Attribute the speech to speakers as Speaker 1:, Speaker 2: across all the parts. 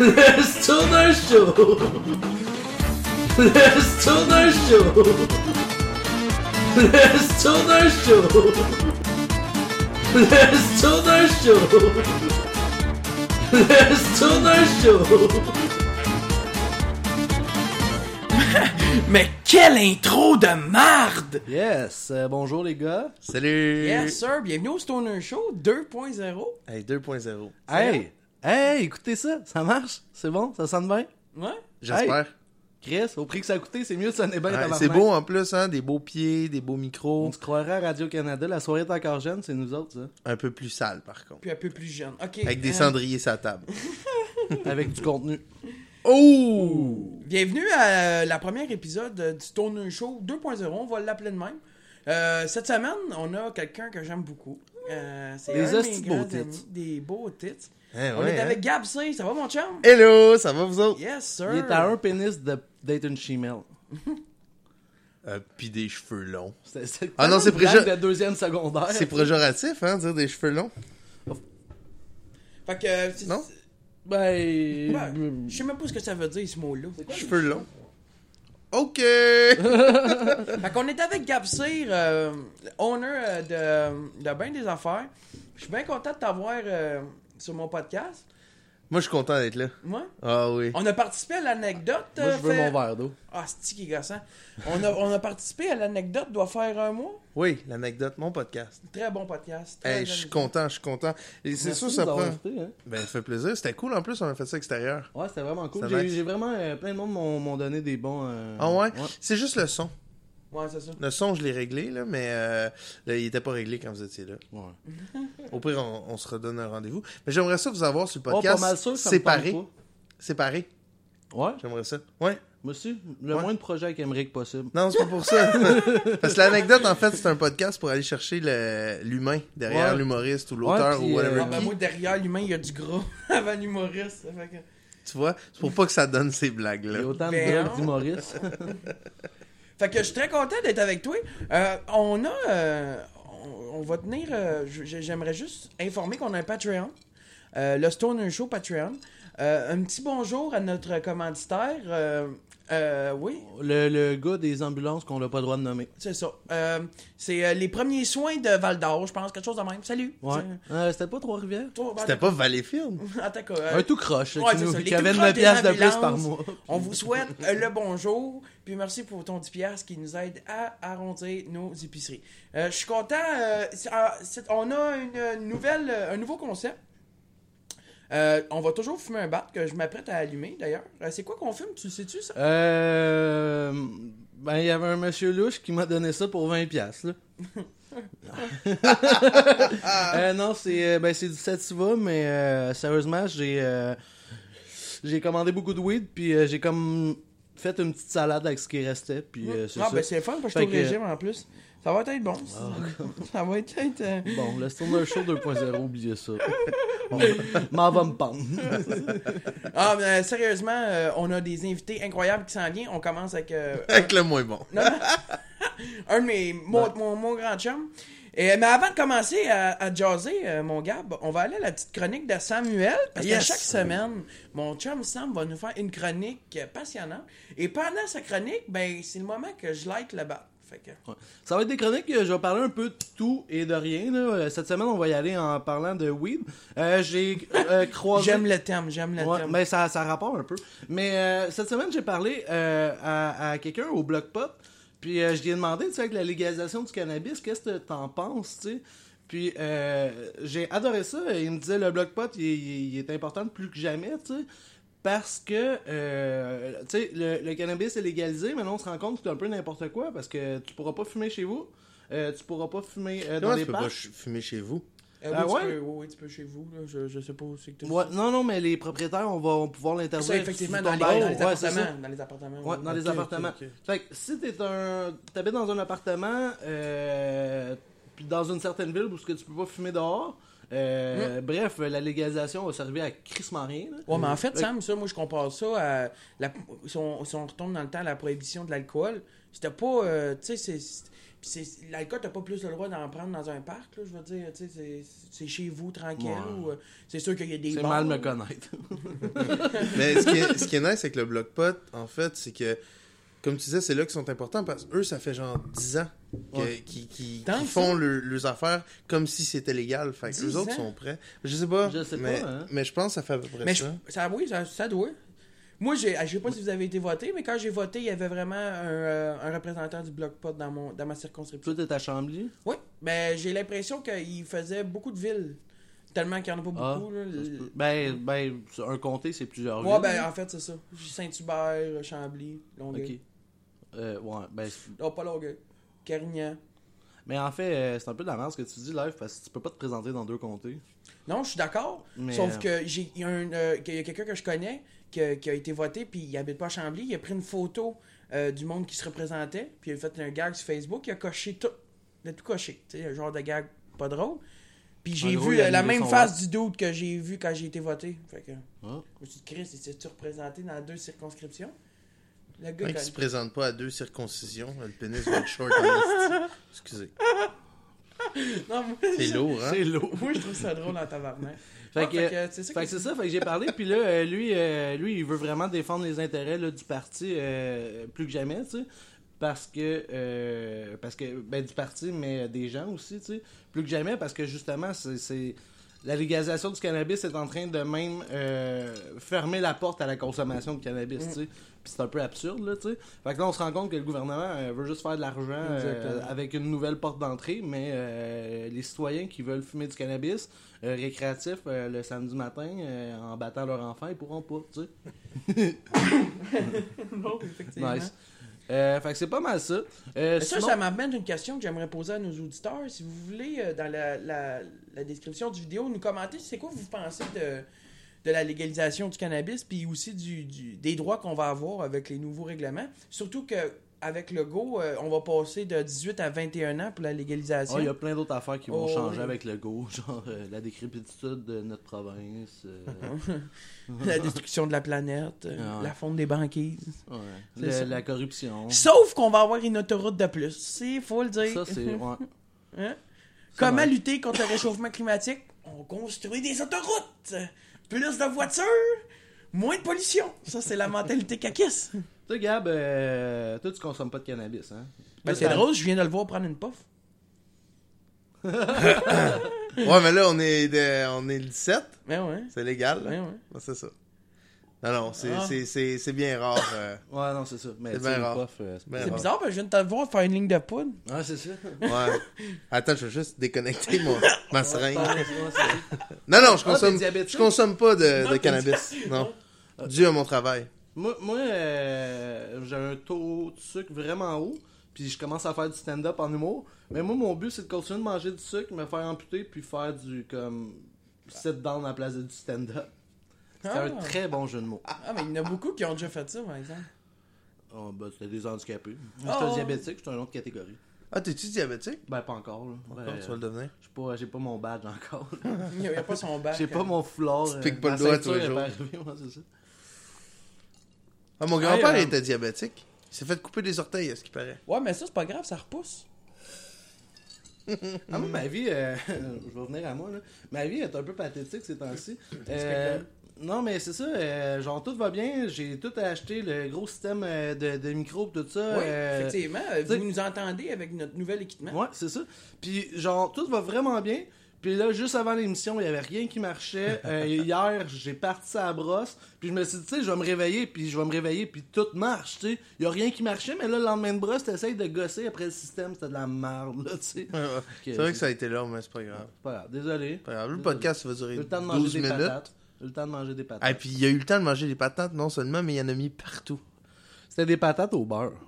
Speaker 1: Let's do the show. Let's do the show. Let's do the show. Let's do the show. Let's do the show.
Speaker 2: Mais quelle intro de marde!
Speaker 1: Yes, euh, bonjour les gars.
Speaker 3: Salut!
Speaker 2: Yes, sir, bienvenue au Stoner Show 2.0.
Speaker 3: Hey, 2.0.
Speaker 1: Hey, hey, écoutez ça, ça marche, c'est bon, ça sonne bien.
Speaker 2: Ouais?
Speaker 3: J'espère.
Speaker 1: Chris, au prix que ça a coûté, c'est mieux de sonner bien.
Speaker 3: Ouais,
Speaker 1: tabarnak.
Speaker 3: c'est beau en plus, hein? Des beaux pieds, des beaux
Speaker 1: On
Speaker 3: micros.
Speaker 1: se croirait à Radio-Canada, la soirée est encore jeune, c'est nous autres, ça.
Speaker 3: Un peu plus sale par contre.
Speaker 2: Puis un peu plus jeune. Ok.
Speaker 3: Avec des
Speaker 2: euh,
Speaker 3: cendriers sur la table.
Speaker 1: Avec du contenu.
Speaker 3: Oh!
Speaker 2: Bienvenue à euh, la première épisode euh, du Stoner Show 2.0, on va l'appeler de même. Euh, cette semaine, on a quelqu'un que j'aime beaucoup. Euh, c'est
Speaker 1: Des
Speaker 2: un de mes
Speaker 1: hosties de beaux
Speaker 2: grands
Speaker 1: tits.
Speaker 2: amis. Des beaux tits.
Speaker 3: Eh,
Speaker 2: on
Speaker 3: ouais,
Speaker 2: est
Speaker 3: hein?
Speaker 2: avec Gab C, ça va mon chum?
Speaker 3: Hello, ça va vous autres?
Speaker 2: Yes, sir.
Speaker 1: Il est à un pénis de- d'être une chimelle.
Speaker 3: Euh, Pis des cheveux longs.
Speaker 1: C'est- c'est
Speaker 3: Ah non, c'est
Speaker 1: une blague
Speaker 3: préjugé-
Speaker 1: de deuxième secondaire.
Speaker 2: Ah,
Speaker 3: C'est projoratif, hein, dire des cheveux longs?
Speaker 2: Fait que, euh, c'est-
Speaker 3: Non?
Speaker 1: Ben...
Speaker 2: Ouais, je sais même pas ce que ça veut dire ce mot-là.
Speaker 3: Cheveux longs. Ok!
Speaker 2: Fait qu'on est avec Gab Cyr, euh, owner euh, de, de bien des affaires. Je suis bien content de t'avoir euh, sur mon podcast.
Speaker 3: Moi, je suis content d'être là.
Speaker 2: Moi.
Speaker 3: Ah oui.
Speaker 2: On a participé à l'anecdote.
Speaker 1: Moi, je
Speaker 2: euh,
Speaker 1: veux
Speaker 2: fait-
Speaker 1: mon verre d'eau.
Speaker 2: Ah, c'est qui gossant. On a, on a participé à l'anecdote, doit faire un mois.
Speaker 3: Oui, l'anecdote, mon podcast.
Speaker 2: Très bon podcast.
Speaker 3: Hey,
Speaker 2: très
Speaker 3: je suis
Speaker 2: amusant.
Speaker 3: content, je suis content. Et c'est
Speaker 1: Merci
Speaker 3: sûr,
Speaker 1: de
Speaker 3: ça
Speaker 1: nous avoir
Speaker 3: prend.
Speaker 1: invités, hein.
Speaker 3: Ben, ça fait plaisir. C'était cool en plus, on a fait ça extérieur.
Speaker 1: Ouais, c'était vraiment cool.
Speaker 3: Ça
Speaker 1: J'ai
Speaker 3: marche.
Speaker 1: j'ai vraiment... euh, plein de monde m'ont m'ont donné des bons... euh,
Speaker 3: Ah ouais? C'est juste le son.
Speaker 2: Ouais, c'est ça.
Speaker 3: Le son, je l'ai réglé, là, mais euh, là, il était pas réglé quand vous étiez là.
Speaker 1: Ouais.
Speaker 3: Au pire, on, on se redonne un rendez-vous. Mais j'aimerais ça vous avoir sur le
Speaker 1: Oh, pas
Speaker 3: podcast
Speaker 1: mal sûr que ça me
Speaker 3: séparé.
Speaker 1: tente
Speaker 3: Séparé.
Speaker 1: pas. Ouais,
Speaker 3: J'aimerais ça. Ouais.
Speaker 1: moi aussi, le
Speaker 3: Ouais.
Speaker 1: moins de projets avec Emmerich possible.
Speaker 3: Non, c'est pas pour ça. Parce que l'anecdote, en fait, c'est un podcast pour aller chercher le- l'humain derrière
Speaker 1: Ouais.
Speaker 3: l'humoriste ou
Speaker 1: Ouais,
Speaker 3: l'auteur
Speaker 1: puis,
Speaker 3: ou whatever.
Speaker 1: euh,
Speaker 2: Ah, ben,
Speaker 3: qui.
Speaker 2: moi, derrière l'humain, il y a du gros avant l'humoriste. Ça fait que-
Speaker 3: Tu vois, c'est pour pas que ça donne ces blagues-là.
Speaker 1: Et autant de
Speaker 2: Ben,
Speaker 1: gueules d'humoristes.
Speaker 2: Fait que je suis très content d'être avec toi. Euh, on a. euh, on, on va tenir. euh, j- J'aimerais juste informer qu'on a un Patreon. Euh, le Stoner Show Patreon. Euh, un petit bonjour à notre commanditaire. euh, euh, oui,
Speaker 1: le, le gars des ambulances qu'on n'a pas le droit de nommer.
Speaker 2: c'est ça. Euh, c'est euh, les premiers soins de Val d'Or, je pense, quelque chose de même. Salut.
Speaker 1: Ouais.
Speaker 2: C'est-
Speaker 1: Euh, c'était pas Trois-Rivières?
Speaker 2: Toi, Val-
Speaker 3: C'était pas Valleyfield.
Speaker 2: Attends, quoi, euh,
Speaker 1: Un tout croche, là,
Speaker 2: ouais,
Speaker 1: qui,
Speaker 2: c'est
Speaker 1: nous-
Speaker 2: ça, les
Speaker 1: qui
Speaker 2: tout
Speaker 1: avait
Speaker 2: croches
Speaker 1: 9 piastres de
Speaker 2: des
Speaker 1: plus par
Speaker 2: ambulances.
Speaker 1: mois.
Speaker 2: On vous souhaite euh, le bonjour, puis merci pour ton 10$ piastres qui nous aide à arrondir nos épiceries. Euh, je suis content. euh, c'est- ah, c'est- on a une euh, nouvelle, euh, un nouveau concept. Euh, on va toujours fumer un bat que je m'apprête à allumer d'ailleurs. Euh, c'est quoi qu'on fume Tu le sais-tu ça
Speaker 1: Euh... Ben, il y avait un monsieur louche qui m'a donné ça pour 20 piastres, là. Euh, non, c'est euh, ben, c'est du Sativa, mais euh, sérieusement, j'ai euh, j'ai commandé beaucoup de weed, puis euh, j'ai comme fait une petite salade avec ce qui restait, puis euh, c'est
Speaker 2: Ah,
Speaker 1: ça.
Speaker 2: ben c'est le fun parce que
Speaker 1: Fait
Speaker 2: je suis au
Speaker 1: que- Ah.
Speaker 2: régime en plus. Ça va être bon. ça va être. euh,
Speaker 1: Bon, le Stoner Show 2.0, oubliez ça. Bon, M'en va me pendre.
Speaker 2: Ah, mais euh, sérieusement, euh, on a des invités incroyables qui s'en viennent. On commence avec euh,
Speaker 3: Avec le moins bon.
Speaker 2: un de mes, mon, mon, mon grand chum. Et, euh, mais avant de commencer à, à jaser, euh, mon Gab, on va aller à la petite chronique de Samuel. Parce
Speaker 3: Yes.
Speaker 2: que chaque semaine, mon chum Sam va nous faire une chronique euh, passionnante. Et pendant sa chronique, ben c'est le moment que je like le bat. Fait que,
Speaker 1: Ouais. Ça va être des chroniques, euh, je vais parler un peu de tout et de rien. là. Euh, Cette semaine, on va y aller en parlant de weed. Euh, j'ai euh, croisé...
Speaker 2: j'aime le thème, j'aime le
Speaker 1: Ouais,
Speaker 2: thème.
Speaker 1: mais ça, ça rapporte un peu. Mais euh, cette semaine, j'ai parlé euh, à, à quelqu'un au Bloc Pop. Puis euh, je lui ai demandé, tu sais, avec la légalisation du cannabis, qu'est-ce que t'en penses, tu sais? Puis euh, j'ai adoré ça. Et il me disait, le Bloc Pop, il, il- il est important plus que jamais, tu sais. Parce que, euh, tu sais, le, le cannabis est légalisé, mais là, on se rend compte que c'est un peu n'importe quoi. Parce que tu pourras pas fumer chez vous. euh, tu pourras pas fumer euh, dans
Speaker 3: Comment
Speaker 1: les
Speaker 3: tu peux pas
Speaker 1: parcs.
Speaker 3: ch- fumer chez vous?
Speaker 2: Euh, oui,
Speaker 1: Ah
Speaker 2: tu
Speaker 1: ouais?
Speaker 2: peux, oui, oui, tu peux chez vous. là. Je, je sais pas où c'est que tu
Speaker 1: Ouais, non, non, mais les propriétaires, on va, on va pouvoir l'interdire.
Speaker 2: Ça, effectivement,
Speaker 1: sous ton
Speaker 2: dans les,
Speaker 1: bail.
Speaker 2: dans les
Speaker 1: Ouais, c'est ça.
Speaker 2: appartements. Dans les appartements.
Speaker 1: Ouais,
Speaker 2: oui.
Speaker 1: dans les
Speaker 3: ok,
Speaker 1: appartements.
Speaker 3: ok.
Speaker 1: Fait que si t'es un, t'habites dans un appartement, euh, puis dans une certaine ville où ce que tu peux pas fumer dehors, Euh, Bref, la légalisation a servi à crissement rien. là.
Speaker 2: Ouais, mais en fait, Sam, ça, moi, je compare ça à. La, si, on, si on retourne dans le temps à la prohibition de l'alcool, c'était pas. euh, tu sais, c'est- c'est- pis c'est. L'alcool, t'as pas plus le droit d'en prendre dans un parc, là, je veux dire. Tu sais, c'est- c'est chez vous, tranquille.
Speaker 1: Ouais.
Speaker 2: ou, euh, c'est sûr qu'il y a des.
Speaker 1: C'est
Speaker 2: bars.
Speaker 1: mal me connaître.
Speaker 3: Mais ce qui est, ce qui est nice avec le bloc-pot, en fait, c'est que, comme tu disais, c'est là qu'ils sont importants parce qu'eux, ça fait genre 10 ans que-
Speaker 1: Ouais.
Speaker 3: qu'ils qu'ils-
Speaker 2: Tant
Speaker 3: qu'ils
Speaker 2: que
Speaker 3: font leur- leurs affaires comme si c'était légal. Fait que
Speaker 2: 10
Speaker 3: les autres
Speaker 2: ans?
Speaker 3: sont prêts. Je sais pas.
Speaker 1: Je sais
Speaker 3: mais,
Speaker 1: pas, hein.
Speaker 3: mais je pense que ça fait à peu près
Speaker 2: Mais je-
Speaker 3: ça.
Speaker 2: ça, oui, ça, ça doit. Moi, j'ai- je sais pas si vous avez été voté, mais quand j'ai voté, il y avait vraiment un, euh, un représentant du bloc pot dans, mon, dans ma circonscription.
Speaker 1: Toi, t'es à Chambly.
Speaker 2: Oui, mais j'ai l'impression qu'il faisait beaucoup de villes. Tellement qu'il n'y en a pas
Speaker 1: Ah,
Speaker 2: beaucoup. là.
Speaker 1: ça se peut. Ben, ben, c'est- un comté, c'est plusieurs
Speaker 2: Euh, Ouais,
Speaker 1: villes.
Speaker 2: ben en fait, c'est ça. Saint-Hubert, Chambly, Longueuil.
Speaker 1: Ok. Euh, ouais, ben, c'est-
Speaker 2: Non, pas Longueuil. Carignan.
Speaker 1: mais en fait, euh, c'est un peu de la merde ce que tu dis live parce que tu peux pas te présenter dans deux comtés.
Speaker 2: Non, je suis d'accord.
Speaker 1: Mais,
Speaker 2: Sauf
Speaker 1: euh,
Speaker 2: que j'ai il y a un, euh, qu'il y a quelqu'un que je connais qui a, qui a été voté, puis il habite pas à Chambly. Il a pris une photo euh, du monde qui se représentait, puis il a fait un gag sur Facebook. Il a coché tout. Il a tout coché. Tu sais, un genre de gag pas drôle. Puis j'ai
Speaker 1: gros,
Speaker 2: vu
Speaker 1: il a
Speaker 2: euh, la
Speaker 1: annulé
Speaker 2: même
Speaker 1: son
Speaker 2: face du doute que j'ai vu quand j'ai été voté. Fait que, je
Speaker 1: Ah.
Speaker 2: me suis dit, Chris, il s'est-tu représenté dans deux circonscriptions? Le gars,
Speaker 3: Mec
Speaker 2: quand-
Speaker 3: qui se présente pas à deux circoncisions, le pénis va être short. en esti. Excusez.
Speaker 2: Non, moi-
Speaker 3: C'est lourd, hein?
Speaker 1: C'est lourd.
Speaker 2: Moi, je trouve ça drôle en tabarnak.
Speaker 1: Fait
Speaker 2: Ah,
Speaker 1: que-
Speaker 2: c'est ça
Speaker 1: Fait que c'est ça, fait que j'ai parlé, puis là, euh, lui, euh, lui, il veut vraiment défendre les intérêts là, du parti euh, plus que jamais, tu sais. Parce que, euh, parce que, ben, du parti, mais des gens aussi, tu sais. Plus que jamais, parce que justement, c'est- c'est. La légalisation du cannabis est en train de même euh, fermer la porte à la consommation de
Speaker 2: Mm.
Speaker 1: cannabis, tu sais. Puis c'est un peu absurde, là, tu sais. Fait que là, on se rend compte que le gouvernement euh, veut juste faire de l'argent euh,
Speaker 2: Exactement.
Speaker 1: avec une nouvelle porte d'entrée, mais euh, les citoyens qui veulent fumer du cannabis euh, récréatif euh, le samedi matin euh, en battant leur enfant, ils pourront pas, tu sais.
Speaker 2: Non, effectivement.
Speaker 1: Nice. Euh, fait que c'est pas mal ça. Euh,
Speaker 2: Ça,
Speaker 1: sinon-
Speaker 2: ça m'amène une question que j'aimerais poser à nos auditeurs. Si vous voulez, euh, dans la, la, la description du vidéo, nous commenter c'est quoi vous pensez de, de la légalisation du cannabis, puis aussi du, du- des droits qu'on va avoir avec les nouveaux règlements. Surtout que avec le go, euh, on va passer de 18 à 21 ans pour la
Speaker 1: Ah,
Speaker 2: légalisation.
Speaker 1: il y a plein d'autres affaires qui vont
Speaker 2: Oh,
Speaker 1: changer
Speaker 2: oui.
Speaker 1: avec le go, genre euh, la décrépitude de notre province, euh,
Speaker 2: La destruction de la planète, euh,
Speaker 1: Oh, Ah.
Speaker 2: la fonte des banquises.
Speaker 1: ouais,
Speaker 2: C'est
Speaker 1: le-
Speaker 2: ça.
Speaker 1: la corruption.
Speaker 2: Sauf qu'on va avoir une autoroute de plus. C'est faut le dire.
Speaker 1: Ça, c'est. ouais. Ça
Speaker 2: Hein? Comment
Speaker 1: va.
Speaker 2: lutter contre le réchauffement climatique? On construit des autoroutes! Plus de voitures, moins de pollution! Ça, c'est la mentalité caquiste.
Speaker 1: Tu sais, Gab, euh, toi, tu consommes pas de cannabis, hein?
Speaker 2: Ben,
Speaker 1: Toi,
Speaker 2: c'est
Speaker 1: t'as-
Speaker 2: drôle, je viens de le voir prendre une puff.
Speaker 3: Ouais, mais là, on est, de- on est le 17.
Speaker 2: Ben ouais.
Speaker 3: C'est légal. là.
Speaker 2: Ben ouais.
Speaker 3: Ouais, c'est ça. Non, non, c'est
Speaker 2: Ah.
Speaker 3: c'est- c'est- c'est bien rare. euh,
Speaker 1: Ouais, non, c'est ça. Mais
Speaker 3: C'est
Speaker 1: tu sais,
Speaker 3: bien
Speaker 1: le
Speaker 3: rare.
Speaker 1: prof, euh, c'est
Speaker 3: bien
Speaker 2: C'est
Speaker 3: rare.
Speaker 2: bizarre, parce que je viens de te voir faire une ligne de poudre.
Speaker 1: Ah, c'est ça.
Speaker 3: Ouais. Attends, je vais juste déconnecter mon, ma seringue.
Speaker 1: Ouais, c'est ça.
Speaker 3: Non, non, je
Speaker 1: Ah,
Speaker 3: consomme,
Speaker 1: t'es diabétique?
Speaker 3: je consomme pas de,
Speaker 2: Non,
Speaker 3: de
Speaker 2: t'es
Speaker 3: cannabis. Non.
Speaker 1: Ah.
Speaker 3: Dû à mon travail.
Speaker 1: Moi, moi euh, j'ai un taux de sucre vraiment haut, puis je commence à faire du stand-up en humour. Mais moi, mon but, c'est de continuer de manger du sucre, me faire amputer, puis faire du comme sit down à la place de du stand-up. C'est
Speaker 2: Ah.
Speaker 1: un très bon jeu de mots.
Speaker 2: Ah, mais il y en a beaucoup qui ont déjà fait ça, par exemple.
Speaker 1: Oh, bah, c'était des handicapés.
Speaker 2: Oh.
Speaker 1: J'étais un diabétique, j'étais une autre catégorie.
Speaker 3: Ah, t'es-tu diabétique?
Speaker 1: Ben, pas encore. là. Ben,
Speaker 3: Non, tu vas le devenir.
Speaker 1: j'ai pas- J'ai pas mon badge encore.
Speaker 2: Il n'y a, il y a pas son bac.
Speaker 1: J'ai pas mon foulard.
Speaker 3: Tu te piques
Speaker 1: euh,
Speaker 3: pas
Speaker 1: ma
Speaker 3: le doigt tous
Speaker 1: ceinture
Speaker 3: les
Speaker 1: est
Speaker 3: jours.
Speaker 1: pas arrivée, moi, c'est ça.
Speaker 3: Ah, mon grand-père
Speaker 1: Hey, euh,
Speaker 3: était diabétique. Il s'est fait couper des orteils, à ce qui paraît.
Speaker 2: Ouais, mais ça, c'est pas grave, ça repousse.
Speaker 1: Ah, moi, ma vie, euh, je vais venir à moi, là. Ma vie est un peu pathétique ces temps-ci. Euh,
Speaker 2: Explique-le.
Speaker 1: non, mais c'est ça, euh, genre, tout va bien. J'ai tout acheté, le gros système euh, de, de micro, pis tout ça.
Speaker 2: Oui,
Speaker 1: euh,
Speaker 2: effectivement. euh,
Speaker 1: t'sais-
Speaker 2: Vous nous entendez avec notre nouvel équipement.
Speaker 1: ouais, c'est ça. Puis, genre, tout va vraiment bien. Puis là, juste avant l'émission, il y avait rien qui marchait. Euh, hier, j'ai parti sa brosse. Puis je me suis dit, tu sais, je vais me réveiller, puis je vais me réveiller, puis tout marche, tu sais. Il y a rien qui marchait, mais là, le lendemain de brosse, t'essayes de gosser après le système. C'était de la merde, là, tu sais.
Speaker 3: Ouais, ouais. c'est vrai que ça a été long, mais c'est pas grave.
Speaker 1: Pas grave, désolé.
Speaker 3: Pas grave. Le podcast, ça va durer
Speaker 1: Eu Euh, le temps de
Speaker 3: 12
Speaker 1: manger des
Speaker 3: minutes.
Speaker 1: patates. Eu le temps de manger des patates.
Speaker 3: Ah, puis il a eu le temps de manger des patates, non seulement, mais il en a mis partout.
Speaker 1: C'était des patates au beurre.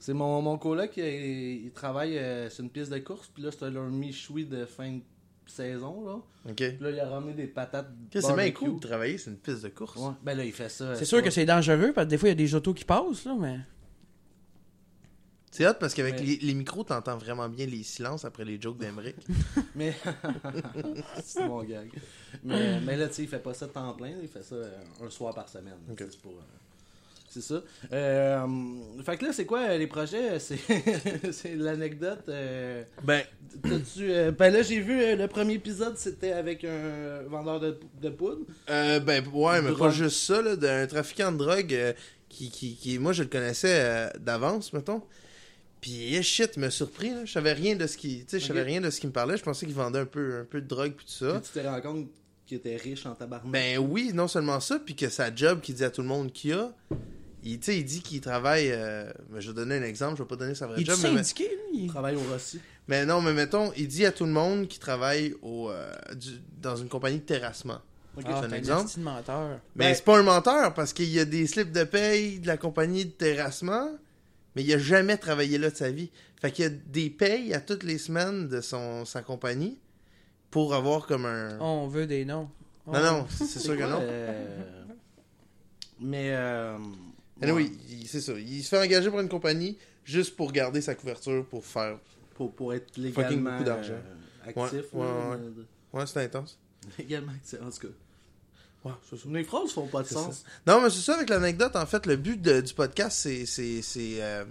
Speaker 1: C'est mon, mon coloc, il, il travaille euh, sur une piste de course, puis là, c'était leur michoui de fin de saison, là.
Speaker 3: OK?
Speaker 1: Puis là, il a ramené des patates
Speaker 3: C'est bien
Speaker 1: barbecue.
Speaker 3: cool de travailler, c'est une piste de course.
Speaker 1: Ouais, ben là, il fait ça.
Speaker 2: C'est sûr que c'est dangereux, parce que des fois, il y a des autos qui passent, là, mais.
Speaker 3: C'est hot parce qu'avec
Speaker 1: Mais-
Speaker 3: les, les micros, t'entends vraiment bien les silences après les jokes d'Emeric.
Speaker 1: Mais. c'est mon gag. Mais, mais là, tu sais, il fait pas ça de temps plein, il fait ça euh, un soir par semaine.
Speaker 3: Ok.
Speaker 1: tu sais, C'est pour, euh, c'est ça. Euh, fait que là, c'est quoi euh, les projets C'est c'est l'anecdote. euh,
Speaker 3: ben,
Speaker 1: t'as-tu, euh, ben là, j'ai vu euh, le premier épisode, c'était avec un vendeur de, de poudre.
Speaker 3: Euh, ben ouais, mais
Speaker 1: Drogue.
Speaker 3: pas juste ça, là, d'un trafiquant de drogue euh, qui, qui, qui- Moi, je le connaissais euh, d'avance, mettons. Puis, eh, shit, il m'a surpris, là. Je savais rien de ce qui. Tu sais, je savais
Speaker 1: Ok.
Speaker 3: rien de ce qu'il me parlait. Je pensais qu'il vendait un peu, un peu de drogue, puis tout ça.
Speaker 1: Puis tu te rends compte qu'il était riche en tabarnak.
Speaker 3: Ben oui, non seulement ça, puis que sa job qu'il dit à tout le monde qu'il a. Il, tu sais, il dit qu'il travaille. euh, ben, je vais donner un exemple, je vais pas donner sa vraie
Speaker 2: Il est
Speaker 3: job. mais-
Speaker 2: syndiqué, lui.
Speaker 1: Il travaille au Rossi.
Speaker 3: mais non, mais mettons, il dit à tout le monde qu'il travaille au, euh, du- dans une compagnie de terrassement.
Speaker 1: Ok.
Speaker 3: c'est
Speaker 2: Ah,
Speaker 3: un
Speaker 2: t'es
Speaker 3: exemple.
Speaker 2: esti de menteur.
Speaker 3: Mais
Speaker 1: Ben-
Speaker 3: c'est pas un menteur parce qu'il y a des slips de paye de la compagnie de terrassement, mais il a jamais travaillé là de sa vie. Fait qu'il y a des payes à toutes les semaines de son, sa compagnie pour avoir comme un.
Speaker 2: Ah, On veut des noms. On-
Speaker 3: Non, non, c'est c'est sûr que
Speaker 1: Oh, quoi,
Speaker 3: non.
Speaker 1: euh, Mais. euh, ouais,
Speaker 3: oui, c'est ça. Il se fait engager par une compagnie juste pour garder sa couverture, pour faire.
Speaker 1: Pour, pour être
Speaker 3: Fucking
Speaker 1: légalement
Speaker 3: beaucoup d'argent.
Speaker 1: euh, actif.
Speaker 3: Ouais,
Speaker 1: là,
Speaker 3: ouais, ouais.
Speaker 1: euh,
Speaker 3: Ouais, c'est intense.
Speaker 1: Légalement actif, en tout cas.
Speaker 3: Ouais, c'est ça.
Speaker 1: Les phrases font pas de
Speaker 3: C'est
Speaker 1: sens.
Speaker 3: Non, mais c'est ça avec l'anecdote. En fait, le but de- du podcast, c'est c'est- c'est, euh,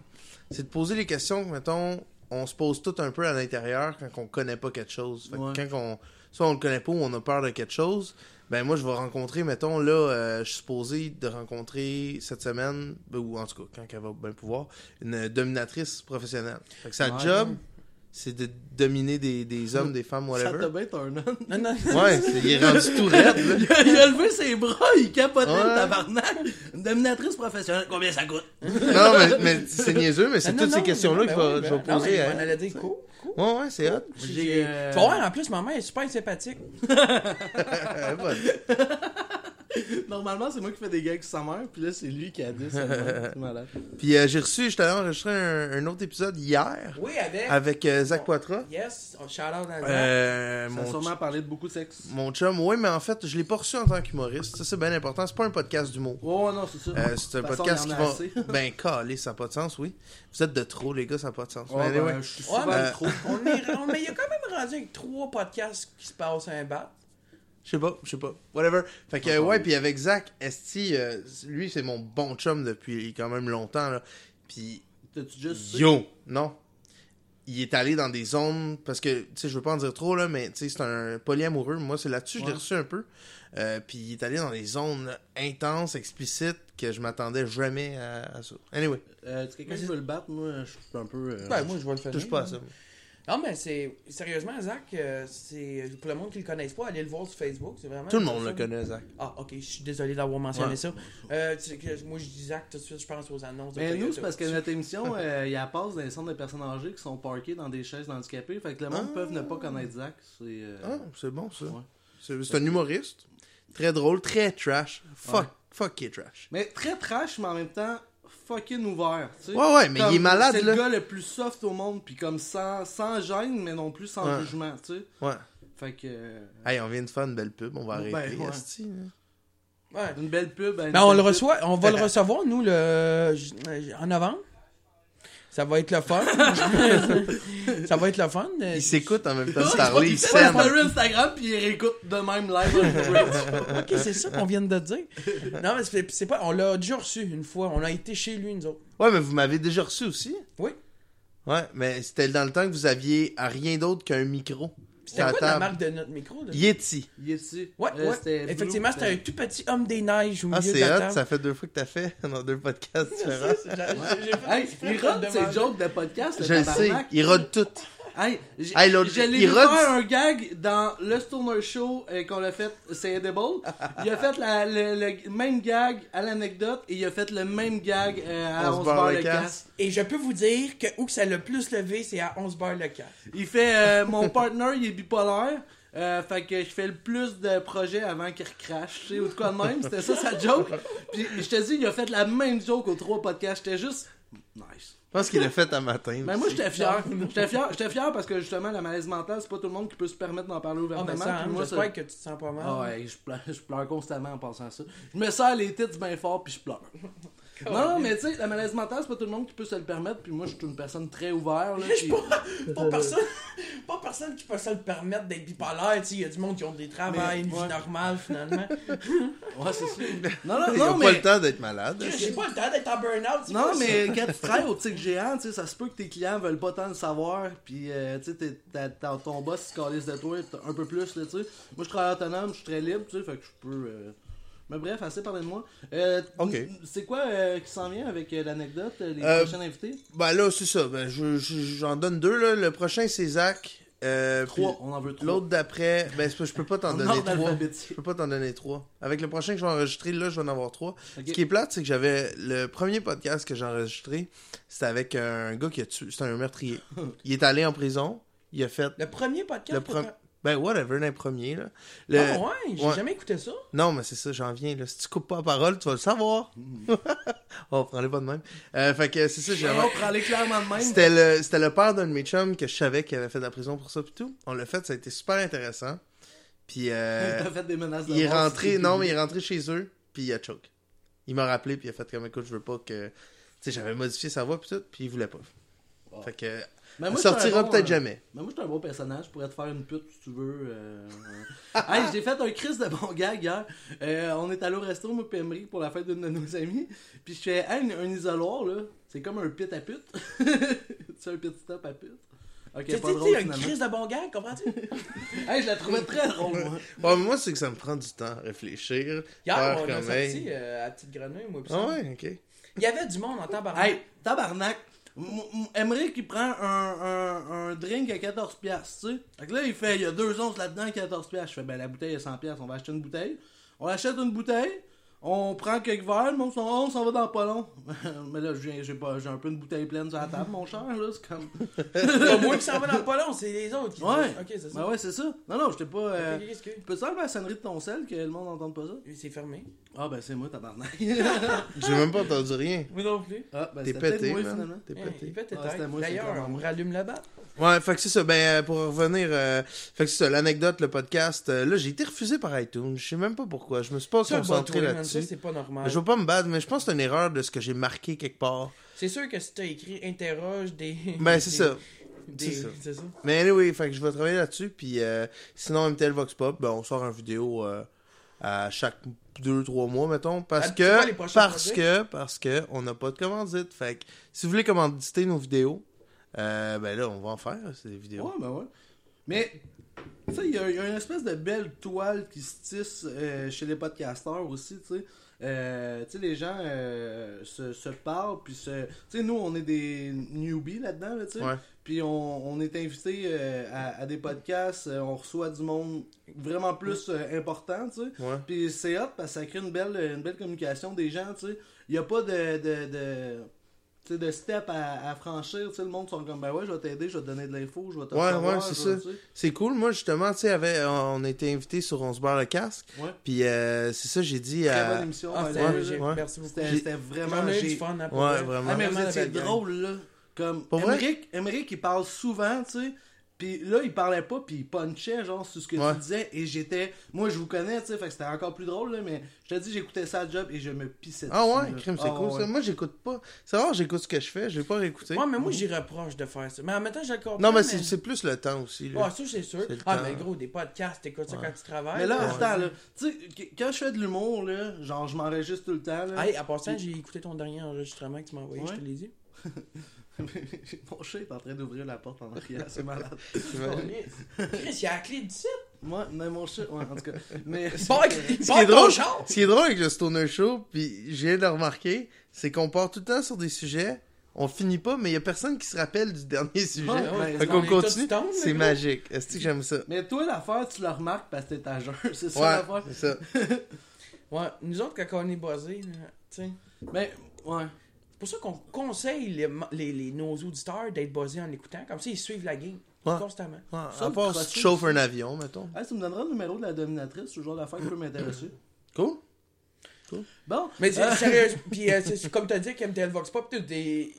Speaker 3: c'est de poser les questions que, mettons, on se pose tout un peu à l'intérieur quand on connaît pas quelque chose. Fait que
Speaker 1: Ouais.
Speaker 3: Quand on, soit on le connaît pas ou on a peur de quelque chose, ben moi, je vais rencontrer, mettons, là, euh, je suis supposé de rencontrer cette semaine, ben, ou en tout cas, quand elle va bien pouvoir, une dominatrice professionnelle. Fait que sa
Speaker 2: Ah,
Speaker 1: Ouais.
Speaker 3: job, c'est de dominer des, des hommes, des femmes,
Speaker 1: Ça te
Speaker 3: whatever.
Speaker 1: bête un homme.
Speaker 2: Non, non.
Speaker 3: Ouais, c'est- il est rendu tout raide, là.
Speaker 1: il, a, il a levé ses bras, il capotait
Speaker 3: Ouais.
Speaker 1: le tabarnak. Une dominatrice professionnelle, combien ça coûte?
Speaker 3: Non, mais, mais c'est niaiseux, mais c'est
Speaker 2: Ah, non,
Speaker 3: toutes ces
Speaker 2: non,
Speaker 3: questions-là
Speaker 2: ben
Speaker 3: que je
Speaker 2: oui,
Speaker 3: vais- je vais
Speaker 2: ben- non,
Speaker 3: poser hein.
Speaker 2: mais
Speaker 3: à-
Speaker 2: On allait dire cool.
Speaker 3: Ouais, ouais, c'est hot.
Speaker 1: J'ai, euh,
Speaker 2: Tu vas voir, en plus, ma mère est super sympathique.
Speaker 3: Ouais, bon.
Speaker 1: Normalement, c'est moi qui fais des gags avec sa mère, puis là, c'est lui qui a dit ça. C'est malade.
Speaker 3: Puis euh, j'ai reçu, j'étais allé enregistrer un, un autre épisode hier
Speaker 2: Oui, avec.
Speaker 3: avec euh, Zach Poitras.
Speaker 2: Yes, on shout out à Zach.
Speaker 3: Euh,
Speaker 1: Ça a
Speaker 3: mon,
Speaker 1: sûrement parlé de beaucoup de sexe.
Speaker 3: ch- mon chum, oui, mais en fait, je l'ai pas reçu en tant qu'humoriste. Ça, c'est bien important. C'est pas un podcast d'humour.
Speaker 1: Oh non, c'est ça.
Speaker 3: Euh, c'est un
Speaker 1: De toute façon,
Speaker 3: podcast
Speaker 1: il y
Speaker 3: qui
Speaker 1: en
Speaker 3: va.
Speaker 1: a assez.
Speaker 3: Ben, calé, ça n'a pas de sens, oui. Vous êtes de trop, les gars, ça n'a pas de sens.
Speaker 1: Oh,
Speaker 3: Mais
Speaker 1: ben,
Speaker 3: anyway. Euh,
Speaker 1: Je suis
Speaker 2: Ouais,
Speaker 1: souvent
Speaker 2: mais-
Speaker 1: trop.
Speaker 2: On est, on- mais il y a quand même rendu avec trois podcasts qui se passent à un bat.
Speaker 3: Je sais pas, je sais pas. Whatever. Fait que, euh, ouais, puis avec Zach, Esti, euh, lui, c'est mon bon chum depuis quand même longtemps, là. Puis
Speaker 1: T'as-tu juste.
Speaker 3: Yo! Non. Il est allé dans des zones, parce que, tu sais, je veux pas en dire trop, là, mais, tu sais, c'est un polyamoureux. Moi, c'est là-dessus, je l'ai
Speaker 1: Ouais.
Speaker 3: reçu un peu. Euh, puis il est allé dans des zones intenses, explicites, que je m'attendais jamais à, à ça. Anyway,
Speaker 1: Euh, tu quelqu'un
Speaker 2: Mais
Speaker 1: qui
Speaker 2: c'est-
Speaker 1: veut le battre? Moi, je suis un peu. euh,
Speaker 2: Ben, moi, je vais le faire.
Speaker 3: touche pas à ça.
Speaker 2: Non, mais c'est. Sérieusement, Zach, euh, c'est. Pour le monde qui le connaisse pas, allez le voir sur Facebook. C'est vraiment.
Speaker 3: Tout le monde le
Speaker 2: personne-
Speaker 3: connaît, Zach.
Speaker 2: Ah, ok, je suis désolé d'avoir mentionné
Speaker 3: Ouais.
Speaker 2: ça. Euh, tu- que- moi, je dis Zach tout de suite, je pense aux annonces. de
Speaker 1: Mais nous,
Speaker 2: Toyota.
Speaker 1: c'est parce que notre émission, euh, il y a la passe dans les centres de personnes âgées qui sont parquées dans des chaises handicapées. Fait que le monde
Speaker 3: Ah.
Speaker 1: peut ne pas connaître Zach. C'est. euh,
Speaker 3: Ah, c'est bon, ça.
Speaker 1: ouais.
Speaker 3: C'est c'est un humoriste. Très drôle, très trash. Fuck, fuck qui est trash.
Speaker 1: Mais très trash, mais en même temps, fucking ouvert. tu sais.
Speaker 3: Ouais, ouais, mais
Speaker 1: Comme,
Speaker 3: il est malade,
Speaker 1: C'est
Speaker 3: là.
Speaker 1: le gars le plus soft au monde, puis comme sans, sans gêne, mais non plus sans
Speaker 3: Ouais.
Speaker 1: jugement, tu sais.
Speaker 3: Ouais.
Speaker 1: Fait que. euh,
Speaker 3: Hey, on vient de faire une belle pub, on va
Speaker 1: Ben,
Speaker 3: arrêter,
Speaker 1: ouais.
Speaker 3: esti, là.
Speaker 2: Ouais.
Speaker 1: Une belle pub. une
Speaker 2: Ben, on
Speaker 1: belle
Speaker 2: le
Speaker 1: pub.
Speaker 2: reçoit, on va le recevoir, nous, le, j- en novembre. Ça va être le fun. ça va être le fun. Euh,
Speaker 3: Il s'écoute en même temps
Speaker 1: Ah,
Speaker 3: de
Speaker 1: il
Speaker 3: parler, il
Speaker 1: fait un
Speaker 3: s'aime.
Speaker 1: story Instagram, puis il réécoute de même live on Twitch.
Speaker 2: Ok, c'est ça qu'on vient de dire. Non, mais c'est- c'est pas. On l'a déjà reçu une fois. On a été chez lui, nous autres.
Speaker 3: Ouais, mais vous m'avez déjà reçu aussi.
Speaker 2: Oui.
Speaker 3: Ouais, mais c'était dans le temps que vous aviez à rien d'autre qu'un micro.
Speaker 2: C'était
Speaker 3: Ça
Speaker 2: quoi la
Speaker 3: tape.
Speaker 2: marque de notre micro? Là?
Speaker 3: Yeti.
Speaker 1: Il est dessus.
Speaker 2: Ouais,
Speaker 1: Euh,
Speaker 2: ouais.
Speaker 1: c'était Blue,
Speaker 2: Effectivement, c'était un tout petit homme des neiges au
Speaker 3: Ah,
Speaker 2: milieu de
Speaker 3: c'est
Speaker 2: la
Speaker 3: hot,
Speaker 2: table.
Speaker 3: ça fait deux fois que t'as fait dans deux podcasts différents.
Speaker 2: C'est ça, j'ai- j'ai fait
Speaker 1: Hey,
Speaker 2: exprès
Speaker 1: il
Speaker 2: de le
Speaker 1: rate ses
Speaker 2: demander.
Speaker 1: jokes de podcast, le
Speaker 3: Je le sais,
Speaker 1: tabarnak.
Speaker 3: il rôde tout.
Speaker 1: Hey, j'ai
Speaker 3: Hey, l'autre-
Speaker 1: je l'ai
Speaker 3: il
Speaker 1: vu
Speaker 3: rod-
Speaker 1: faire un gag dans le Stoner Show euh, qu'on l'a fait, c'est Edible. Il a fait la- le, le même gag à l'anecdote et il a fait le même gag euh, à
Speaker 3: On se
Speaker 1: 11
Speaker 3: barre
Speaker 1: barre
Speaker 3: le
Speaker 1: le casse.
Speaker 2: Et je peux vous dire que où que ça l'a le plus levé, c'est à 11 beurre le cas.
Speaker 1: Il fait euh, Mon partner, il est bipolaire. euh, fait que je fais le plus de projets avant qu'il recrache, tu sais, ou de quoi de même. C'était ça sa joke. Puis je te dis, il a fait la même joke aux trois podcasts. J'étais juste. Nice.
Speaker 3: Je pense qu'il l'a fait à matin.
Speaker 1: Mais Ben, moi,
Speaker 3: aussi.
Speaker 1: j'étais fier. J'étais fier, j'étais fier parce que justement, la malaise mentale, c'est pas tout le monde qui peut se permettre d'en parler
Speaker 2: Ah,
Speaker 1: ouvertement.
Speaker 2: mais ça,
Speaker 1: Puis
Speaker 2: hein,
Speaker 1: ben, moi, Ah,
Speaker 2: j'espère
Speaker 1: ça-
Speaker 2: que tu te sens pas mal.
Speaker 1: Ah ouais, je pleure, je pleure constamment en pensant à ça. Je me serre les titres bien fort puis je pleure. Non, mais tu sais, la maladie mentale, c'est pas tout le monde qui peut se le permettre. Puis moi, je suis une personne très ouverte. Là,
Speaker 2: Je suis
Speaker 1: puis-
Speaker 2: pas, pas personne, pas personne qui peut se le permettre d'être bipolaire. tu sais. Il y a du monde qui ont des travails,
Speaker 1: Mais,
Speaker 2: une vie
Speaker 1: ouais.
Speaker 2: normale finalement.
Speaker 1: Ouais, c'est sûr. Non, non,
Speaker 3: Ils
Speaker 1: non,
Speaker 3: ont pas
Speaker 1: mais.
Speaker 3: le temps d'être malades.
Speaker 2: J'ai pas le temps d'être en burn-out. c'est
Speaker 1: Non,
Speaker 2: pas ça.
Speaker 1: mais quand tu travailles au tic géant, tu sais, ça se peut que tes clients veulent pas tant le savoir, puis euh, tu sais, t'es- ta- ta- ton boss se calisse de toi t'as un peu plus, là, tu sais. Moi, je travaille autonome, je suis très libre, tu sais, fait que je peux... euh, Mais bref, assez parlé de moi. Euh,
Speaker 3: Ok.
Speaker 1: n- C'est quoi euh, qui s'en vient avec euh, l'anecdote, euh, les
Speaker 3: Euh,
Speaker 1: prochains invités?
Speaker 3: Ben là, c'est ça. Ben, je- je- J'en donne deux. Là. Le prochain, c'est Zach. Euh,
Speaker 1: Trois,
Speaker 3: puis
Speaker 1: on en veut trois.
Speaker 3: L'autre d'après, ben, c'est pas- je peux pas t'en
Speaker 1: En
Speaker 3: donner
Speaker 1: ordre
Speaker 3: trois.
Speaker 1: alphabétique.
Speaker 3: Je peux pas t'en donner trois. Avec le prochain que je vais enregistrer, là, je vais en avoir trois.
Speaker 1: Ok.
Speaker 3: Ce qui est plate, c'est que j'avais le premier podcast que j'ai enregistré, c'était avec un gars qui a tué. C'était un meurtrier. Il est allé en prison. Il a fait.
Speaker 2: Le premier
Speaker 3: Le
Speaker 2: podcast. que
Speaker 3: premier.
Speaker 2: t'as-
Speaker 3: Ben, whatever, le premier, là. Le-
Speaker 2: Ah ouais, j'ai
Speaker 3: ouais.
Speaker 2: jamais écouté ça.
Speaker 3: Non, mais c'est ça, j'en viens, là. Si tu coupes pas la parole, tu vas le savoir.
Speaker 2: Hmm.
Speaker 3: oh, prends-les pas de même. Euh, fait que c'est ça, j'ai.
Speaker 1: Eh, On prend les clairement de même.
Speaker 3: C'était le, c'était le père d'un de mes chums que je savais qu'il avait fait de la prison pour ça pis tout. On l'a fait, ça a été super intéressant. Puis euh,
Speaker 1: T'as fait des menaces de
Speaker 3: il est
Speaker 1: mort,
Speaker 3: rentré,
Speaker 1: c'est
Speaker 3: non, mais
Speaker 1: public.
Speaker 3: il est rentré chez eux, puis il a choke. Il m'a rappelé, puis il a fait comme écoute, je veux pas que. Tu sais, j'avais modifié sa voix, puis tout, puis il voulait pas.
Speaker 1: Bon.
Speaker 3: Fait que.
Speaker 1: Mais
Speaker 3: elle
Speaker 1: moi, je suis un
Speaker 3: sortira
Speaker 1: bon,
Speaker 3: peut-être
Speaker 1: euh,
Speaker 3: jamais.
Speaker 1: Mais moi, je suis un bon personnage. Je pourrais te faire une pute si tu veux. euh, euh. hey, j'ai fait un crise de bon gag hier. Euh, on est allé au resto, moi et Emery, pour la fête d'une de nos amies. Puis je fais hey, un, un isoloir, là. C'est comme un pit à pute. c'est un pit stop à pute. Ok,
Speaker 2: C'était
Speaker 1: pas drôle
Speaker 2: une
Speaker 1: finalement.
Speaker 2: crise de bon gars, comprends-tu?
Speaker 1: Hey, je la trouvais très drôle, moi.
Speaker 3: Bon, mais moi, c'est que ça me prend du temps à réfléchir.
Speaker 2: Hier,
Speaker 1: Ah,
Speaker 3: faire
Speaker 2: on a
Speaker 3: comme,
Speaker 2: sorti
Speaker 3: hey.
Speaker 2: euh, à Petite Grenouille, moi, pis ça.
Speaker 3: Ah ouais, ok.
Speaker 2: Il y avait du monde en tabarnak.
Speaker 1: Hey, tabarnak. M- m- Emery qui prend un, un, un drink à 14 piastres, tu sais. Fait que là, il fait, il y a deux onces là-dedans à 14 piastres. Je fais, ben la bouteille est 100 piastres, on va acheter une bouteille. On achète une bouteille, on prend quelques verres, mais on s'en on s'en va dans pas long. mais là, je viens- j'ai pas- j'ai un peu une bouteille pleine sur la table, mon cher, là, c'est comme...
Speaker 2: C'est pas moi qui s'en va dans le pas long, c'est les autres qui
Speaker 1: Ouais,
Speaker 2: Ok, c'est ça.
Speaker 1: ben ouais, c'est ça. Non, non, j'étais pas... euh,
Speaker 2: Ok, qu'est-ce que-
Speaker 1: Peux-tu enlever la sonnerie de ton sel que le monde n'entende pas ça?
Speaker 2: C'est fermé.
Speaker 1: Ah ben c'est moi, tabarnak.
Speaker 3: J'ai même pas entendu rien.
Speaker 2: Moi non plus.
Speaker 1: ah ben
Speaker 3: T'es
Speaker 1: c'était peut-être
Speaker 3: pété,
Speaker 1: moi
Speaker 3: man.
Speaker 1: finalement.
Speaker 3: T'es
Speaker 2: Hey,
Speaker 3: pété.
Speaker 2: il fait tes
Speaker 1: Ah,
Speaker 2: têtes.
Speaker 1: c'était moi, c'est
Speaker 2: D'ailleurs,
Speaker 1: clairement
Speaker 2: on
Speaker 1: moi.
Speaker 2: rallume la batte.
Speaker 3: Ouais, fait que c'est ça. Ben, euh, pour revenir, euh, fait que c'est ça, l'anecdote, le podcast. euh, là, j'ai été refusé par iTunes. Je sais même pas pourquoi. Je me suis pas
Speaker 2: Ça,
Speaker 3: concentré
Speaker 2: Batman, ça,
Speaker 3: là-dessus.
Speaker 2: c'est pas normal.
Speaker 3: Je veux pas me battre, mais je pense que c'est une erreur de ce que j'ai marqué quelque part.
Speaker 2: C'est sûr que si t'as écrit interroge des.
Speaker 3: Ben, c'est
Speaker 2: des-
Speaker 3: ça.
Speaker 2: des-
Speaker 3: C'est ça.
Speaker 2: C'est ça.
Speaker 3: Mais anyway, fait que je vais travailler là-dessus. Puis euh, sinon, MTL Vox Pop, ben, on sort en vidéo euh, à chaque deux, trois mois, mettons. Parce
Speaker 2: Ah, c'est quoi
Speaker 3: que,
Speaker 2: les prochains
Speaker 3: parce
Speaker 2: projets?
Speaker 3: que, parce que, on n'a pas de commandite. Fait que, si vous voulez commanditer nos vidéos, euh, ben là, on va en faire, ces vidéos.
Speaker 1: Ouais, ben ouais. Mais, tu sais, il y, a- il y a une espèce de belle toile qui se tisse euh, chez les podcasteurs aussi, tu sais. Euh, tu sais, les gens euh, se, se parlent, puis se. Tu sais, nous, on est des newbies là-dedans, là, tu sais.
Speaker 3: Ouais.
Speaker 1: Puis on, on est invité euh, à, à des podcasts, euh, on reçoit du monde vraiment plus euh, important, tu sais.
Speaker 3: Ouais.
Speaker 1: Puis c'est hot parce que ça crée une belle, une belle communication des gens, tu sais. Il n'y a pas de, de, de, tu sais, de step à, à franchir, tu sais. Le monde sont comme, ben ouais, je vais t'aider, je vais te donner de l'info, je vais te
Speaker 3: Ouais,
Speaker 1: recevoir,
Speaker 3: ouais, c'est
Speaker 1: je vais-
Speaker 3: ça.
Speaker 1: tu sais.
Speaker 3: C'est cool. Moi, justement, tu sais, avait- on était invité sur On se barre le casque.
Speaker 1: Ouais.
Speaker 3: Puis euh, c'est ça, j'ai dit
Speaker 1: Très bonne
Speaker 3: à.
Speaker 1: émission,
Speaker 2: Ah,
Speaker 1: by the
Speaker 2: c'était
Speaker 1: way,
Speaker 3: ouais,
Speaker 1: ben, là.
Speaker 2: j'ai-
Speaker 3: ouais.
Speaker 2: Merci beaucoup.
Speaker 1: C'était
Speaker 3: J'ai-
Speaker 1: c'était
Speaker 2: J'en
Speaker 1: vraiment...
Speaker 2: ai eu du
Speaker 1: J'ai...
Speaker 2: fun. hein, pour
Speaker 3: Ouais,
Speaker 2: vrai.
Speaker 3: vraiment.
Speaker 1: Ah, mais
Speaker 2: Vraiment
Speaker 1: vous
Speaker 2: la
Speaker 1: étiez
Speaker 2: belle gang.
Speaker 1: drôle, là. Comme,
Speaker 3: Pour vrai?
Speaker 1: Emmerich, Emmerich, il parle souvent, tu sais. Puis là, il parlait pas, puis il punchait, genre, sur ce que
Speaker 3: Ouais.
Speaker 1: tu disais. Et j'étais... Moi, je vous connais, tu sais, fait que c'était encore plus drôle, là. Mais je te dis, j'écoutais ça à job et je me pissais
Speaker 3: Ah
Speaker 1: dessus,
Speaker 3: ouais,
Speaker 1: là.
Speaker 3: crime, c'est
Speaker 1: Ah
Speaker 3: cool.
Speaker 1: ouais.
Speaker 3: Ça. Moi, j'écoute pas. C'est rare, j'écoute ce que je fais. Je vais pas réécouter.
Speaker 2: Ouais, mais moi, j'y reproche de faire ça. Mais en même temps, je le comprends.
Speaker 3: non, mais c'est c'est plus le temps aussi.
Speaker 2: Ah,
Speaker 3: Là.
Speaker 2: ça, c'est sûr.
Speaker 3: C'est le
Speaker 2: Ah,
Speaker 3: temps.
Speaker 2: mais gros, des podcasts, t'écoutes ça quand tu travailles.
Speaker 1: Mais là,
Speaker 2: Ouais.
Speaker 1: attends, là, tu sais, qu- quand je fais de l'humour, là, genre, je m'enregistre tout le temps, là.
Speaker 2: Hey, à part ça, j'ai écouté ton dernier enregistrement que tu m'as envoyé,
Speaker 1: Ouais.
Speaker 2: je te l'ai dit.
Speaker 1: Mon chat est en train d'ouvrir la porte en arrière, c'est malade.
Speaker 3: Tu vois.
Speaker 2: Chris, il a la clé du site.
Speaker 1: Moi, mais mon chat, ouais, en tout cas. Mais,
Speaker 2: Bon, il
Speaker 3: Ce qui, est drôle,
Speaker 2: genre.
Speaker 3: ce qui est drôle avec le Stoner Show, puis j'ai de le remarquer, c'est qu'on part tout le temps sur des sujets, on finit pas, mais il y a personne qui se rappelle du dernier sujet.
Speaker 1: Ouais, ouais,
Speaker 3: fait
Speaker 1: on
Speaker 3: qu'on
Speaker 2: est tous
Speaker 3: continue.
Speaker 2: stones,
Speaker 3: C'est
Speaker 2: là.
Speaker 3: magique. Est-ce que j'aime ça?
Speaker 1: mais toi, l'affaire, tu la remarques parce que t'es à jeun, c'est ça
Speaker 3: Ouais,
Speaker 1: l'affaire.
Speaker 3: c'est ça.
Speaker 2: Ouais, nous autres, quand on est basés, tu sais.
Speaker 1: Mais, ouais.
Speaker 2: C'est pour ça qu'on conseille les, les- les- nos auditeurs d'être basés en écoutant. Comme ça, ils suivent la game
Speaker 3: Ouais.
Speaker 2: constamment.
Speaker 3: Ouais,
Speaker 1: Ça,
Speaker 3: à
Speaker 1: le
Speaker 3: part si
Speaker 1: crotté
Speaker 3: tu chauffes un avion, mettons.
Speaker 1: Hey, tu me donneras le numéro de la dominatrice, ce genre d'affaire qui peut m'intéresser.
Speaker 3: Cool.
Speaker 1: Bon.
Speaker 2: Mais c'est-
Speaker 3: Ah.
Speaker 1: euh,
Speaker 2: sérieux, puis euh, c'est- comme tu as dit, qu'MTL Vox Pop, t'as des-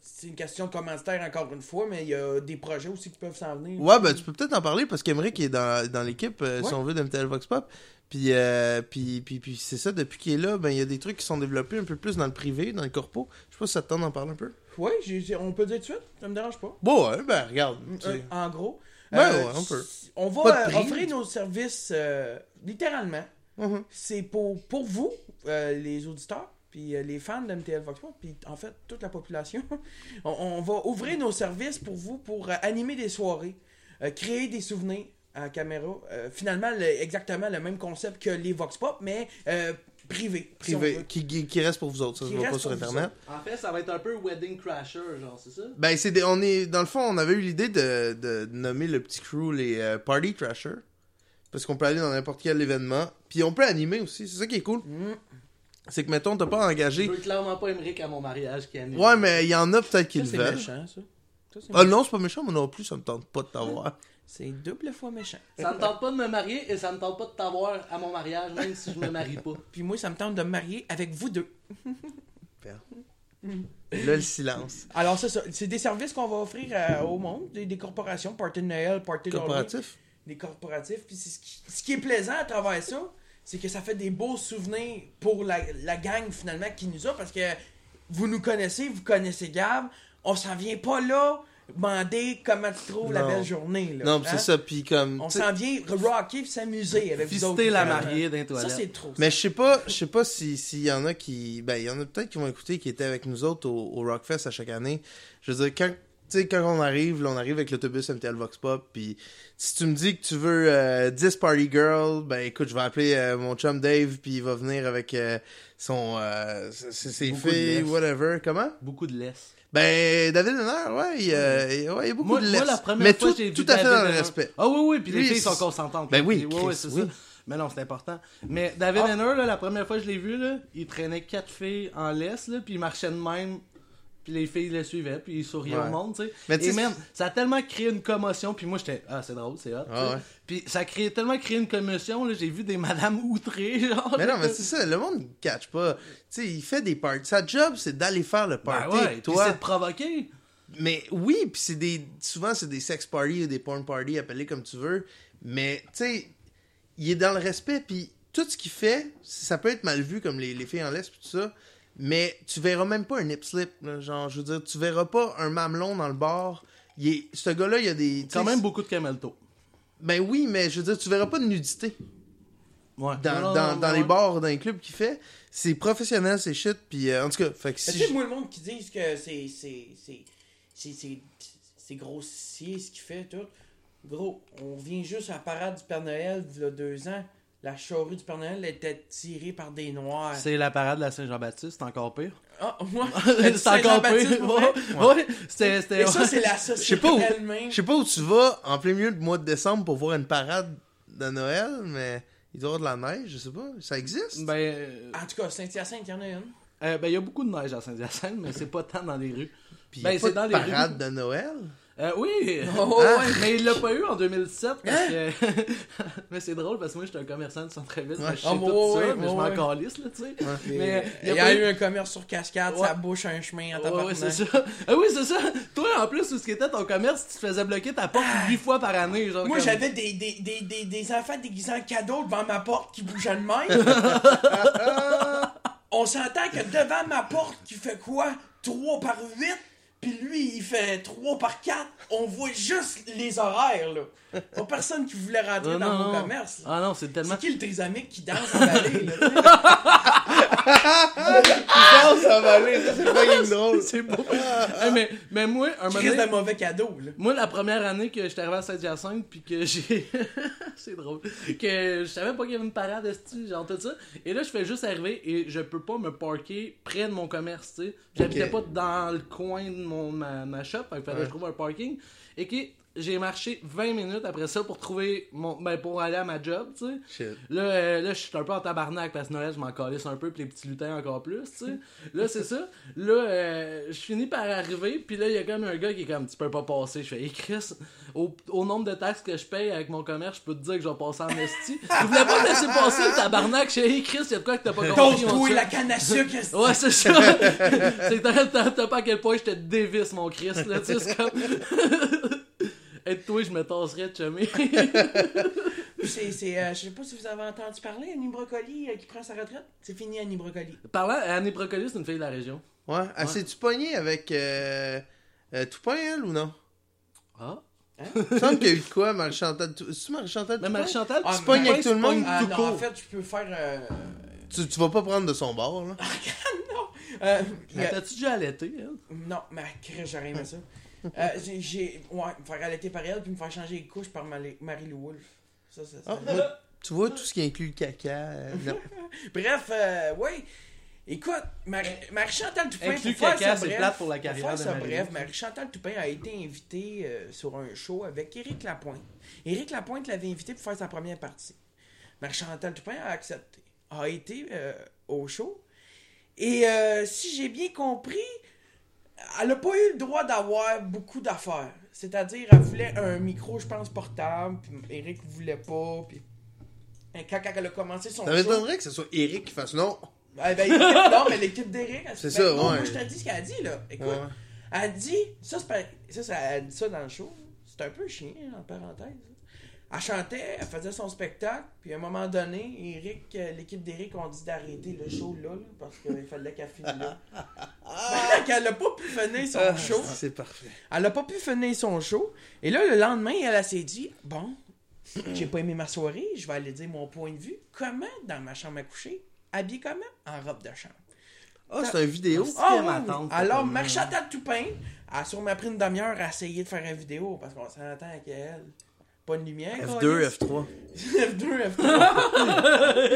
Speaker 2: c'est une question de commentaire encore une fois, mais il y a des projets aussi qui peuvent s'en venir.
Speaker 3: ben, Ouais, ben tu peux peut-être en parler parce qu'Emeric est dans, dans l'équipe, euh, si
Speaker 2: Ouais.
Speaker 3: on veut, de MTL Vox Pop. Puis, euh, puis, puis, puis c'est ça, depuis qu'il est là, ben, il y a des trucs qui sont développés un peu plus dans le privé, dans le corpo. Je sais pas si ça te tente d'en parler un peu.
Speaker 2: Oui, j'ai- j'ai- on peut dire tout de suite, ça me dérange pas.
Speaker 3: Bon, ouais, ben regarde. tu sais.
Speaker 2: Euh, en gros, euh,
Speaker 3: Ouais, Ben ouais, on peut.
Speaker 2: on
Speaker 3: Pas
Speaker 2: va
Speaker 3: de
Speaker 2: euh,
Speaker 3: prix.
Speaker 2: offrir nos services euh, littéralement.
Speaker 3: Mhm.
Speaker 2: C'est pour, pour vous, euh, les auditeurs, puis euh, les fans de MTL Vox Pop, puis en fait toute la population. on, on va ouvrir nos services pour vous pour euh, animer des soirées, euh, créer des souvenirs en caméra. Euh, finalement, le- exactement le même concept que les Vox Pop, mais euh, privé. si on
Speaker 3: Privé,
Speaker 2: veut.
Speaker 3: qui, qui- qui reste pour vous autres, ça se
Speaker 2: Qui
Speaker 3: voit pas
Speaker 2: reste
Speaker 3: sur
Speaker 2: pour vous
Speaker 3: Internet.
Speaker 1: En fait, ça va être un peu Wedding Crasher, genre, c'est ça?
Speaker 3: Ben, c'est des- on est, dans le fond, on avait eu l'idée de, de nommer le petit crew les euh, Party Trashers. Parce qu'on peut aller dans n'importe quel événement. Puis on peut animer aussi, c'est ça qui est cool.
Speaker 2: Mm.
Speaker 3: C'est que, mettons, t'as pas
Speaker 1: Je
Speaker 3: engagé.
Speaker 1: veux clairement pas Emmerich à mon mariage qui anime.
Speaker 3: Ouais, mais il y en a peut-être qui
Speaker 2: Ça,
Speaker 3: le
Speaker 2: c'est
Speaker 3: veulent.
Speaker 2: méchant, ça. Ça, c'est
Speaker 3: Ah non, c'est pas méchant, moi non plus, ça me tente pas de t'avoir.
Speaker 2: C'est double fois méchant.
Speaker 1: Ça me tente pas de me marier et ça me tente pas de t'avoir à mon mariage, même si je me marie pas.
Speaker 2: Puis moi, ça me tente de me marier avec vous deux.
Speaker 3: Là, le silence.
Speaker 2: Alors, c'est ça. C'est des services qu'on va offrir euh, au monde, des, des corporations, party de Noël, party de Halloween,
Speaker 3: Corporatif.
Speaker 2: des corporatifs. Puis c'est ce, qui, ce qui est plaisant à travers ça, c'est que ça fait des beaux souvenirs pour la, la gang finalement qui nous a parce que vous nous connaissez, vous connaissez Gab, on s'en vient pas là demander comment tu trouves la
Speaker 3: Non.
Speaker 2: belle journée. Là,
Speaker 3: Non, pis
Speaker 2: hein?
Speaker 3: c'est ça, puis comme...
Speaker 2: On
Speaker 3: t'sais-
Speaker 2: s'en vient rocker puis s'amuser avec vous
Speaker 1: Visiter
Speaker 2: autres.
Speaker 1: la
Speaker 2: finalement.
Speaker 1: mariée dans les toilettes.
Speaker 2: Ça, c'est trop. ça.
Speaker 3: Mais je sais pas, je sais pas si s'il y en a qui ben il y en a peut-être qui vont écouter qui étaient avec nous autres au, au Rockfest à chaque année. Je veux dire quand tu sais quand on arrive, là, on arrive avec l'autobus MTL Vox Pop puis si tu me dis que tu veux euh, 10 party girl, ben écoute, je vais appeler euh, mon chum Dave puis il va venir avec euh, son euh, ses, ses
Speaker 1: Beaucoup de
Speaker 3: filles
Speaker 1: lest.
Speaker 3: whatever, comment
Speaker 1: Beaucoup de laisse.
Speaker 3: Ben David Henner, ouais, il, euh, il- ouais, il y a beaucoup
Speaker 1: Moi,
Speaker 3: de
Speaker 1: moi,
Speaker 3: laisse.
Speaker 1: la première
Speaker 3: Mais
Speaker 1: fois,
Speaker 3: tout,
Speaker 1: j'ai vu
Speaker 3: tout à fait
Speaker 1: David
Speaker 3: dans le
Speaker 1: Henner.
Speaker 3: respect.
Speaker 1: Ah oui, oui, puis les
Speaker 3: Lui,
Speaker 1: filles sont
Speaker 3: c'est-
Speaker 1: consentantes.
Speaker 3: Ben
Speaker 1: Puis,
Speaker 3: oui,
Speaker 1: ouais, ouais,
Speaker 3: Chris,
Speaker 1: c'est
Speaker 3: oui.
Speaker 1: ça. Mais non, c'est important. Mais David
Speaker 2: Ah.
Speaker 1: Henner, là, la première fois que je l'ai vu, là, il traînait quatre filles en laisse, là, puis il marchait de même. Puis les filles le suivaient, puis il souriait
Speaker 3: Ouais.
Speaker 1: au monde, tu sais.
Speaker 3: Mais tu
Speaker 1: Et
Speaker 3: sais,
Speaker 1: même, ça a tellement créé une commotion, puis moi j'étais, ah c'est drôle, c'est hot. tu sais.
Speaker 3: Ah ouais.
Speaker 1: Puis ça a créé, tellement créé une commotion, là, j'ai vu des madames outrées, genre.
Speaker 3: Mais non, mais c'est ça, le monde ne catch pas. Tu sais, il fait des parties. Sa job, c'est d'aller faire le
Speaker 1: Ben
Speaker 3: party.
Speaker 1: ouais, puis
Speaker 3: toi.
Speaker 1: c'est de provoquer.
Speaker 3: Mais oui, puis c'est des. Souvent, c'est des sex parties ou des porn parties, appelez comme tu veux. Mais, tu sais, il est dans le respect, puis tout ce qu'il fait, ça peut être mal vu, comme les, les filles en laisse, puis tout ça. Mais tu verras même pas un nip slip. là. genre, je veux dire, tu verras pas un mamelon dans le bar. Il est- ce gars-là, il y a des. tu sais,
Speaker 1: Quand même beaucoup de camelto.
Speaker 3: Ben oui, mais je veux dire, tu verras pas de nudité
Speaker 1: Ouais.
Speaker 3: dans,
Speaker 1: Non, non,
Speaker 3: dans,
Speaker 1: non,
Speaker 3: dans
Speaker 1: ouais.
Speaker 3: les bars, dans les clubs qu'il fait. C'est professionnel, c'est shit. Puis euh, en tout cas, fait que si.
Speaker 2: Mais Tu sais,
Speaker 3: je-
Speaker 2: moi, le monde qui dit que c'est. c'est- c'est- c'est- c'est- C'est grossier ce qu'il fait, tout. Gros, on vient juste à la parade du Père Noël, il y a deux ans. La charrue du Père Noël était tirée par des Noirs.
Speaker 1: C'est la parade de la Saint-Jean-Baptiste, c'est encore pire.
Speaker 2: Ah, moi,
Speaker 1: c'est encore pire. Ouais, ouais, c'était- c'était-
Speaker 2: Et ça, c'est la
Speaker 3: Je sais
Speaker 2: société
Speaker 3: pas où-
Speaker 2: elle-même.
Speaker 3: Je sais pas où tu vas en plein milieu du mois de décembre pour voir une parade de Noël, mais il doit y avoir de la neige, je sais pas. Ça existe?
Speaker 1: Ben, euh,
Speaker 2: En tout cas, Saint-Hyacinthe, il y en a une.
Speaker 1: euh, ben, il y a beaucoup de neige à Saint-Hyacinthe, mais c'est pas tant dans les rues.
Speaker 3: Puis
Speaker 1: ben,
Speaker 3: y a
Speaker 1: c'est
Speaker 3: pas
Speaker 1: dans
Speaker 3: de
Speaker 1: les
Speaker 3: parade de Noël?
Speaker 1: Euh, oui!
Speaker 2: Oh,
Speaker 1: Ah,
Speaker 2: ouais.
Speaker 1: Mais il l'a pas eu en 2017 parce que. mais c'est drôle parce que moi, j'étais un commerçant de centre-ville. fait que Je sais
Speaker 2: Ah,
Speaker 1: tout
Speaker 2: ouais,
Speaker 1: ça,
Speaker 2: ouais,
Speaker 1: mais je
Speaker 2: ouais,
Speaker 1: m'en
Speaker 2: ouais.
Speaker 1: calisse, là, tu sais. Mais
Speaker 2: Il y a,
Speaker 1: pas
Speaker 2: eu un commerce sur cascade,
Speaker 1: Ouais.
Speaker 2: ça bouche un chemin en
Speaker 1: Ouais,
Speaker 2: tabarnak.
Speaker 1: ouais, c'est ça. Ah oui, c'est ça. Toi, en plus, où ce qui était ton commerce, tu te faisais bloquer ta porte huit fois par année. Genre,
Speaker 2: Ah. Moi,
Speaker 1: comme-
Speaker 2: j'avais des, des, des, des, des enfants déguisés en cadeaux devant ma porte qui bougeaient de même. On s'entend que devant ma porte, qui fait quoi 3 par 8, puis lui, il fait 3 par 4. On voit juste les horaires, là. Pas personne qui voulait rentrer
Speaker 1: Ah,
Speaker 2: dans
Speaker 1: non,
Speaker 2: mon
Speaker 1: non.
Speaker 2: commerce. là.
Speaker 1: Ah non, c'est tellement.
Speaker 2: C'est qui le trisamique qui danse en balai, là tu sais?
Speaker 1: Ah,
Speaker 3: Non, ça va aller, ça c'est pas drôle.
Speaker 1: C'est beau. Eh, mais, mais moi, un moment
Speaker 2: Crise
Speaker 1: donné,
Speaker 2: de mauvais cadeau, là.
Speaker 1: Moi, la première année que j'étais arrivé à Saint-Hyacinthe, puis que j'ai. c'est drôle. Que je savais pas qu'il y avait une parade, esti, genre tout ça. Et là, je fais juste arriver et je peux pas me parker près de mon commerce, tu sais. J'habitais
Speaker 3: Ok.
Speaker 1: pas dans le coin de mon, ma, ma shop, fait qu'il fallait que je trouve un parking. Et que j'ai marché 20 minutes après ça pour trouver mon. Ben, pour aller à ma job, tu sais.
Speaker 3: Shit.
Speaker 1: Là, euh, là je suis un peu en tabarnak parce que Noël, je m'en calisse un peu, puis les petits lutins encore plus, tu sais. Là, c'est ça. Là, euh, je finis par arriver, puis là, il y a comme un gars qui est comme, tu peux pas passer. Je fais, hey Chris, au, au nombre de taxes que je paye avec mon commerce, je peux te dire que je vais passer en esti. Tu voulais pas me laisser passer le tabarnak. Je fais, hey Chris, il y a de quoi que t'as pas compris.
Speaker 2: T'oses
Speaker 1: mon
Speaker 2: trouver
Speaker 1: chum.
Speaker 2: la canne à sucre, esti.
Speaker 1: Ouais, c'est ça. c'est t'as- t'as t'as pas à quel point je te dévisse, mon Chris, là, tu sais, c'est comme. Et toi, je me tasserais de chemin.
Speaker 2: C'est, c'est, euh, je sais pas si vous avez entendu parler, Annie Brocoli euh, qui prend sa retraite. C'est fini, Annie Brocoli.
Speaker 1: Parlant, Annie Brocoli, c'est une fille de la région.
Speaker 3: Ouais. Ah,
Speaker 1: Ouais.
Speaker 3: c'est-tu pogné avec euh, euh, Toupin, elle, ou non?
Speaker 1: Ah.
Speaker 3: Il me semble qu'il y a eu de quoi, Marie-Chantal Toupin. C'est-tu Marie-Chantal
Speaker 1: Mais
Speaker 3: Toupin?
Speaker 1: Ben, Marie-Chantal,
Speaker 2: Ah,
Speaker 1: tu
Speaker 2: mais-
Speaker 1: pognes avec
Speaker 3: tout le monde,
Speaker 2: Ah
Speaker 3: tout
Speaker 2: non,
Speaker 3: court.
Speaker 2: en fait, je peux faire. euh,
Speaker 3: Tu, tu vas pas prendre de son bord, là.
Speaker 2: euh,
Speaker 1: Mais
Speaker 2: euh,
Speaker 1: T'as-tu déjà allaité, hein? elle?
Speaker 2: non, mais crée, j'aurais aimé ça. Euh, j'ai, j'ai- Ouais, me faire allaiter par elle puis me faire changer les couches par Mali- Marie-Lou Wolfe. Ça, ça, ça.
Speaker 3: Ah, moi, tu vois, tout ce qui inclut le caca. euh, non.
Speaker 2: Bref, euh, ouais. Écoute, Marie- Marie-Chantal Toupin,
Speaker 1: Inclus
Speaker 2: pour faire
Speaker 1: caca,
Speaker 2: ça
Speaker 1: c'est
Speaker 2: bref,
Speaker 1: plate pour la
Speaker 2: pour
Speaker 1: carrière
Speaker 2: faire
Speaker 1: de
Speaker 2: ça
Speaker 1: Marie-Lou.
Speaker 2: bref, Marie-Chantal Toupin a été invitée euh, sur un show avec Éric Lapointe. Éric Lapointe l'avait invitée pour faire sa première partie. Marie-Chantal Toupin a accepté, a été euh, au show. Et euh, si j'ai bien compris, elle n'a pas eu le droit d'avoir beaucoup d'affaires. C'est-à-dire, elle voulait un micro, je pense, portable, puis Éric voulait pas, puis... Et Quand, quand elle a commencé son
Speaker 3: Ça
Speaker 2: show...
Speaker 3: m'étonnerait que ce soit Eric qui fasse non.
Speaker 2: Ah, ben, l'équipe- non, mais l'équipe d'Eric, elle se
Speaker 3: C'est
Speaker 2: fait-
Speaker 3: ça,
Speaker 2: non,
Speaker 3: ouais.
Speaker 2: Moi, je te dis ce qu'elle a dit, là. Écoute,
Speaker 3: Ouais.
Speaker 2: elle a dit, ça, c'est pas- ça, ça, elle a dit ça dans le show. C'est un peu chien, en parenthèse. Elle chantait, elle faisait son spectacle, puis à un moment donné, Eric, euh, l'équipe d'Eric, ont dit d'arrêter le show là, là, parce qu'il fallait qu'elle finisse là. elle n'a pas pu finir son
Speaker 3: Ah,
Speaker 2: show.
Speaker 3: C'est parfait.
Speaker 2: Elle n'a pas pu finir son show. Et là, le lendemain, elle, elle s'est dit Bon, j'ai pas aimé ma soirée, je vais aller dire mon point de vue. Comment, dans ma chambre à coucher, habillée comment En robe de chambre.
Speaker 3: Ah, c'est un vidéo.
Speaker 1: Ah,
Speaker 2: Ah
Speaker 1: C'était
Speaker 2: oui,
Speaker 1: ma
Speaker 2: oui.
Speaker 1: tante,
Speaker 2: Alors,
Speaker 1: cette
Speaker 2: Marchantal Toupin a sûrement pris une demi-heure à essayer de faire une vidéo parce qu'on s'entend qu'elle. Pas de lumière.
Speaker 3: F2,
Speaker 2: câlisse.
Speaker 3: F3.
Speaker 2: F2, F2.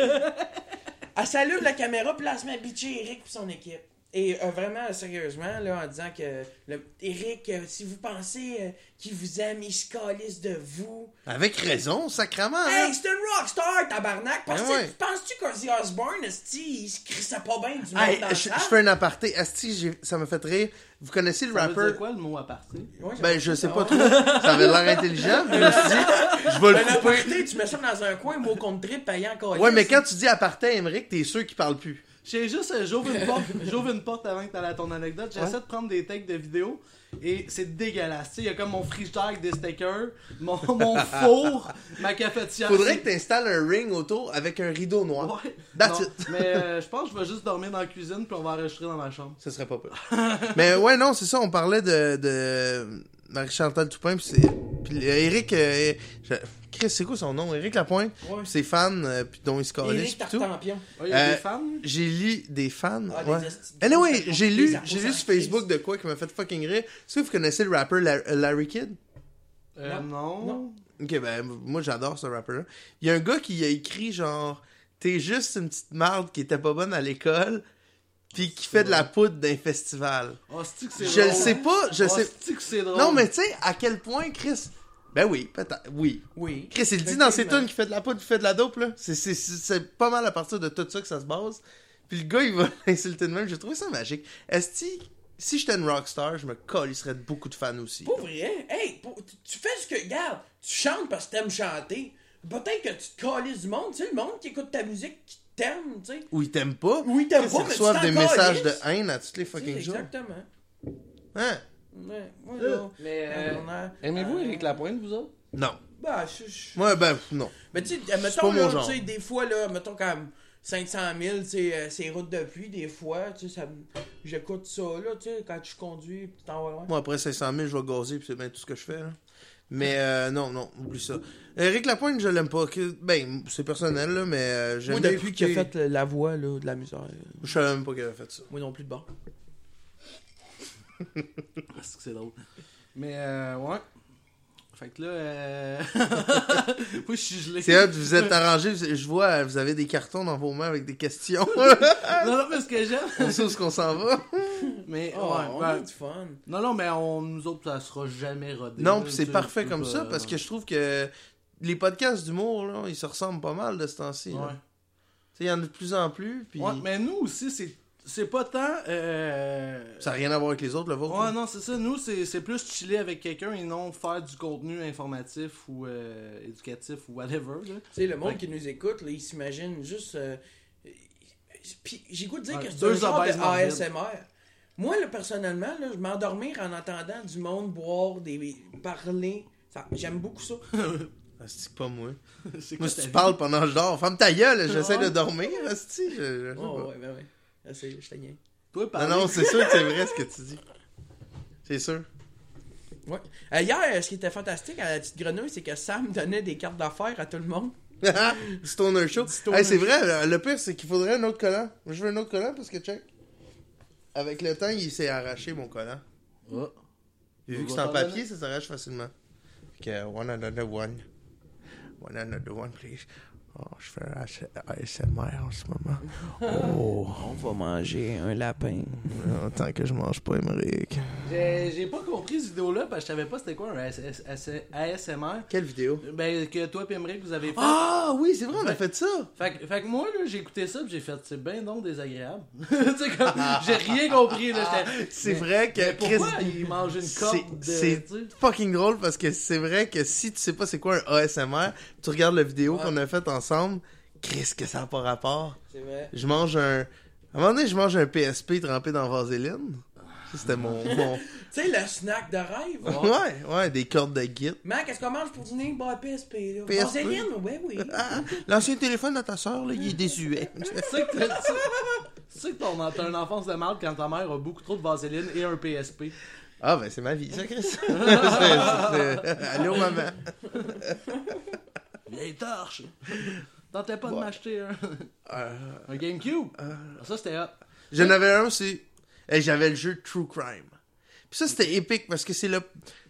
Speaker 2: elle s'allume la caméra, puis là, elle se met à bitcher Eric et son équipe. Et euh, vraiment, sérieusement, là, en disant que le, Eric, euh, si vous pensez euh, qu'il vous aime, il se calisse de vous.
Speaker 3: Avec raison, sacrament. hein.
Speaker 2: Hey, c'est une rockstar, tabarnak! Penses-tu
Speaker 3: Ben ouais.
Speaker 2: penses-tu qu'Ozzy Osbourne, esti, il se crissait pas bien du monde
Speaker 3: Hey,
Speaker 2: dans
Speaker 3: je,
Speaker 2: le
Speaker 3: je fais un aparté. Asti, j'ai- ça me fait rire. Vous connaissez le
Speaker 1: Ça veut dire
Speaker 3: rapper?
Speaker 1: quoi, le mot à partir?
Speaker 3: Ben, je sais pas trop. Ça avait l'air intelligent, mais je me suis dit, je vais
Speaker 2: Ah Ben,
Speaker 3: le
Speaker 2: la
Speaker 3: couper.
Speaker 2: vérité, tu mets ça dans un coin, mot contre trip, payant encore.
Speaker 3: Ouais, mais quand tu dis aparté, Emmerich, t'es sûr qu'il parle plus.
Speaker 1: J'ai juste, euh, j'ouvre une porte, j'ouvre une porte avant que t'ailles à ton anecdote. J'essaie de prendre des takes de vidéo et c'est dégueulasse. Tu sais, il y a comme mon frigidaire avec des stickers, mon, mon four, ma cafetière.
Speaker 3: Faudrait que t'installes un ring autour avec un rideau noir.
Speaker 1: Ouais.
Speaker 3: That's
Speaker 1: Non,
Speaker 3: it.
Speaker 1: Mais euh, je pense que je vais juste dormir dans la cuisine puis on va enregistrer dans ma chambre.
Speaker 3: Ce serait pas peur. mais ouais, non, c'est ça, on parlait de, de Marie-Chantal Toupin, puis c'est... Puis euh, Eric... euh, je- Chris, c'est quoi son nom? Eric Lapointe,
Speaker 2: Ouais.
Speaker 3: puis ses fans, euh, puis dont il se calisse,
Speaker 2: Eric
Speaker 3: puis tout.
Speaker 2: Tartampion.
Speaker 1: Oh, il y a
Speaker 3: Euh,
Speaker 1: des femmes?
Speaker 3: J'ai lu des fans,
Speaker 2: Ah, des
Speaker 3: ouais.
Speaker 2: esti-
Speaker 3: Anyway,
Speaker 2: des
Speaker 3: j'ai lu,
Speaker 2: artistes,
Speaker 3: j'ai lu sur
Speaker 2: artistes.
Speaker 3: Facebook de quoi qui m'a fait fucking rire. Est-ce que vous connaissez le rappeur La- Larry Kidd?
Speaker 1: Euh, non.
Speaker 2: Non.
Speaker 3: Ok, ben, moi j'adore ce rappeur-là. Il y a un gars qui a écrit genre T'es juste une petite marde qui était pas bonne à l'école, puis qui fait de la poudre d'un festival.
Speaker 1: Oh, c'est-tu que c'est
Speaker 3: Je le
Speaker 1: drôle?
Speaker 3: sais pas, je
Speaker 1: Oh,
Speaker 3: sais.
Speaker 1: c'est-tu que c'est drôle?
Speaker 3: Non, mais tu sais, à quel point Chris. Ben oui, peut-être. Oui.
Speaker 2: Oui. Ben,
Speaker 3: Chris, il dit dans ses tunes qu'il fait de la poudre, qu'il fait de la dope, là. C'est- C'est c'est pas mal à partir de tout ça que ça se base. Puis le gars, il va l'insulter de même. J'ai trouvé ça magique. Est-ce que si j'étais une rockstar, je me colisserais de beaucoup de fans aussi.
Speaker 2: Pour vrai, hey, pour- tu- tu fais ce que. Regarde, tu chantes parce que t'aimes chanter. Peut-être que tu te calisses du monde, tu sais, le monde qui écoute ta musique, qui t'aime, tu sais.
Speaker 3: Ou ils t'aiment pas.
Speaker 2: Ou ils t'aiment
Speaker 3: Chris,
Speaker 2: pas,
Speaker 3: ils
Speaker 2: mais tu
Speaker 3: reçoivent
Speaker 2: t'en
Speaker 3: des messages de
Speaker 2: calisses.
Speaker 3: haine à tous les
Speaker 2: Tu sais,
Speaker 3: fucking jours.
Speaker 2: Exactement.
Speaker 3: Hein?
Speaker 2: Ouais, moi,
Speaker 1: Euh,
Speaker 2: là.
Speaker 1: mais,
Speaker 2: la
Speaker 1: euh,
Speaker 2: journée-
Speaker 1: Aimez-vous
Speaker 2: euh,
Speaker 1: Eric Lapointe, vous autres?
Speaker 3: Non.
Speaker 2: Bah, je- je-
Speaker 3: Moi, ben, pff, non.
Speaker 2: Mais tu sais,
Speaker 3: pas
Speaker 2: mettons,
Speaker 3: mon
Speaker 2: là,
Speaker 3: genre.
Speaker 2: tu sais, des fois, là, mettons comme 500 000, tu sais, euh, c'est routes de pluie, des fois, tu sais, ça me- j'écoute ça, là, tu sais, quand je conduis, pis t'en vas loin.
Speaker 3: Moi, après 500 000, je vais gazer, puis c'est bien tout ce que je fais, là. Mais euh, non, non, oublie ça. Eric Lapointe, je l'aime pas. que- Ben, c'est personnel, là, mais euh, j'aime
Speaker 2: Moi,
Speaker 3: bien
Speaker 2: depuis qu'il a
Speaker 3: écouter-
Speaker 2: fait la voix, là, de la misère, euh,
Speaker 3: Je savais même pas qu'il avait fait ça.
Speaker 2: moi non plus de bon.
Speaker 1: Ah, c'est que c'est drôle. Mais euh, ouais. Fait que là, euh... moi je suis gelé.
Speaker 3: C'est hot, vous êtes arrangés, vous- je vois, vous avez des cartons dans vos mains avec des questions.
Speaker 1: Ah, Non, non, mais ce que j'aime.
Speaker 3: On sait où est-ce qu'on s'en va.
Speaker 1: Mais
Speaker 2: Oh,
Speaker 1: ouais,
Speaker 2: on
Speaker 1: ben,
Speaker 2: a du fun.
Speaker 1: Non, non, mais on, nous autres, ça sera jamais rodé.
Speaker 3: Non,
Speaker 1: là,
Speaker 3: puis
Speaker 1: tu
Speaker 3: c'est
Speaker 1: sais,
Speaker 3: parfait
Speaker 1: tu
Speaker 3: comme
Speaker 1: peux
Speaker 3: ça,
Speaker 1: pas- euh,
Speaker 3: parce que je trouve que les podcasts d'humour, là, ils se ressemblent pas mal de ce temps-ci. là.
Speaker 1: Ouais.
Speaker 3: Tu sais, Il y en a de plus en plus, puis
Speaker 1: Ouais, mais nous aussi, c'est, c'est pas tant. Euh...
Speaker 3: ça n'a rien à voir avec les autres, le vôtre.
Speaker 1: Ouais,
Speaker 3: là.
Speaker 1: non, c'est ça. Nous, c'est, c'est plus chiller avec quelqu'un et non faire du contenu informatif ou euh, éducatif ou whatever. Là.
Speaker 2: Tu sais, le monde
Speaker 1: Fait
Speaker 2: qui nous écoute, là, il s'imagine juste. euh, euh, Puis j'ai goût de dire
Speaker 1: Ouais,
Speaker 2: que c'est
Speaker 1: deux
Speaker 2: un genre de
Speaker 1: obèses morbides.
Speaker 2: ASMR. Moi, là, personnellement, là, je m'endormir en entendant du monde boire, des parler. ça- J'aime beaucoup ça.
Speaker 3: C'est Ah, pas moi.
Speaker 1: C'est quoi
Speaker 3: Moi, si
Speaker 1: ta
Speaker 3: tu
Speaker 1: vie?
Speaker 3: parle pendant que je dors, ferme ta gueule, j'essaie de
Speaker 2: Ouais.
Speaker 3: dormir, hostie, je- je sais
Speaker 2: Oh,
Speaker 3: pas.
Speaker 2: ouais, ben ouais. Ah, c'est- je t'ai
Speaker 1: Toi,
Speaker 3: Non,
Speaker 1: parler.
Speaker 3: non, c'est sûr que c'est vrai ce que tu dis. C'est sûr.
Speaker 2: Ouais. Euh, hier, euh, ce qui était fantastique à la petite grenouille, c'est que Sam donnait des cartes d'affaires à tout le monde.
Speaker 3: Stoner Show.
Speaker 2: Stoner
Speaker 3: Hey, c'est vrai, le pire, c'est qu'il faudrait un autre collant. Moi, Je veux un autre collant parce que, check, avec le temps, il s'est arraché mon collant.
Speaker 1: Oh.
Speaker 3: Puis
Speaker 1: On
Speaker 3: vu que
Speaker 1: va
Speaker 3: c'est en
Speaker 1: t'en
Speaker 3: papier,
Speaker 1: donner.
Speaker 3: ça s'arrache facilement. Ok, one another one. One another one, please. Oh, je fais un AS- ASMR en ce moment. Oh,
Speaker 2: On va manger un lapin.
Speaker 3: euh, tant que je mange pas, Émeric.
Speaker 1: J'ai j'ai pas compris cette vidéo-là parce que je savais pas c'était quoi un AS- ASMR.
Speaker 3: Quelle vidéo?
Speaker 1: Ben, que toi, Pimeric, vous avez fait.
Speaker 3: Ah oui, c'est vrai, on a
Speaker 1: Ouais.
Speaker 3: fait ça.
Speaker 1: Fait, que- fait que moi, là, j'ai écouté ça pis j'ai fait, c'est ben non désagréable. tu sais, comme, j'ai rien compris, là. j'étais-
Speaker 3: C'est
Speaker 1: Mais-
Speaker 3: vrai que
Speaker 1: mais pourquoi
Speaker 3: Ah, Chris-
Speaker 1: il mange une
Speaker 3: C'est
Speaker 1: corde de.
Speaker 3: c'est
Speaker 1: tu sais?
Speaker 3: fucking drôle parce que c'est vrai que si tu sais pas c'est quoi un ASMR, tu regardes la vidéo
Speaker 2: Ouais.
Speaker 3: qu'on a faite ensemble, qu'est-ce que ça a pas rapport?
Speaker 2: C'est vrai.
Speaker 3: Je mange un. À un moment donné, je mange un PSP trempé dans vaseline. Ça, C'était mon. mon...
Speaker 2: Tu sais, le snack de rêve.
Speaker 3: ouais, ouais, des cordes de guide.
Speaker 2: Man, qu'est-ce qu'on mange pour dîner? Bah, PSP, là.
Speaker 3: PSP.
Speaker 2: Vaseline, ouais, oui.
Speaker 3: Ah, l'ancien téléphone de ta soeur, là, il est désuet.
Speaker 1: Tu sais que t'as- tu sais- tu sais que ton- t'as une enfance de mal quand ta mère a beaucoup trop de vaseline et un PSP.
Speaker 3: ah, ben c'est ma vie, ça, Chris. C'est- c'est- c'est- Allô, maman.
Speaker 1: Vieille torche! Tentais pas
Speaker 3: Ouais.
Speaker 1: de m'acheter un,
Speaker 3: Euh,
Speaker 1: un GameCube? Ça, c'était hot.
Speaker 3: J'en avais un, c'est. eh, J'avais le jeu True Crime. Puis ça, c'était épique parce que c'est le.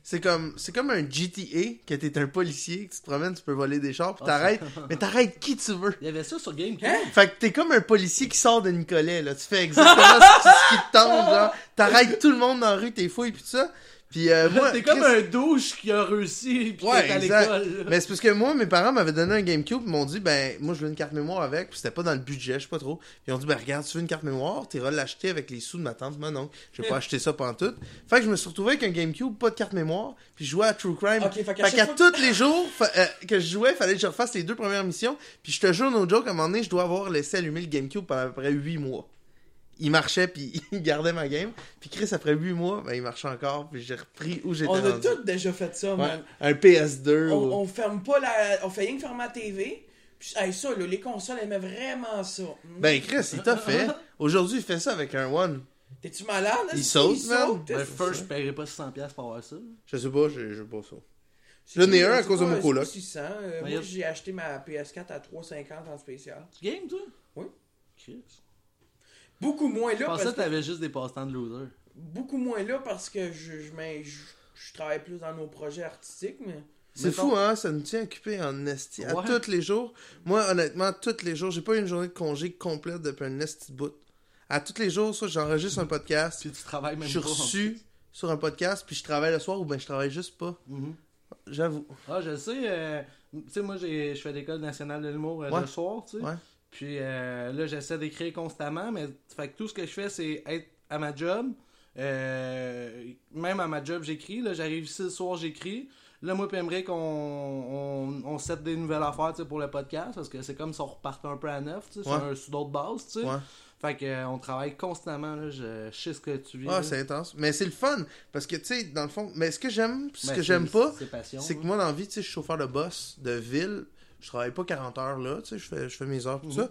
Speaker 3: C'est comme, c'est comme un GTA, que t'es un policier, que tu te promènes, tu peux voler des
Speaker 1: Ah.
Speaker 3: chars, puis t'arrêtes. Mais t'arrêtes qui tu veux.
Speaker 1: Il y avait ça sur GameCube.
Speaker 3: Fait que t'es comme un policier qui sort de Nicolet, là. Tu fais exactement ce, qui- ce qui te tente, genre. T'arrêtes tout le monde dans la rue, t'es fouilles, puis tout ça. Puis euh, moi.
Speaker 1: T'es comme
Speaker 3: Chris-
Speaker 1: un douche qui a réussi pis
Speaker 3: Ouais,
Speaker 1: t'es à
Speaker 3: exact.
Speaker 1: l'école. là.
Speaker 3: Mais c'est parce que moi, mes parents m'avaient donné un GameCube, ils m'ont dit, ben, moi, je veux une carte mémoire avec, puis c'était pas dans le budget, je sais pas trop. Ils ont dit, ben, regarde, tu veux une carte mémoire, t'iras l'acheter avec les sous de ma tante, moi, non. J'ai pas acheté ça pantoute. Fait que je me suis retrouvé avec un GameCube, pas de carte mémoire, puis je jouais à True Crime.
Speaker 2: Ok, fait qu'à
Speaker 3: fait
Speaker 2: chaque
Speaker 3: qu'à
Speaker 2: fois-
Speaker 3: tous les jours fa- euh, que je jouais, fallait que je refasse les deux premières missions, puis je te jure, no joke, à un moment donné, je dois avoir laissé allumer le GameCube pendant à peu près 8 mois. Il marchait, puis il gardait ma game. Puis Chris, après 8 mois, ben, il marchait encore, puis j'ai repris où j'étais
Speaker 2: On a
Speaker 3: rendu.
Speaker 2: tous déjà fait ça,
Speaker 3: Ouais,
Speaker 2: man.
Speaker 3: un PS2
Speaker 2: On,
Speaker 3: ou-
Speaker 2: on ferme pas la. On fait rien que fermer la TV. Puis, hey, ça, là, les consoles aimaient vraiment ça. Mm.
Speaker 3: Ben Chris, il t'a fait. Aujourd'hui, il fait ça avec un One.
Speaker 2: T'es-tu malade?
Speaker 3: Il
Speaker 2: est-ce
Speaker 3: saute,
Speaker 2: qu'il
Speaker 3: man.
Speaker 2: saute?
Speaker 1: Ben, first, je paierais pas 600$ piastres pour avoir ça.
Speaker 3: Je sais pas, je, je pas ça.
Speaker 2: C'est-
Speaker 3: J'en ai un à
Speaker 2: c'est
Speaker 3: cause de
Speaker 2: pas-
Speaker 3: mon
Speaker 2: c'est
Speaker 3: coloc.
Speaker 2: pas 600. Euh,
Speaker 1: Mais
Speaker 2: moi,
Speaker 1: y a-
Speaker 2: j'ai acheté ma PS4 à 3,50 en spécial.
Speaker 1: Tu games, toi?
Speaker 2: Oui.
Speaker 1: Chris.
Speaker 2: Beaucoup moins là
Speaker 1: Je pensais
Speaker 2: parce
Speaker 1: que
Speaker 2: que,
Speaker 1: t'avais juste des passe-temps de loser.
Speaker 2: beaucoup moins là parce que je, je, m'in- je, je travaille plus dans nos projets artistiques, mais
Speaker 3: C'est
Speaker 1: Mettons-
Speaker 3: fou, hein? Ça nous tient occupés en esti. À
Speaker 1: Ouais.
Speaker 3: tous les jours. Moi, honnêtement, tous les jours, j'ai pas eu une journée de congé complète depuis un esti de bout. À tous les jours, soit j'enregistre un podcast,
Speaker 1: Puis tu travailles
Speaker 3: je
Speaker 1: même
Speaker 3: suis
Speaker 1: pas. en
Speaker 3: reçu
Speaker 1: plus.
Speaker 3: sur un podcast, puis je travaille le soir ou ben je travaille juste pas.
Speaker 1: Mhm.
Speaker 3: J'avoue.
Speaker 1: Ah, je sais. euh, tu sais, moi, j'ai- je fais l'école nationale de l'humour euh,
Speaker 3: Ouais.
Speaker 1: le soir, tu sais.
Speaker 3: Ouais.
Speaker 1: Puis euh, là, j'essaie d'écrire constamment, mais fait que tout ce que je fais, c'est être à ma job. Euh, même à ma job, j'écris. Là, j'arrive ici le soir, j'écris. Là, moi, Pemric, on, on, on set des nouvelles affaires tu sais, pour le podcast parce que c'est comme si on repartait un peu à neuf, tu sais, sur,
Speaker 3: Ouais.
Speaker 1: un- sur d'autres bases, tu sais.
Speaker 3: Ouais.
Speaker 1: Fait que, euh, on travaille constamment, là. Je, je sais ce que tu vis.
Speaker 3: Ah,
Speaker 1: là.
Speaker 3: c'est intense. Mais c'est le fun. Parce que, tu sais, dans le fond, mais ce que j'aime, ce
Speaker 1: Ben, c'est-
Speaker 3: que j'aime pas,
Speaker 1: C'est passion.
Speaker 3: C'est que
Speaker 1: là.
Speaker 3: moi, dans la vie, tu sais, je suis chauffeur de boss de ville. Je travaille pas 40 heures là, tu sais, je fais, je fais mes heures, tout ça.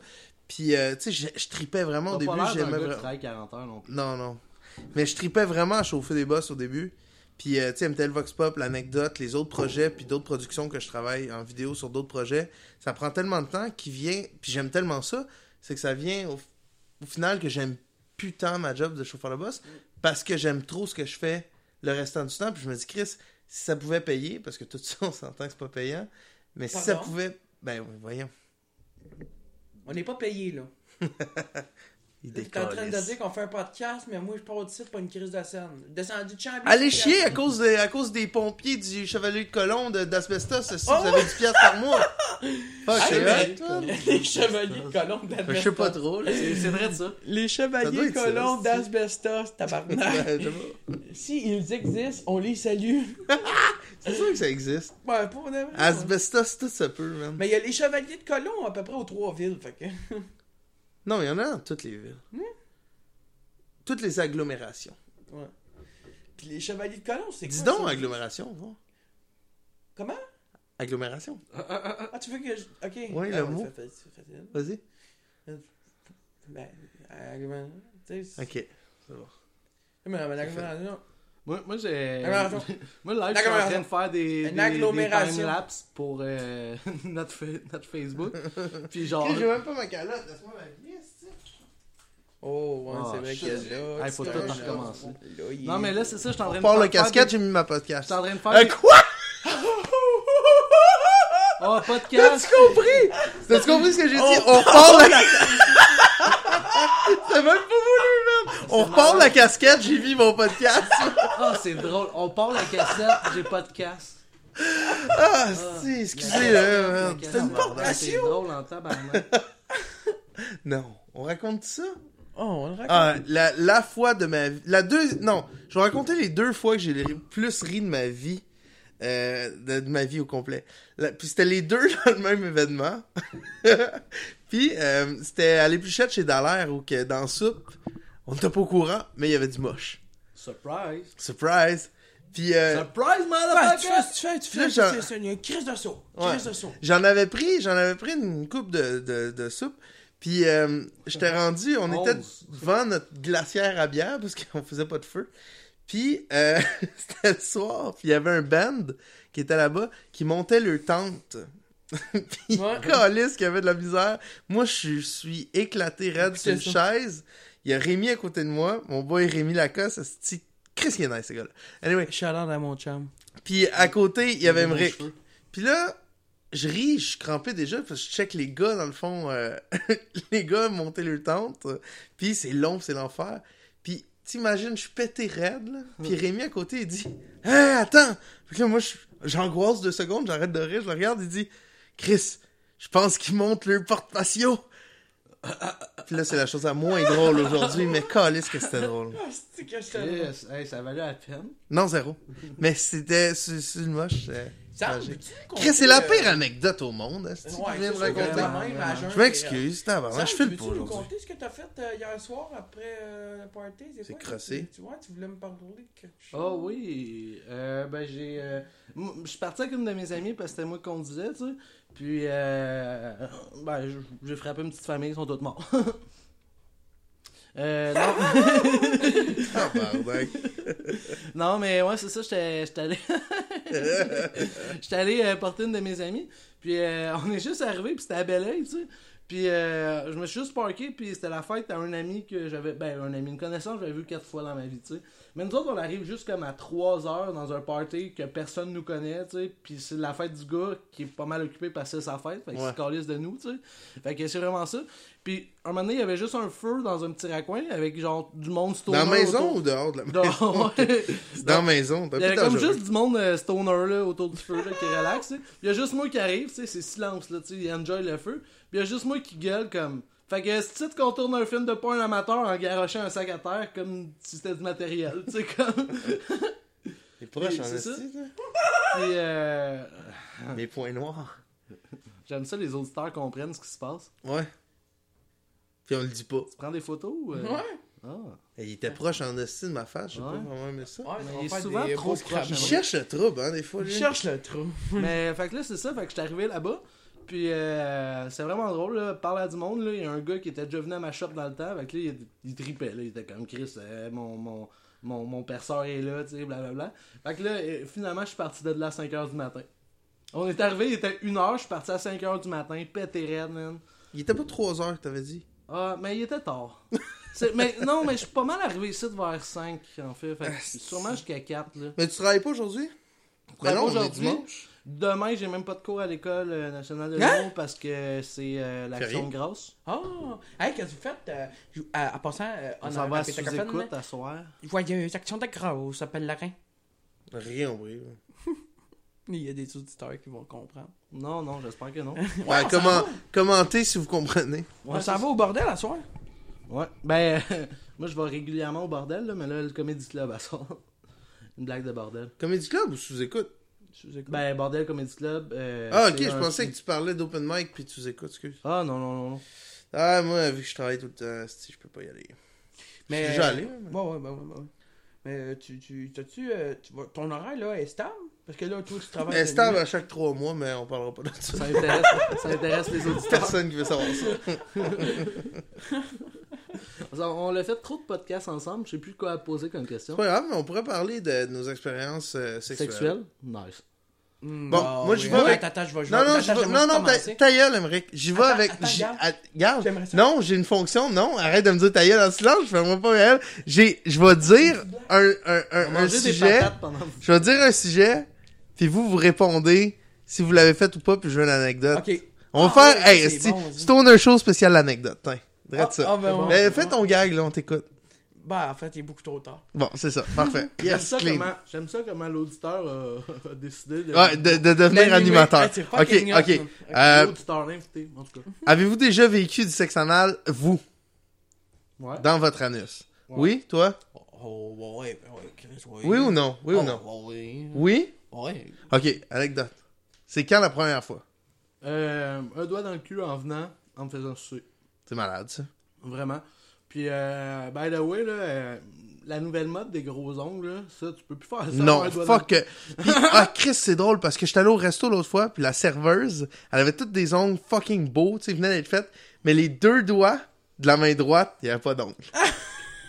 Speaker 3: Puis, euh, tu sais, je, je tripais vraiment au
Speaker 1: Mhm. T'as
Speaker 3: début.
Speaker 1: pas l'air d'un
Speaker 3: J'aimais
Speaker 1: gars qui
Speaker 3: vraiment.
Speaker 1: travaille 40 heures non plus.
Speaker 3: Non, non. Mais je tripais vraiment à chauffer des boss au début. Puis, euh, tu sais, MTL Vox Pop, l'anecdote, les autres projets, puis d'autres productions que je travaille en vidéo sur d'autres projets. Ça prend tellement de temps qui vient, puis j'aime tellement ça, c'est que ça vient au, au final que j'aime plus tant ma job de chauffeur de boss parce que j'aime trop ce que je fais le restant du temps. Puis je me dis, Chris, si ça pouvait payer, parce que tout ça, on s'entend que c'est pas payant, mais si ça
Speaker 2: Pardon?
Speaker 3: pouvait. Ben oui, voyons.
Speaker 2: on n'est pas payé là.
Speaker 3: Il
Speaker 2: T'es en train de
Speaker 3: décalisse.
Speaker 2: dire qu'on fait un podcast, mais moi je pars au titre pas une crise de scène. Descendu de champ.
Speaker 3: Allez chier à cause, de- à cause des pompiers du Chevalier de Colombe de- d'Asbestos, si
Speaker 2: Oh!
Speaker 3: vous avez 10 piastres par mois. ben, Fuck,
Speaker 2: Allez,
Speaker 3: c'est
Speaker 2: mais-
Speaker 3: hot, man.
Speaker 2: Les chevaliers colons
Speaker 3: Je
Speaker 2: d'asbestos.
Speaker 3: sais pas trop, là.
Speaker 1: C'est c'est vrai de ça.
Speaker 2: Les
Speaker 3: Ça doit
Speaker 2: chevaliers
Speaker 3: être ça,
Speaker 2: colons
Speaker 3: c'est-
Speaker 2: d'asbestos, tabarnak.
Speaker 3: Ouais, je sais pas.
Speaker 2: si ils existent, on les salue.
Speaker 3: C'est sûr que ça existe.
Speaker 2: Ben, pour de vrai.
Speaker 3: Asbestos, tout ça peut, man.
Speaker 2: Mais il y a les chevaliers de colons à peu près aux trois villes, fait que.
Speaker 3: Non, il y en a dans toutes les villes. Toutes les agglomérations.
Speaker 2: Ouais. Puis les chevaliers de colons, c'est
Speaker 3: Dis
Speaker 2: quoi,
Speaker 3: donc,
Speaker 2: ça?
Speaker 3: agglomération, va.
Speaker 2: Comment
Speaker 3: Agglomération.
Speaker 2: Ah, tu veux que je. Ok.
Speaker 3: Oui,
Speaker 2: Ah,
Speaker 3: le mot.
Speaker 2: c'est fa- C'est facile.
Speaker 3: Vas-y.
Speaker 2: Ben, argument. Tu sais. c'est-
Speaker 3: Ok. C'est bon.
Speaker 2: Mais non, mais l'agglomération.
Speaker 1: Moi, moi j'ai.
Speaker 3: Ah,
Speaker 2: Agglomération.
Speaker 1: moi, live, je suis en train de faire des, des,
Speaker 2: Une
Speaker 1: des
Speaker 2: agglomération.
Speaker 1: time-lapse pour euh, notre, fa- notre Facebook. Puis genre.
Speaker 3: Ok, J'ai même pas ma calotte. Laisse-moi ma liste.
Speaker 2: Oh, ouais,
Speaker 1: Ah,
Speaker 2: c'est vrai
Speaker 1: shit.
Speaker 2: qu'il y a là.
Speaker 1: Hey, faut
Speaker 2: tu
Speaker 1: tout en
Speaker 2: vois, là,
Speaker 1: recommencer.
Speaker 2: là, il-
Speaker 1: Non, mais là, c'est ça, je suis en train de
Speaker 3: Par le
Speaker 1: faire-
Speaker 3: casquette,
Speaker 1: faire
Speaker 3: j'ai mis ma
Speaker 1: des- Je
Speaker 3: podcast.
Speaker 1: suis en train de faire.
Speaker 3: Euh,
Speaker 1: des-
Speaker 3: quoi?
Speaker 1: Oh, podcast!
Speaker 3: compris? T'as-tu compris ce que j'ai dit? On parle la... C'est même pas voulu, man! On repart la casquette, j'ai vu mon podcast! Ah,
Speaker 1: Oh, c'est drôle. On part la cassette, j'ai podcast.
Speaker 3: Ah, si, excusez-le,
Speaker 1: La
Speaker 3: euh, man.
Speaker 1: cassette,
Speaker 3: C'est une
Speaker 1: bordel,
Speaker 3: porte-
Speaker 1: C'est drôle en tabarnak.
Speaker 3: Non, on raconte ça?
Speaker 2: Oh, on le raconte.
Speaker 3: Ah, la, la fois de ma vie... La deux... Non, je vais raconter les deux fois que j'ai le plus ri de ma vie. euh, de, de ma vie au complet. La- Puis c'était les deux dans le même événement. Puis euh, c'était à l'épluchette chez Dallaire où que dans Soupe, on n'était pas au courant, mais il y avait du moche.
Speaker 1: Surprise!
Speaker 3: Surprise! Puis euh,
Speaker 1: Surprise,
Speaker 2: Ouais, tu
Speaker 1: motherfucker!
Speaker 2: fais, tu fais, tu fais,
Speaker 3: Là,
Speaker 2: tu
Speaker 3: genre-
Speaker 2: fais, c'est une crise de saut.
Speaker 3: Ouais.
Speaker 2: Crise de saut.
Speaker 3: j'en avais pris, j'en avais pris une coupe de, de, de soupe. Puis euh, j'étais rendu, on était
Speaker 1: Onze.
Speaker 3: devant notre glacière à bière parce qu'on faisait pas de feu. Puis euh, c'était le soir, puis il y avait un band qui était là-bas qui montait leur tente. puis
Speaker 2: Ouais.
Speaker 3: câlisse qu'il y avait de la misère. Moi, je suis éclaté raide sur une
Speaker 2: Écoutez
Speaker 3: chaise. Il y a Rémi à côté de moi, mon boy Rémi Lacoste, c'est Chris qui est nice, ce gars-là. Anyway,
Speaker 2: Shout out à mon chum.
Speaker 3: Puis à côté, il y avait
Speaker 1: Des beaux
Speaker 3: Emmerich.
Speaker 1: cheveux.
Speaker 3: Puis là, je ris, je suis crampé déjà, parce que je check les gars, dans le fond, euh, les gars monter leur tente. Puis c'est long, c'est l'enfer. Puis t'imagines, je suis pété raide, là. Puis Rémi à côté, il dit « Hey, attends! » Fait que là, moi, je- j'angoisse deux secondes, j'arrête de rire, je le regarde, il dit « Chris, je pense qu'ils montent leur porte-patio! » Puis là, c'est la chose la moins drôle aujourd'hui, mais calisse que c'était drôle.
Speaker 2: Ah, c'est que je te-
Speaker 1: Yes, hey, ça valait la peine.
Speaker 3: Non, zéro. Mais c'était... C'est c'est le moche, c'est-
Speaker 2: Ça,
Speaker 3: tragique.
Speaker 2: peux-tu me
Speaker 3: Chris,
Speaker 2: conter,
Speaker 3: c'est la
Speaker 2: euh,
Speaker 3: pire hein, anecdote au monde. hein, c'est-tu
Speaker 2: Ouais,
Speaker 3: qui vient de
Speaker 2: ça, c'est
Speaker 3: raconter?
Speaker 1: vraiment-
Speaker 2: même à jeun,
Speaker 3: Je m'excuse,
Speaker 2: euh,
Speaker 3: tabarnak, je fais
Speaker 2: Sam,
Speaker 3: le pas
Speaker 2: Peux-tu nous
Speaker 3: aujourd'hui.
Speaker 2: conter ce que t'as fait euh, hier soir après euh, le party?
Speaker 3: C'est
Speaker 2: quoi,
Speaker 3: crossé.
Speaker 2: Tu, tu vois, tu voulais me parler de quelque chose.
Speaker 1: Oh oui, euh, ben j'ai, euh, m- je suis parti avec une de mes amies parce que c'était moi qui conduisais, tu sais. Puis, euh, ben j- j'ai frappé une petite famille, ils sont tous morts. Euh, non,
Speaker 3: Tabarnak.
Speaker 1: non, mais ouais, c'est ça, j'étais j'étais allé, j'étais allé euh, porter une de mes amies. Puis euh, on est juste arrivé, puis c'était à bel tu sais. Puis euh, je me suis juste parké, puis c'était la fête à un ami que j'avais, ben un ami, une connaissance, que j'avais vu quatre fois dans ma vie, tu sais. Mais nous autres, on arrive juste comme à 3 heures dans un party que personne nous connaît, tu sais. Puis c'est la fête du gars qui est pas mal occupé parce que c'est sa fête, fait qu'il
Speaker 3: Ouais.
Speaker 1: se calisse de nous, tu sais. Fait que c'est vraiment ça. Puis un moment donné, il y avait juste un feu dans un petit raccoin avec genre du monde
Speaker 3: Dans
Speaker 1: stoner
Speaker 3: la maison
Speaker 1: autour-
Speaker 3: ou dehors de la maison?
Speaker 1: Dans- ouais.
Speaker 3: Dans la maison, t'as
Speaker 1: Il y avait
Speaker 3: plus
Speaker 1: comme
Speaker 3: dangereux.
Speaker 1: juste du monde euh, stoner là, autour du feu là, qui relaxe. tu sais. Il y a juste moi qui arrive, tu sais, c'est silence, là, tu sais, il enjoy le feu. Puis il y a juste moi qui gueule comme. Fait que c'est titre qu'on tourne un film de porn amateur en garochant un sac à terre comme si c'était du matériel, tu sais, comme.
Speaker 3: Les proches en
Speaker 1: C'est ça?
Speaker 3: esti, là.
Speaker 1: Puis euh,
Speaker 3: Mes points noirs.
Speaker 1: j'aime ça, les auditeurs comprennent ce qui se passe.
Speaker 3: Ouais. Puis on le dit pas.
Speaker 1: Tu prends des photos ou, euh,
Speaker 2: Ouais.
Speaker 1: ah.
Speaker 3: Et Eh, Il était proche en esti de ma face, je sais pas
Speaker 1: Ouais.
Speaker 3: vraiment aimé ça.
Speaker 2: Ouais,
Speaker 1: Mais
Speaker 2: on va
Speaker 1: il est
Speaker 2: faire
Speaker 1: souvent
Speaker 2: des
Speaker 1: trop
Speaker 2: beaux
Speaker 1: proche,
Speaker 2: scraps.
Speaker 3: Il
Speaker 1: ouais.
Speaker 3: cherche le trouble, hein, des fois.
Speaker 2: Il
Speaker 3: lui.
Speaker 2: cherche le trou.
Speaker 3: Mm.
Speaker 1: Mais fait que là c'est ça, fait que je suis arrivé là-bas. Puis euh, c'est vraiment drôle, là, parler à du monde, là, il y a un gars qui était déjà venu à ma shop dans le temps, fait que là, il, il tripait, là, il était comme Chris, euh, mon, mon, mon, mon perceur est là, tu sais, blablabla. Fait que là, euh, finalement, je suis parti de là à 5h du matin. On est arrivé, il était 1h, je suis parti à 5h du matin, pété raide, man.
Speaker 3: Il était pas 3 heures que t'avais dit.
Speaker 1: Ah, mais il était tard. C'est- mais, non, mais je suis pas mal arrivé ici de vers 5, en fait, fait
Speaker 3: Ah,
Speaker 1: que sûrement jusqu'à 4, là.
Speaker 3: Mais tu travailles pas aujourd'hui? Mais
Speaker 1: travaille
Speaker 3: Ben
Speaker 1: pas
Speaker 3: non, on est
Speaker 1: aujourd'hui.
Speaker 3: dimanche.
Speaker 1: Demain, j'ai même pas de cours à l'école euh, nationale de l'eau
Speaker 2: Hein?
Speaker 1: parce que c'est euh, l'action
Speaker 3: Férié.
Speaker 1: de grâce.
Speaker 2: Oh! Hey, qu'est-ce que vous faites? euh, je- à, à passant, euh,
Speaker 1: On
Speaker 2: en
Speaker 1: s'en
Speaker 2: en-
Speaker 1: va à
Speaker 2: en pétacophone,
Speaker 1: sous-écoute
Speaker 2: là,
Speaker 1: à soir.
Speaker 2: Joyeuse action de grâce, s'appelle la reine.
Speaker 3: Rien, oui.
Speaker 2: Il y a des auditeurs qui vont comprendre.
Speaker 1: Non, non, j'espère que non.
Speaker 3: Ouais, Ben, comment... Commentez si vous comprenez.
Speaker 2: Hein? on s'en va au bordel à soir?
Speaker 1: Ouais. Ben, moi, je vais régulièrement au bordel, là, mais là, le Comédie Club à soir. Une blague de bordel.
Speaker 3: Comédie Club ou sous-écoute?
Speaker 2: Ben,
Speaker 1: Ben, Bordel Comédie Club. euh,
Speaker 3: Ah, ok,
Speaker 1: c'est
Speaker 3: je
Speaker 1: un-
Speaker 3: pensais que tu parlais d'open mic puis tu écoutes, excuse.
Speaker 1: Ah, non, non, non. non.
Speaker 3: Ah, moi, vu que je travaille tout le temps, si je peux pas y aller.
Speaker 2: mais...
Speaker 3: déjà allé,
Speaker 2: Ouais,
Speaker 3: mais-
Speaker 2: ouais, ouais, ouais, ouais. Mais euh, tu, tu, t'as-tu, euh, tu vas- ton horaire, là, est stable? Parce que là, toi, tu travailles.
Speaker 3: Mais
Speaker 2: de
Speaker 3: Stab
Speaker 2: nuit.
Speaker 3: à chaque trois mois, mais on parlera pas de ça.
Speaker 1: Ça intéresse, ça intéresse les auditeurs.
Speaker 3: Personne qui veut savoir ça.
Speaker 1: On on l'a fait trop de podcasts ensemble, je sais plus quoi poser comme question.
Speaker 3: C'est pas grave, mais on pourrait parler de nos expériences euh, sexuelles.
Speaker 1: Sexuelle? Nice.
Speaker 2: Mm,
Speaker 3: Bon,
Speaker 2: bah
Speaker 3: moi, j'y
Speaker 2: oui.
Speaker 3: vais avec-
Speaker 2: Attends, attends, je vais jouer.
Speaker 3: Non, non,
Speaker 2: Attends,
Speaker 3: je vais-
Speaker 2: j'aimerais
Speaker 3: non, non,
Speaker 2: ça
Speaker 3: ta,
Speaker 2: commencer.
Speaker 3: ta gueule, Aymeric. J'y vais
Speaker 2: Attends,
Speaker 3: avec.
Speaker 2: attends,
Speaker 3: j'y-
Speaker 2: garde.
Speaker 3: à- garde.
Speaker 2: J'aimerais ça.
Speaker 3: Non, j'ai une fonction. Non, arrête de me dire ta gueule en silence. Je fermerai pas ma gueule. J'ai, je vais dire un, un, un, un
Speaker 1: Manger des
Speaker 3: sujet.
Speaker 1: patates pendant...
Speaker 3: Je vais dire un sujet. Puis vous, vous répondez si vous l'avez fait ou pas. Puis je veux une anecdote.
Speaker 2: Ok.
Speaker 3: On va
Speaker 2: Ah,
Speaker 3: faire.
Speaker 2: ouais,
Speaker 3: hey,
Speaker 2: c'est
Speaker 3: si-
Speaker 2: bon, vas-y.
Speaker 3: Stone un show spécial l'anecdote. Tiens, drette
Speaker 2: Ah,
Speaker 3: ça.
Speaker 2: ah, ben, on-
Speaker 3: Mais fais ton gag, là, on t'écoute.
Speaker 2: Bah, en fait, il est beaucoup trop tard.
Speaker 3: Bon, c'est ça. Parfait.
Speaker 1: J'aime
Speaker 3: Yes,
Speaker 1: ça,
Speaker 3: clean.
Speaker 1: comment- j'aime ça comment l'auditeur euh, a décidé de...
Speaker 3: Ouais, de, de devenir
Speaker 2: D'animer.
Speaker 3: animateur.
Speaker 2: Ah, c'est
Speaker 3: ok,
Speaker 2: fucking
Speaker 3: ok.
Speaker 2: awesome.
Speaker 3: Euh,
Speaker 1: L'auditeur invité, en tout cas.
Speaker 3: Avez-vous déjà vécu du sexe anal, vous,
Speaker 1: Ouais.
Speaker 3: dans votre anus?
Speaker 1: Ouais.
Speaker 3: Oui, toi?
Speaker 2: Oh, Oh, ouais, ouais, ouais, Chris, ouais.
Speaker 3: Oui ou non? Oui
Speaker 2: Oh,
Speaker 3: ou non?
Speaker 2: Oui.
Speaker 3: Oui?
Speaker 2: Ouais.
Speaker 3: Ok, anecdote. C'est quand la première fois?
Speaker 1: Euh, un doigt dans le cul en venant, en me faisant sucer.
Speaker 3: C'est malade, ça.
Speaker 1: Vraiment. Puis, euh, by the way, là, euh, la nouvelle mode des gros ongles, là, ça, tu peux plus faire ça.
Speaker 3: non,
Speaker 1: un doigt
Speaker 3: fuck. euh, Puis, ah, Chris, c'est drôle parce que j'étais allé au resto l'autre fois, puis la serveuse, elle avait toutes des ongles fucking beaux, tu sais, venaient d'être faites, mais les deux doigts de la main droite, il n'y avait pas d'ongles.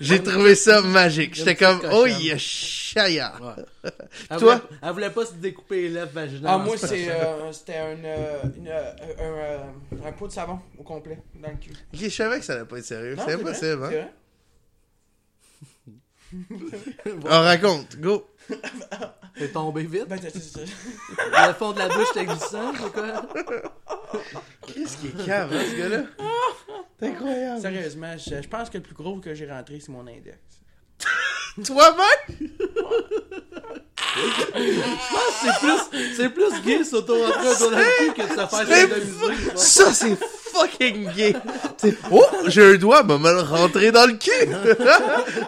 Speaker 3: J'ai trouvé ça magique. J'étais
Speaker 1: Une
Speaker 3: comme,
Speaker 1: petite
Speaker 3: oh,
Speaker 1: cochonne.
Speaker 3: yeah, chaya.
Speaker 1: dans- Ouais. Elle
Speaker 3: Toi?
Speaker 1: voulait- elle voulait pas se découper les lèvres vaginales.
Speaker 2: Ah, moi,
Speaker 1: C'est-
Speaker 2: c'est, euh, c'était un, euh, une, euh, un, euh, un pot de savon au complet dans le cul.
Speaker 3: Ok, je savais que ça allait pas être sérieux.
Speaker 2: Non,
Speaker 3: C'est
Speaker 2: vrai,
Speaker 3: impossible,
Speaker 2: c'est
Speaker 3: hein?
Speaker 2: vrai.
Speaker 3: On Ah, raconte, go.
Speaker 1: T'es tombé vite.
Speaker 2: Ben, t'as- t'as- t'as-
Speaker 1: Le fond de la douche, t'es glissant, c'est quoi?
Speaker 3: Qu'est-ce qui est cave, hein, ce gars-là? C'est incroyable.
Speaker 2: Sérieusement, je, je pense que le plus gros que j'ai rentré, c'est mon index.
Speaker 3: Toi-même?
Speaker 1: C'est plus, c'est plus gay s'auto-rentrer un doigt dans le cul que de se faire
Speaker 3: c'est
Speaker 1: sodomiser, tu vois.
Speaker 3: Ça, c'est fucking gay. T'sais, Oh, j'ai un doigt, m'a mal rentré dans le cul.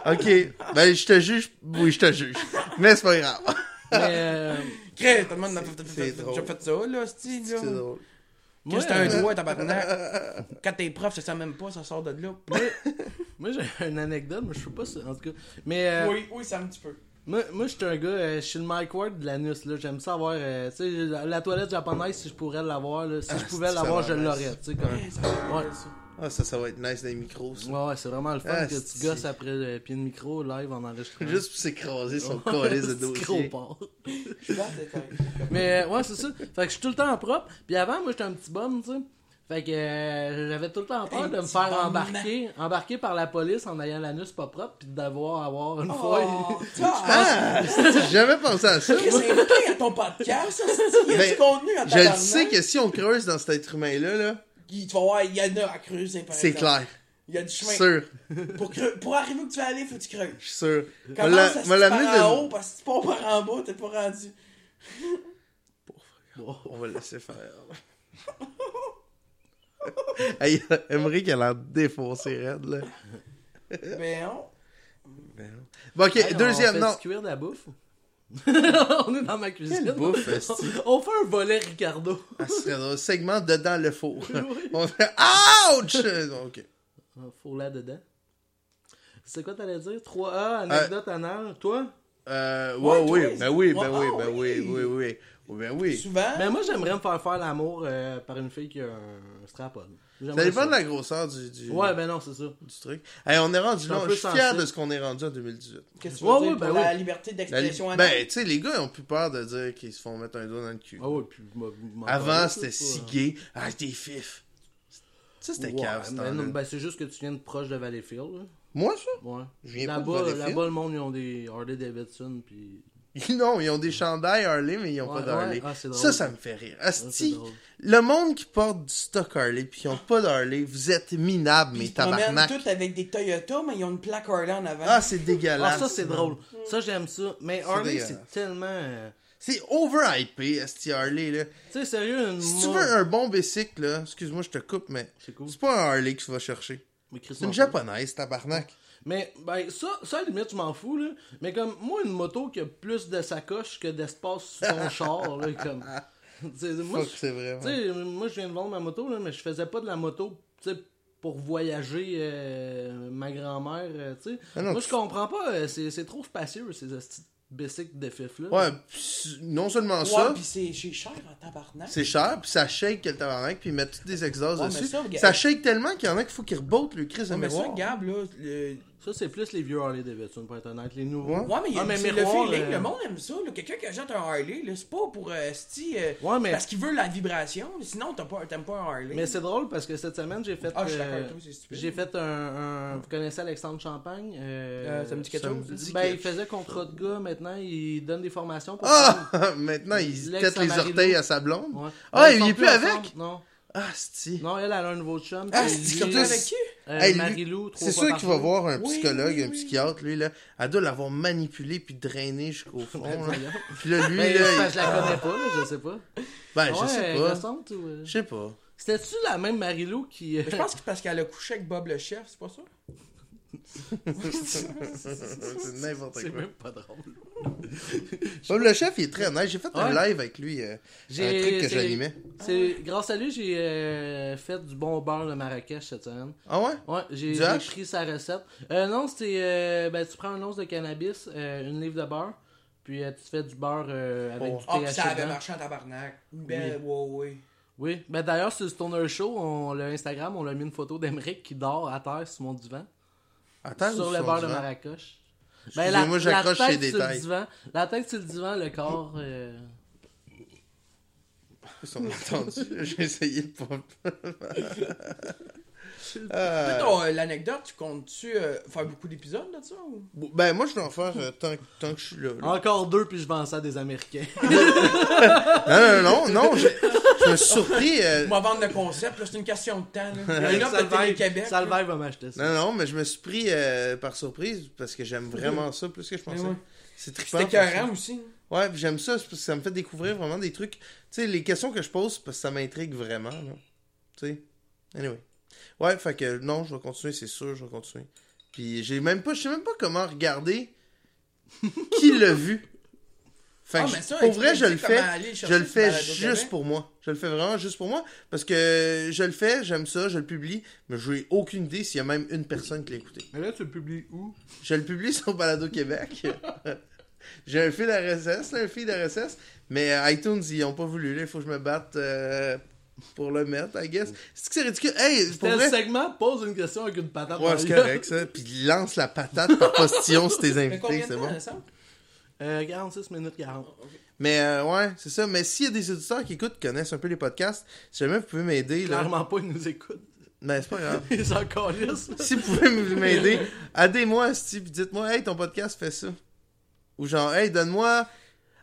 Speaker 3: ok, ben je te juge. Oui, je te juge. Mais c'est pas grave.
Speaker 1: Mais, euh,
Speaker 2: Crée, tout le monde a fait,
Speaker 3: c'est
Speaker 2: fait-
Speaker 3: drôle.
Speaker 2: déjà fait ça, là, style, là.
Speaker 3: C'est drôle.
Speaker 1: moi,
Speaker 2: Qu'est-ce que c'est un
Speaker 1: euh,
Speaker 2: doigt, tabarnak? Quand t'es prof, ça sent même pas, ça sort de là.
Speaker 1: Moi, j'ai une anecdote, mais je sais pas si. En tout cas. Mais euh,
Speaker 2: Oui, oui, ça un petit peu.
Speaker 1: moi, moi je suis un gars, euh, je suis le Mike Ward de l'anus. là. J'aime ça avoir. euh, tu sais, la, la toilette japonaise, si je pourrais l'avoir, là, si je pouvais
Speaker 3: c'est
Speaker 1: l'avoir, je
Speaker 3: ça, nice.
Speaker 1: l'aurais. Tu sais, comme.
Speaker 2: Eh, ça sent
Speaker 1: Ouais.
Speaker 2: ça.
Speaker 3: Ah, ça, ça va être nice dans les micros, ça.
Speaker 1: Ouais, ouais, c'est vraiment le fun
Speaker 3: Ah,
Speaker 1: que tu
Speaker 3: c'est-
Speaker 1: gosses après le pied de micro live en enregistrant.
Speaker 3: Juste pour s'écraser son
Speaker 1: Ouais,
Speaker 3: calice de
Speaker 1: c'est
Speaker 3: dossier.
Speaker 1: gros porc.
Speaker 2: Je suis dans le détail.
Speaker 1: Mais euh, ouais, c'est ça. Fait que je suis tout le temps propre. Puis avant, moi, j'étais un petit bum, tu sais. Fait que euh, j'avais tout le temps peur
Speaker 2: Un
Speaker 1: de me
Speaker 2: petit
Speaker 1: faire
Speaker 2: bum.
Speaker 1: embarquer, embarquer par la police en ayant l'anus pas propre, puis d'avoir avoir une fois.
Speaker 2: Oh, t'as-
Speaker 3: Ah, j'ai jamais pensé à ça.
Speaker 2: Chris, c'est invité à ton podcast, ça, c'est- Il y a
Speaker 3: Ben,
Speaker 2: du contenu à ta
Speaker 3: Je le sais que si on creuse dans cet être humain-là, là,
Speaker 2: Il, tu vas voir, il y en a à creuser, par
Speaker 3: c'est
Speaker 2: exemple.
Speaker 3: clair.
Speaker 2: Il y a du chemin.
Speaker 3: Sûr.
Speaker 2: Pour, creu- pour arriver où tu vas aller, faut que tu creuses.
Speaker 3: Je suis sûr. On
Speaker 2: Comment
Speaker 3: l'a-
Speaker 2: ça se
Speaker 3: on
Speaker 2: passe
Speaker 3: l'a amené
Speaker 2: par en
Speaker 1: Ah,
Speaker 3: de-
Speaker 2: haut, parce que si tu pars par en bas, t'es pas rendu.
Speaker 1: Bon.
Speaker 3: On va le laisser faire. hey, Emery qu'elle a défoncé raide, là.
Speaker 2: Ben, on...
Speaker 3: Bon, ok,
Speaker 1: Hey,
Speaker 3: deuxième,
Speaker 1: on
Speaker 3: non.
Speaker 1: fait cuire de la bouffe. on est dans ma cuisine.
Speaker 3: Quelle bouffe, esti.
Speaker 1: on fait un volet Ricardo.
Speaker 3: Ah, ce serait drôle. Segment dedans le four. on fait Ouch! Ok.
Speaker 1: Ah, Faut là dedans. C'est quoi t'allais dire 3A, anecdote anale, toi
Speaker 3: Euh, ouais,
Speaker 2: Ouais,
Speaker 3: oui,
Speaker 2: toi,
Speaker 3: ben oui,
Speaker 2: ouais,
Speaker 3: ben oui,
Speaker 2: ah,
Speaker 3: ben oui,
Speaker 2: oui.
Speaker 3: oui, oui. Oui, ben oui.
Speaker 2: Souvent,
Speaker 1: Mais moi, j'aimerais me faire faire l'amour euh, par une fille qui a un strap-on.
Speaker 3: Ça
Speaker 1: J'aimerais
Speaker 3: dépend
Speaker 1: ça.
Speaker 3: de la grosseur du, du,
Speaker 1: Ouais, ben non, c'est ça.
Speaker 3: du truc. Hey, on est rendu
Speaker 1: Je suis un
Speaker 3: long.
Speaker 1: peu
Speaker 3: Je suis fier
Speaker 1: sensible.
Speaker 3: de ce qu'on est rendu en 2018.
Speaker 2: qu'est-ce que tu
Speaker 1: Ouais,
Speaker 2: veux dire
Speaker 1: ouais, ben
Speaker 2: pour la
Speaker 1: oui.
Speaker 2: liberté
Speaker 3: La li-
Speaker 2: d'expression
Speaker 3: ben, tu sais, les gars, ils ont plus peur de dire qu'ils se font mettre un doigt dans le cul.
Speaker 1: Ah ouais, puis m'en- m'en
Speaker 3: Avant,
Speaker 1: parler,
Speaker 3: c'était
Speaker 1: c'est pas-
Speaker 3: si gay. Ah, t'es fif. Ça, c'était
Speaker 1: Ouais,
Speaker 3: cave, ce
Speaker 1: mais
Speaker 3: temps-là.
Speaker 1: non, ben, c'est juste que tu viens de proche de Valleyfield. Là.
Speaker 3: Moi, ça?
Speaker 1: Ouais.
Speaker 3: Je viens pas de
Speaker 1: Là-bas,
Speaker 3: Valleyfield.
Speaker 1: là-bas, le monde, ils ont des Harley Davidson. Puis...
Speaker 3: Non, ils ont des chandails Harley, mais ils ont
Speaker 1: Ouais,
Speaker 3: pas d'Harley.
Speaker 1: ouais, ah, c'est drôle.
Speaker 3: ça, ça me fait rire.
Speaker 1: Ouais, c'est
Speaker 3: Asti,
Speaker 1: drôle.
Speaker 3: le monde qui porte du stock Harley puis qui ont pas d'Harley, vous êtes minables,
Speaker 2: Ils
Speaker 3: mes
Speaker 2: se promènent
Speaker 3: tabarnak.
Speaker 2: tous avec des Toyota, mais ils ont une plaque Harley en avant.
Speaker 3: Ah, c'est dégueulasse.
Speaker 1: Ah, ça, c'est drôle. Ça, j'aime ça. Mais Harley,
Speaker 3: dégueulasse.
Speaker 1: c'est tellement. euh,
Speaker 3: C'est overhypé, Asti Harley, là.
Speaker 1: Tu sais, sérieux, une.
Speaker 3: Si tu veux un bon bicycle, là, excuse-moi, je te coupe, mais
Speaker 1: C'est cool.
Speaker 3: c'est pas un Harley que tu vas chercher.
Speaker 1: Mais Chris,
Speaker 3: C'est
Speaker 1: m'en
Speaker 3: une
Speaker 1: fout.
Speaker 3: japonaise, tabarnak.
Speaker 1: Mais, ben, ça, ça, à la limite, je m'en fous, là. Mais comme, moi, une moto qui a plus de sacoche que d'espace sur son char, là, comme. Tu sais, moi,
Speaker 3: Fuck,
Speaker 1: je-
Speaker 3: c'est vrai.
Speaker 1: Tu sais, moi, je viens de vendre ma moto, là, mais je faisais pas de la moto, tu sais, pour voyager euh, ma grand-mère, euh, tu sais.
Speaker 3: Ah non,
Speaker 1: Moi,
Speaker 3: tu-
Speaker 1: je comprends pas, euh, c'est c'est trop spacieux, ces hosties de basic de fif là.
Speaker 3: Ouais, pis non seulement
Speaker 2: Ouais,
Speaker 3: ça,
Speaker 2: puis c'est c'est cher en tabarnak.
Speaker 3: c'est cher, puis ça shake que le tabarnak, puis ils mettent tous des exhausts
Speaker 2: Ouais, mais
Speaker 3: dessus.
Speaker 2: ça,
Speaker 3: Ça,
Speaker 2: regarde-
Speaker 3: shake tellement qu'il y en a qu'il faut qu'ils rebootent le Chris de
Speaker 2: Ouais, mais ça,
Speaker 3: miroir.
Speaker 2: Gab, là. le-
Speaker 1: Ça, c'est plus les vieux Harley Davidson, pour être honnête. Les nouveaux.
Speaker 3: Ouais.
Speaker 2: Ouais, mais, il y a
Speaker 1: Ah, mais
Speaker 2: c'est
Speaker 1: miroir,
Speaker 2: le feeling,
Speaker 1: euh,
Speaker 2: le monde aime ça. là. Quelqu'un qui achète un Harley, là, c'est pas pour euh, sti, euh,
Speaker 1: Ouais, mais-
Speaker 2: parce qu'il veut la vibration. Sinon, t'as pas- t'aimes pas, un Harley.
Speaker 1: Mais c'est drôle parce que cette semaine, j'ai fait.
Speaker 2: Ah, je suis d'accord
Speaker 1: euh,
Speaker 2: avec toi, c'est stupide.
Speaker 1: J'ai fait un, un- Vous connaissez Alexandre Champagne euh,
Speaker 2: Euh, ça me dit quelque
Speaker 3: ça me
Speaker 2: chose.
Speaker 3: dit-
Speaker 1: Ben, il
Speaker 3: quelque-
Speaker 1: faisait contrat de gars maintenant, il donne des formations pour.
Speaker 3: Ah! Maintenant, il se
Speaker 1: Lex
Speaker 3: pète les
Speaker 1: Amarillo.
Speaker 3: orteils à sa blonde.
Speaker 1: Ouais.
Speaker 3: Ah,
Speaker 1: ils
Speaker 3: il
Speaker 1: sont
Speaker 3: est plus
Speaker 1: ensemble,
Speaker 3: avec?
Speaker 1: Non.
Speaker 3: Ah, c'est
Speaker 1: Non, elle, elle a un nouveau chum.
Speaker 3: Ah,
Speaker 1: puis
Speaker 3: c'est
Speaker 1: lui,
Speaker 3: surtout-
Speaker 2: T'es avec qui
Speaker 1: euh,
Speaker 3: Hey, lui,
Speaker 1: Marie-Lou, trois
Speaker 3: C'est
Speaker 1: fois
Speaker 3: sûr
Speaker 1: par
Speaker 3: qu'il va
Speaker 1: jour.
Speaker 3: voir un
Speaker 2: Oui,
Speaker 3: psychologue,
Speaker 2: oui,
Speaker 3: un
Speaker 2: oui.
Speaker 3: psychiatre, lui, là. Elle doit l'avoir manipulé puis drainé jusqu'au fond, là. Puis là, lui,
Speaker 1: Ben,
Speaker 3: là,
Speaker 1: parce que
Speaker 3: il-
Speaker 1: je la connais pas, là, je sais pas.
Speaker 3: Ben, je
Speaker 1: Ouais,
Speaker 3: sais
Speaker 1: elle est
Speaker 3: pas.
Speaker 1: gossante ou, euh,
Speaker 3: Je sais pas.
Speaker 1: C'était-tu la même Marie-Lou qui. euh,
Speaker 2: Mais Je pense que c'est parce qu'elle a couché avec Bob le chef, c'est pas ça?
Speaker 3: C'est n'importe
Speaker 1: C'est
Speaker 3: quoi.
Speaker 1: même pas drôle.
Speaker 3: Bob le chef, il est très honnête. J'ai fait un
Speaker 1: Ouais.
Speaker 3: live avec lui, euh, un
Speaker 1: J'ai-
Speaker 3: truc que
Speaker 1: c'est-
Speaker 3: j'animais.
Speaker 1: C'est grâce à lui, j'ai euh, fait du bon beurre de Marrakech cette semaine.
Speaker 3: Ah ouais?
Speaker 1: Ouais, j'ai
Speaker 3: Du
Speaker 1: j'ai
Speaker 3: hache?
Speaker 1: pris sa recette. Euh, non, c'est euh, ben tu prends une once de cannabis, euh, une livre de beurre, puis euh, tu fais du beurre euh, avec
Speaker 3: Oh.
Speaker 1: du
Speaker 2: Ah, pis
Speaker 1: THC
Speaker 2: ça avait
Speaker 1: dedans.
Speaker 2: marché en tabarnak. Une belle, ouais, ouais.
Speaker 1: Oui, ben d'ailleurs sur le Stoner Show, on, le Instagram, on a mis une photo d'Emeric qui dort à terre sur mon divan,
Speaker 3: Attends,
Speaker 1: sur
Speaker 3: où
Speaker 1: le
Speaker 3: sont
Speaker 1: beurre de
Speaker 3: les gens?
Speaker 1: Marrakech. Ben,
Speaker 3: Excusez-moi, j'accroche
Speaker 1: tête
Speaker 3: ces
Speaker 1: sur le
Speaker 3: détails.
Speaker 1: divan, la tête sur le divan, le corps. euh,
Speaker 3: Ils sont entendus. J'ai essayé de pas.
Speaker 2: Toi,
Speaker 3: Euh,
Speaker 2: ton, euh, L'anecdote, tu comptes-tu euh, faire beaucoup d'épisodes de ça? Ou...
Speaker 3: ben, moi, je vais en faire euh, tant, que- tant que je suis là. là.
Speaker 1: Encore deux, puis je vends ça à des Américains.
Speaker 2: Ah.
Speaker 3: Non, non, non, non. Je, je me suis surpris. euh,
Speaker 2: Tu vas vendre le concept, là, c'est une question de temps. Là. Il y a une offre de Télé-Québec.
Speaker 1: Salvaille Salvaille va m'acheter ça.
Speaker 3: Non, non, mais je me suis pris euh, par surprise parce que j'aime vraiment ça plus que je pensais.
Speaker 2: Mais ouais.
Speaker 3: C'est
Speaker 2: là.
Speaker 3: trippant.
Speaker 2: C'était écœurant aussi.
Speaker 3: Ouais, puis j'aime ça c'est parce que ça me fait découvrir vraiment des trucs. Tu sais, les questions que je pose, c'est parce que ça m'intrigue vraiment. là. Tu sais. Anyway. Ouais, fait que non, je vais continuer, c'est sûr, je vais continuer. Puis j'ai même pas, je sais même pas comment regarder qui l'a vu. Fait
Speaker 2: Ah,
Speaker 3: que
Speaker 2: mais
Speaker 3: je-
Speaker 2: ça,
Speaker 3: pour vrai, je
Speaker 2: explique-nous
Speaker 3: le fais.
Speaker 2: comment aller chercher
Speaker 3: Je le
Speaker 2: ce
Speaker 3: fais
Speaker 2: balado
Speaker 3: juste
Speaker 2: Québec.
Speaker 3: pour moi. Je le fais vraiment juste pour moi. Parce que je le fais, j'aime ça, je le publie, mais j'ai aucune idée s'il y a même une personne qui l'a écouté.
Speaker 1: Mais là, tu le publies où?
Speaker 3: Je le publie sur Balado Québec. J'ai un fil RSS, là, un fil RSS. Mais euh, iTunes, ils ont pas voulu. là. Il faut que je me batte euh, pour le mettre, I guess. C'est que c'est ridicule. Hey, pour
Speaker 1: Tel
Speaker 3: vrai.
Speaker 1: segment pose une question avec une patate. dans
Speaker 3: Ouais, c'est
Speaker 1: la gueule.
Speaker 3: correct, ça. Puis lance la patate par postillon sur tes
Speaker 2: Mais
Speaker 3: invités,
Speaker 2: combien de
Speaker 3: c'est
Speaker 2: temps,
Speaker 3: bon.
Speaker 2: Alexandre?
Speaker 1: Euh, 46 minutes 40.
Speaker 3: Mais euh, ouais, c'est ça. Mais s'il y a des auditeurs qui écoutent, qui connaissent un peu les podcasts, si jamais vous pouvez m'aider, là.
Speaker 1: Clairement pas, ils nous écoutent.
Speaker 3: Mais c'est pas grave.
Speaker 1: Ils en calissent.
Speaker 3: Si vous pouvez m- m'aider, aidez-moi, Steve, puis dites-moi, hey, ton podcast fait ça. Ou genre, hey, donne-moi.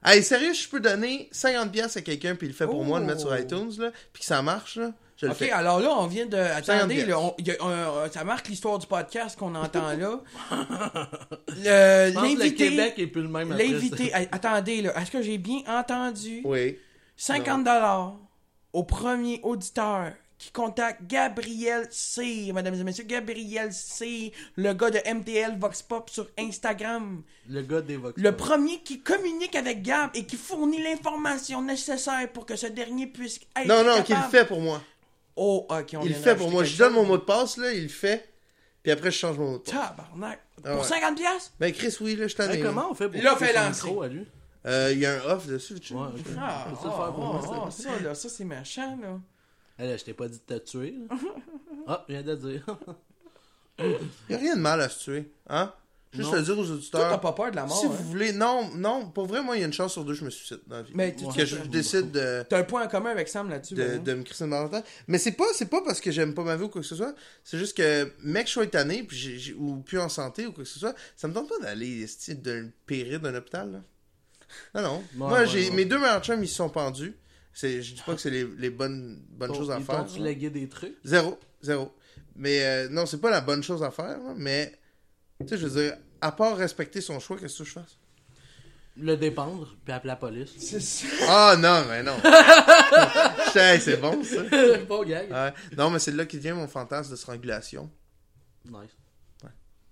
Speaker 3: Hey, sérieux, je peux donner 50$ piastres à quelqu'un, puis il le fait pour
Speaker 2: Oh.
Speaker 3: moi, le mettre sur iTunes, là, puis que ça marche, là. Je le
Speaker 2: Ok, ah.
Speaker 3: fais.
Speaker 2: alors là, on vient de. Attendez,
Speaker 3: 50
Speaker 2: là, on- il y a un- un- ça marque l'histoire du podcast qu'on entend là. Le-
Speaker 1: Je pense que le
Speaker 2: L'invité.
Speaker 1: Québec est plus le même après
Speaker 2: L'invité. a- Attendez, là. Est-ce que j'ai bien entendu?
Speaker 3: Oui.
Speaker 2: 50 dollars au premier auditeur qui contacte Gabriel C. Mesdames et messieurs, Gabriel C. Le gars de MTL Vox Pop sur Instagram.
Speaker 1: ça. Le gars des Vox
Speaker 2: Le
Speaker 1: Pop.
Speaker 2: premier qui communique avec Gab et qui fournit l'information nécessaire pour que ce dernier puisse être
Speaker 3: Non, non,
Speaker 2: capable-
Speaker 3: qu'il le fait pour moi.
Speaker 2: Oh, ok, on
Speaker 3: Il le
Speaker 2: vient
Speaker 3: fait pour
Speaker 2: d'ajouter
Speaker 3: moi.
Speaker 2: quelque
Speaker 3: Je donne
Speaker 2: chose.
Speaker 3: mon mot de passe, là, il le fait, puis après, je change mon mot de passe.
Speaker 2: Tabarnak.
Speaker 3: Ah
Speaker 2: Pour
Speaker 3: ouais.
Speaker 2: 50 piastres?
Speaker 3: Ben, Chris, oui, là, je t'en
Speaker 1: Hey,
Speaker 3: ai.
Speaker 1: comment on fait pour
Speaker 2: Là,
Speaker 1: couper
Speaker 2: fais
Speaker 1: son
Speaker 2: lancer.
Speaker 1: micro à lui?
Speaker 3: Euh, Il y a un off dessus, tu
Speaker 1: Ouais, ok.
Speaker 2: Ah,
Speaker 1: Peux-tu le
Speaker 2: ah,
Speaker 1: faire pour moi,
Speaker 2: ah,
Speaker 1: ça?
Speaker 2: ah, ça, là, ça, c'est méchant, là.
Speaker 3: Ah.
Speaker 1: Hey, là, je t'ai pas dit de te tuer. là. Ah, je viens de dire.
Speaker 3: Il y a rien de mal à se tuer, hein? Juste
Speaker 1: Non.
Speaker 3: le dire aux
Speaker 2: Toi, t'as
Speaker 3: auditeurs.
Speaker 2: pas peur de la mort,
Speaker 3: Si vous
Speaker 2: hein?
Speaker 3: voulez, non, non, pour vrai, moi, il y a une chance sur deux, je me suicide dans la vie.
Speaker 2: Mais tu-
Speaker 3: Parce
Speaker 2: tu-
Speaker 3: que je décide de,
Speaker 2: T'as un point en commun avec Sam là-dessus,
Speaker 1: Ben
Speaker 3: de,
Speaker 2: Benoît.
Speaker 3: de me crisser dans la tête. Mais c'est pas, c'est pas parce que j'aime pas ma vie ou quoi que ce soit. C'est juste que, mec, je suis tanné puis j'ai- j'ai- ou plus en santé ou quoi que ce soit. Ça me tente pas d'aller esti, de périr d'un hôpital. Là. Non, non. Moi,
Speaker 1: ouais,
Speaker 3: j'ai
Speaker 1: ouais.
Speaker 3: mes deux meilleurs chums, ils se sont pendus. C'est, je dis pas que c'est les, les bonnes, bonnes choses à
Speaker 1: Ils
Speaker 3: faire.
Speaker 1: t'ont-tu
Speaker 3: là.
Speaker 1: légué des trucs?
Speaker 3: Zéro, zéro. Mais euh, non, c'est pas la bonne chose à faire. là, mais, tu sais, je veux dire, à part respecter son choix, qu'est-ce que je fasse?
Speaker 1: Le dépendre, puis appeler la police.
Speaker 2: C'est ça.
Speaker 3: Ah non, mais non. Hey, c'est bon, ça.
Speaker 1: bon gag.
Speaker 3: Ouais. Non, mais c'est de là qui vient mon fantasme de strangulation.
Speaker 1: Nice.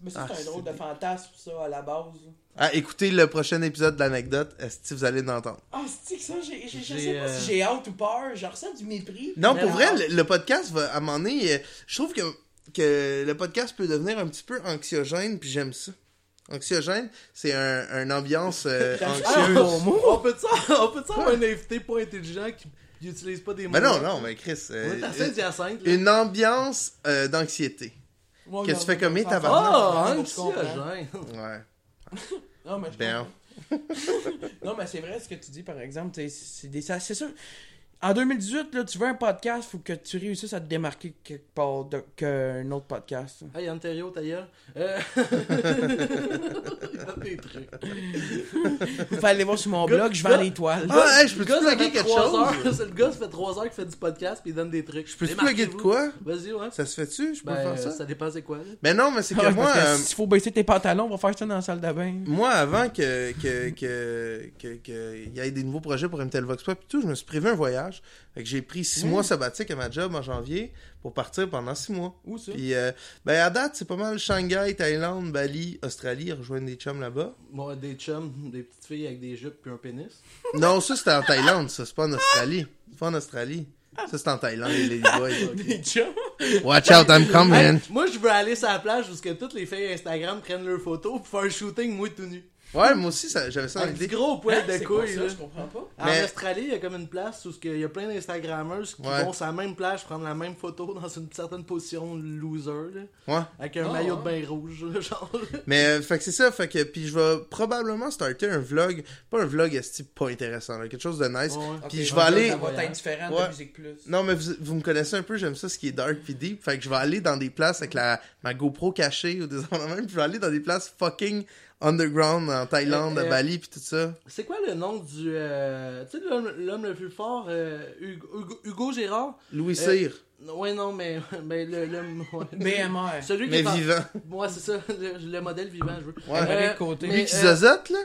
Speaker 2: Mais ça,
Speaker 3: Ah,
Speaker 2: c'est un
Speaker 3: c'est
Speaker 2: drôle de fantasme, ça, à la base. là.
Speaker 3: Ah, écoutez le prochain épisode de l'anecdote, est-ce que vous allez l'entendre?
Speaker 2: Ah, c'est que ça, j'ai, j'ai- je
Speaker 1: J'ai,
Speaker 2: sais pas
Speaker 1: euh,
Speaker 2: si j'ai hâte ou peur, je ressens du mépris.
Speaker 3: Non,
Speaker 1: Mais
Speaker 3: pour
Speaker 1: non.
Speaker 3: vrai, le, le podcast va, à un moment donné, euh, je trouve que, que le podcast peut devenir un petit peu anxiogène, puis j'aime ça. Anxiogène, c'est un, un ambiance euh,
Speaker 1: Ah,
Speaker 3: anxieuse.
Speaker 1: on on peut-tu on peut-tu avoir un invité pas intelligent qui n'utilise pas des mots?
Speaker 3: Mais Ben non, non, mais Chris. euh,
Speaker 1: On est à Saint-Hyacinthe, là.
Speaker 3: une ambiance euh, d'anxiété.
Speaker 2: Moi,
Speaker 3: Qu'est-ce que tu fais comme,
Speaker 2: je
Speaker 3: eh,
Speaker 2: comprends.
Speaker 3: tabarnak?
Speaker 1: Ah,
Speaker 2: Je comprends.
Speaker 1: anxiogène!
Speaker 3: Ouais.
Speaker 2: Non, mais je
Speaker 3: Ben.
Speaker 2: comprends. Non, mais c'est vrai ce que tu dis, par exemple. t'sais, C'est des- ça- c'est sûr. En 2018, là, tu veux un podcast, faut que tu réussisses à te démarquer quelque part de- qu'un autre podcast.
Speaker 1: Hey, Ontario, ta gueule. Euh... des trucs.
Speaker 2: Vous pouvez aller voir sur mon blog, je vends
Speaker 1: gars-
Speaker 2: les toiles.
Speaker 3: Ah, hey, je
Speaker 1: Le
Speaker 3: peux-tu
Speaker 1: gars, ça fait
Speaker 3: plugger quelque
Speaker 1: trois
Speaker 3: chose?
Speaker 1: heures. C'est le gars, ça fait 3 heures qu'il fait du podcast puis il donne des trucs.
Speaker 3: Je peux-tu
Speaker 1: Démarquez-vous.
Speaker 3: plugger de quoi?
Speaker 1: Vas-y, ouais.
Speaker 3: Ça se fait-tu? Je peux
Speaker 1: Ben,
Speaker 3: faire
Speaker 1: ça?
Speaker 3: ça?
Speaker 1: dépend c'est quoi, là.
Speaker 3: Ben non, mais c'est que
Speaker 2: Ouais,
Speaker 3: moi,
Speaker 2: Ah, parce que
Speaker 3: euh,
Speaker 2: S'il faut baisser tes pantalons, on va faire ça dans la salle de bain.
Speaker 3: moi, avant que que que que- que il y ait des nouveaux projets pour MTL Vox Pop et tout, je me suis prévu un voyage. Fait que j'ai pris six mois sabbatique à ma job en janvier pour partir pendant six mois.
Speaker 2: Où ça?
Speaker 3: Puis, euh, ben à date, c'est pas mal Shanghai, Thaïlande, Bali, Australie, rejoindre des chums là-bas.
Speaker 1: Bon, des chums, des petites filles avec des jupes puis un pénis.
Speaker 3: Non, ça c'était en Thaïlande, ça, c'est pas en Australie. C'est pas en Australie. Ça c'est en Thaïlande, les Ladyboys.
Speaker 2: Les chums?
Speaker 3: Watch out, I'm coming.
Speaker 1: Hey, moi, je veux aller sur la plage parce que toutes les filles Instagram prennent leurs photos pour faire un shooting, moi, tout nu.
Speaker 3: Ouais, moi aussi, ça- j'avais ça dans
Speaker 1: Avec des
Speaker 3: l'idée.
Speaker 1: gros poils
Speaker 2: C'est
Speaker 1: de
Speaker 2: quoi
Speaker 1: couilles,
Speaker 2: ça?
Speaker 1: là.
Speaker 2: Je comprends pas.
Speaker 1: En
Speaker 3: Mais-
Speaker 1: Australie, il y a comme une place où ce que- il y a plein d'Instagrammeurs qui
Speaker 3: Ouais.
Speaker 1: vont sur la même plage prendre la même photo dans une certaine position loser, là,
Speaker 3: Ouais.
Speaker 1: avec un
Speaker 2: Ah,
Speaker 1: maillot de
Speaker 2: ouais.
Speaker 1: bain rouge, là, genre.
Speaker 3: Mais euh, fait que c'est ça, fait que puis je vais probablement starter un vlog, pas un vlog esti pas intéressant, là, quelque chose de nice.
Speaker 1: Ouais, ouais.
Speaker 3: Puis
Speaker 2: Ok,
Speaker 3: je vais
Speaker 2: là,
Speaker 3: aller-
Speaker 2: Ça va être différent
Speaker 3: Ouais.
Speaker 2: de Musique Plus.
Speaker 3: Non mais vous, vous me connaissez un peu, j'aime ça ce qui est dark puis deep, fait que je vais aller dans des places avec la ma GoPro cachée ou des endroits de même, puis je vais aller dans des places fucking underground en Thaïlande,
Speaker 1: Euh, euh,
Speaker 3: à Bali puis tout ça.
Speaker 1: C'est quoi le nom du. euh, tu sais, l'homme l'homme le plus fort, euh, Hugo, Hugo- Hugo Gérard
Speaker 3: Louis
Speaker 1: euh,
Speaker 3: Cyr,
Speaker 1: Ouais, non, mais. mais le, le- ouais.
Speaker 2: BMR.
Speaker 1: Celui qui
Speaker 3: mais
Speaker 1: est en-
Speaker 3: vivant.
Speaker 1: Ouais, c'est ça, le, le modèle vivant, je veux.
Speaker 3: Ouais.
Speaker 2: Le modèle côté.
Speaker 1: mais,
Speaker 3: Lui qui
Speaker 1: euh,
Speaker 3: zozote là,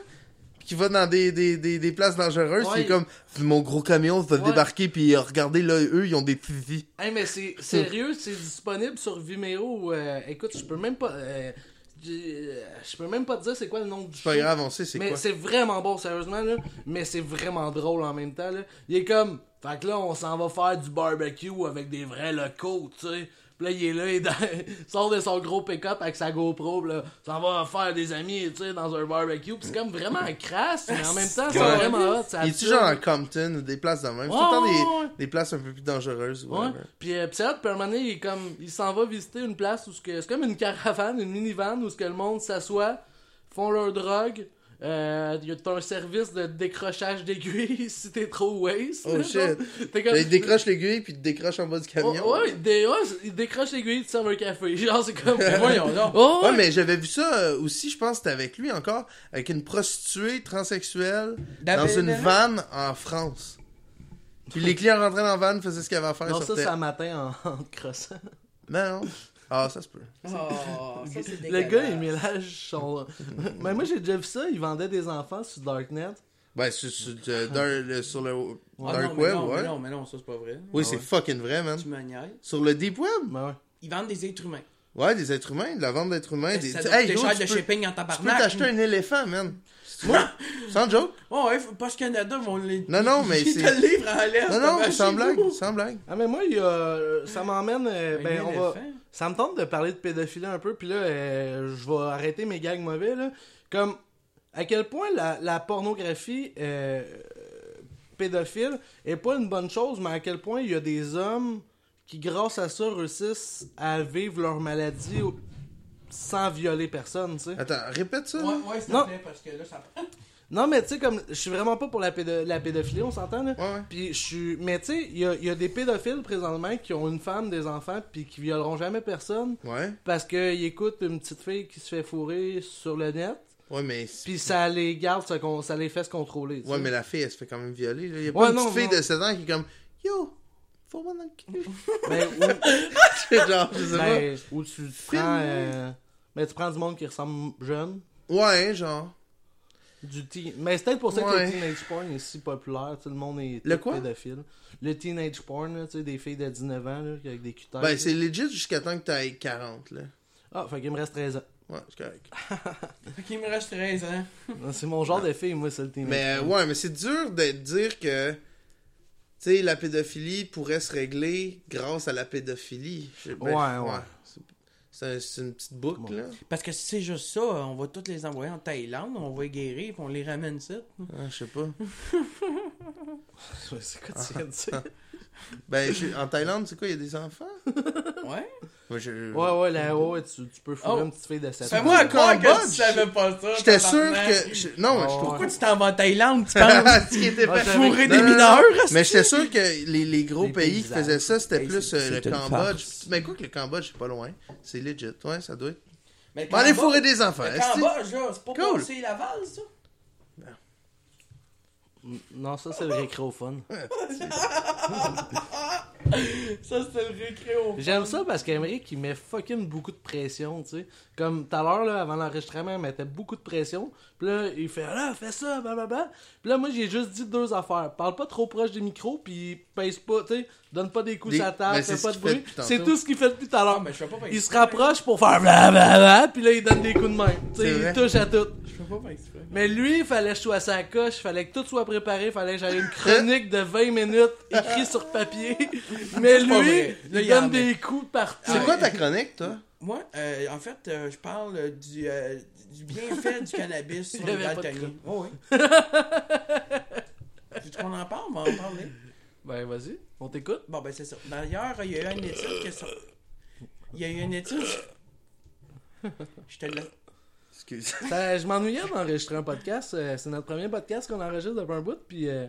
Speaker 3: puis qui va dans des des, des, des places dangereuses,
Speaker 1: Ouais.
Speaker 3: c'est comme mon gros camion va
Speaker 1: Ouais.
Speaker 3: débarquer puis euh, regardez là eux ils ont des petites vies.
Speaker 1: Hey, mais c'est sérieux, c'est disponible sur Vimeo. euh, écoute, je peux même pas. euh, je euh, je peux même pas te dire c'est quoi le nom du
Speaker 3: C'est pas grave, on sait c'est
Speaker 1: mais
Speaker 3: quoi.
Speaker 1: c'est vraiment bon, sérieusement, là. Mais c'est vraiment drôle en même temps, là. Il est comme. Fait que là, on s'en va faire du barbecue avec des vrais locaux, tu sais. Puis là, il est là, il est dans- il sort de son gros pick-up avec sa GoPro, puis là, s'en va faire des amis, tu sais, dans un barbecue. Puis c'est comme vraiment crasse, mais en même temps, c'est
Speaker 3: Ouais.
Speaker 1: vraiment hot. c'est
Speaker 3: Il est-tu
Speaker 1: absurde.
Speaker 3: genre en Compton ou des places de même?
Speaker 1: Ouais,
Speaker 3: C'est tout le temps
Speaker 1: ouais, ouais.
Speaker 3: des, des places un peu plus dangereuses.
Speaker 1: Ouais.
Speaker 3: whatever.
Speaker 1: Puis euh, pis c'est hot, puis à un moment donné, il est comme il s'en va visiter une place où ce que c'est comme une caravane, une minivan où ce que le monde s'assoit, font leur drogue. Euh, y a t'as un service de décrochage d'aiguille si t'es trop waste.
Speaker 3: Oh
Speaker 1: là,
Speaker 3: shit. Ben,
Speaker 1: genre. T'es
Speaker 3: Là,
Speaker 1: comme
Speaker 3: il décroche l'aiguille puis il te décroche en bas du
Speaker 1: Oh,
Speaker 3: camion.
Speaker 1: ouais, il dé- ouais, il décroche l'aiguille, il te serve un café. Genre c'est comme
Speaker 2: Mais voyons donc.
Speaker 1: Oh,
Speaker 3: Ben, Ouais, mais j'avais vu ça euh, aussi, je pense que c'était avec lui encore, avec une prostituée transsexuelle dans
Speaker 2: D'après-
Speaker 3: une vanne en France. Puis les clients rentraient dans la vanne, faisaient ce qu'ils avaient à faire.
Speaker 1: Non,
Speaker 3: Non,
Speaker 1: ça c'est un matin en, en te crossant.
Speaker 3: Non, non. Ah, ça se peut.
Speaker 2: Oh, ça, c'est
Speaker 1: Le gars, il
Speaker 2: dégueulasse.
Speaker 1: mélange son. mais moi j'ai déjà vu ça, il vendait des enfants sur Darknet.
Speaker 3: Ben, sur, sur- euh, dans le- sur le
Speaker 2: Ah
Speaker 3: dark
Speaker 2: non, mais
Speaker 3: web,
Speaker 2: non, mais
Speaker 3: ouais.
Speaker 2: non, mais non, ça c'est pas vrai.
Speaker 3: Oui, c'est fucking vrai, man.
Speaker 2: Tu me niaises.
Speaker 3: Sur le deep web?
Speaker 1: Ben ouais.
Speaker 2: Ils vendent des êtres humains.
Speaker 3: Ouais, des êtres humains, de la vente d'êtres humains. Des...
Speaker 2: Ben, Ça doit
Speaker 3: Hey,
Speaker 2: coûter
Speaker 3: yo,
Speaker 2: cher
Speaker 3: tu
Speaker 2: de hein.
Speaker 3: peux-
Speaker 2: shipping
Speaker 3: Tu
Speaker 2: en
Speaker 3: peux
Speaker 2: tabarnak.
Speaker 3: t'acheter un éléphant, man. Moi, sans joke.
Speaker 2: Oh, ouais, faut- Poche Canada vont les.
Speaker 3: Non, non, mais
Speaker 2: Ils te
Speaker 3: c'est-
Speaker 2: le livrent en l'air.
Speaker 3: Non,
Speaker 2: t'as pas
Speaker 3: non, sans
Speaker 2: chez
Speaker 3: blague,
Speaker 2: nous.
Speaker 3: sans blague.
Speaker 1: Ah mais moi il y a- ça m'emmène euh,
Speaker 2: Un
Speaker 1: ben on va
Speaker 2: éléphant?
Speaker 1: ça me tente de parler de pédophilie un peu puis là euh, je vais arrêter mes gags mauvais là comme à quel point la, la pornographie euh, pédophile est pas une bonne chose mais à quel point il y a des hommes qui grâce à ça réussissent à vivre leur maladie au- sans violer personne tu sais
Speaker 3: Attends, répète ça. là.
Speaker 2: Ouais, ouais, s'il
Speaker 1: Non.
Speaker 2: te plaît, parce que là, ça prend.
Speaker 1: non mais tu sais comme je suis vraiment pas pour la, pédo- la pédophilie on s'entend là
Speaker 3: Ouais, ouais.
Speaker 1: Puis je suis. Mais tu sais, il y a, il y a des pédophiles présentement qui ont une femme, des enfants, puis qui violeront jamais personne
Speaker 3: Ouais,
Speaker 1: parce qu'ils écoutent une petite fille qui se fait fourrer sur le net,
Speaker 3: ouais, mais. c'est-
Speaker 1: puis ça les garde, ça, con- ça les fait se contrôler. tu
Speaker 3: Ouais,
Speaker 1: sais.
Speaker 3: mais la fille, elle se fait quand même violer. là. Il y
Speaker 1: Ouais,
Speaker 3: a pas une
Speaker 1: non,
Speaker 3: petite fille
Speaker 1: non.
Speaker 3: de 7 ans qui est comme Yo, faut-moi dans le cul.
Speaker 1: Ben, ou,
Speaker 3: Genre, je sais
Speaker 1: ben, ou tu prends. euh, ben, tu prends du monde qui ressemble jeune.
Speaker 3: pas. Ouais, hein, genre.
Speaker 1: Du teen... Mais c'est peut-être pour ça que
Speaker 3: Ouais.
Speaker 1: le teenage porn est si populaire. tu sais, le monde est
Speaker 3: Le
Speaker 1: tout
Speaker 3: quoi?
Speaker 1: pédophile. Le teenage porn, là, tu sais, des filles de 19 ans là, avec des cutages.
Speaker 3: Ben, c'est legit jusqu'à temps que t'ailles 40, là.
Speaker 1: Ah, fait qu'il me reste 13 ans.
Speaker 3: Ouais, c'est correct.
Speaker 1: Ah,
Speaker 2: Fait qu'il me reste 13 ans.
Speaker 1: C'est mon genre de fille, moi, c'est le teenage
Speaker 3: Mais euh, ouais, mais c'est dur de dire que. Tu sais, la pédophilie pourrait se régler grâce à la pédophilie. Je- ben,
Speaker 1: Ouais, ouais.
Speaker 3: C'est- C'est un- c'est une petite boucle,
Speaker 1: Bon.
Speaker 3: là.
Speaker 2: Parce que si c'est juste ça, on va tous les envoyer en Thaïlande, on va les guérir, puis on les ramène ça.
Speaker 3: Ah, je sais pas.
Speaker 1: C'est quoi tu viens de dire?
Speaker 3: Ben, je- en Thaïlande, c'est quoi, il y a des enfants?
Speaker 2: Ouais?
Speaker 3: Moi, je-
Speaker 1: Ouais, ouais, là, ouais, tu, tu peux fourrer
Speaker 2: Oh.
Speaker 1: une petite fille de 7 ans.
Speaker 2: Fais-moi un
Speaker 3: Cambodge,
Speaker 2: que tu savais pas ça.
Speaker 3: J'étais sûr
Speaker 2: tabarnak.
Speaker 3: que... je- Non, je
Speaker 1: Oh.
Speaker 3: trouve
Speaker 2: Pourquoi tu t'en vas en Thaïlande, tu penses?
Speaker 3: Ce qui était
Speaker 1: Ah,
Speaker 3: fait-
Speaker 1: j'avais-
Speaker 2: Fourrer des
Speaker 3: Non, non, non.
Speaker 2: mineurs?
Speaker 3: Mais j'étais sûr que les, les gros
Speaker 1: Les
Speaker 3: pays qui
Speaker 1: paysages.
Speaker 3: faisaient ça, c'était
Speaker 2: Hey,
Speaker 3: plus
Speaker 2: c'est-
Speaker 3: euh, le
Speaker 4: c'est une
Speaker 3: Cambodge.
Speaker 4: farce.
Speaker 3: Mais quoi que le Cambodge, c'est pas loin. C'est legit. Ouais, ça doit être.
Speaker 2: Mais
Speaker 3: Bon, allez
Speaker 2: Cambodge-
Speaker 3: fourrer des enfants.
Speaker 2: Le
Speaker 3: esti.
Speaker 2: Cambodge, là, c'est pas
Speaker 3: Cool.
Speaker 2: passer la Laval, ça?
Speaker 1: Non, ça, c'est le récréophone.
Speaker 2: Ça, c'était le récré au
Speaker 1: J'aime ça parce qu'Emeric, il met fucking beaucoup de pression, tu sais. Comme tout à l'heure, là, avant l'enregistrement, il mettait beaucoup de pression. Puis là, il fait là, fais ça, blablabla. Puis là, moi, j'ai juste dit deux affaires. Parle pas trop proche des micros, puis pèse pas, tu sais, donne pas des coups
Speaker 3: Des-
Speaker 1: sur la
Speaker 3: Ben,
Speaker 1: table,
Speaker 3: c'est
Speaker 1: fais
Speaker 3: ce
Speaker 1: pas de
Speaker 3: qu'il fait
Speaker 1: bruit.
Speaker 3: depuis tantôt.
Speaker 1: C'est tout ce qu'il fait depuis tout à
Speaker 2: Ah,
Speaker 1: l'heure.
Speaker 2: mais je fais pas
Speaker 1: Il se
Speaker 2: exprès.
Speaker 1: rapproche pour faire blablabla, puis là, il donne des coups de main. Tu
Speaker 3: C'est
Speaker 1: sais,
Speaker 3: vrai.
Speaker 1: il touche à tout.
Speaker 2: Je fais pas exprès.
Speaker 1: Mais lui, il fallait que je sois à sa coche, fallait que tout soit préparé, fallait que j'aille une chronique de 20 minutes écrite sur papier. Mais
Speaker 2: C'est pas
Speaker 1: lui,
Speaker 2: vrai. Là,
Speaker 1: il
Speaker 2: il en
Speaker 1: donne
Speaker 2: met.
Speaker 1: des coups partout.
Speaker 3: C'est quoi ta chronique, toi
Speaker 2: Moi, euh, en fait, euh, je parle euh, du, euh, du bienfait du cannabis sur
Speaker 1: Il
Speaker 2: les
Speaker 1: avait pas de
Speaker 2: daltoniens.
Speaker 1: clé.
Speaker 2: Oh, oui. Veux-tu qu'on en parle? On va en parler.
Speaker 1: Ben vas-y, on t'écoute.
Speaker 2: Bon, ben, c'est ça. D'ailleurs, il y a eu une étude qui est sorti- Il y a eu une étude... Je te laisse.
Speaker 3: Excuse.
Speaker 1: Ben, je m'ennuyais d'enregistrer un podcast. euh, c'est notre premier podcast qu'on enregistre depuis un bout, puis euh,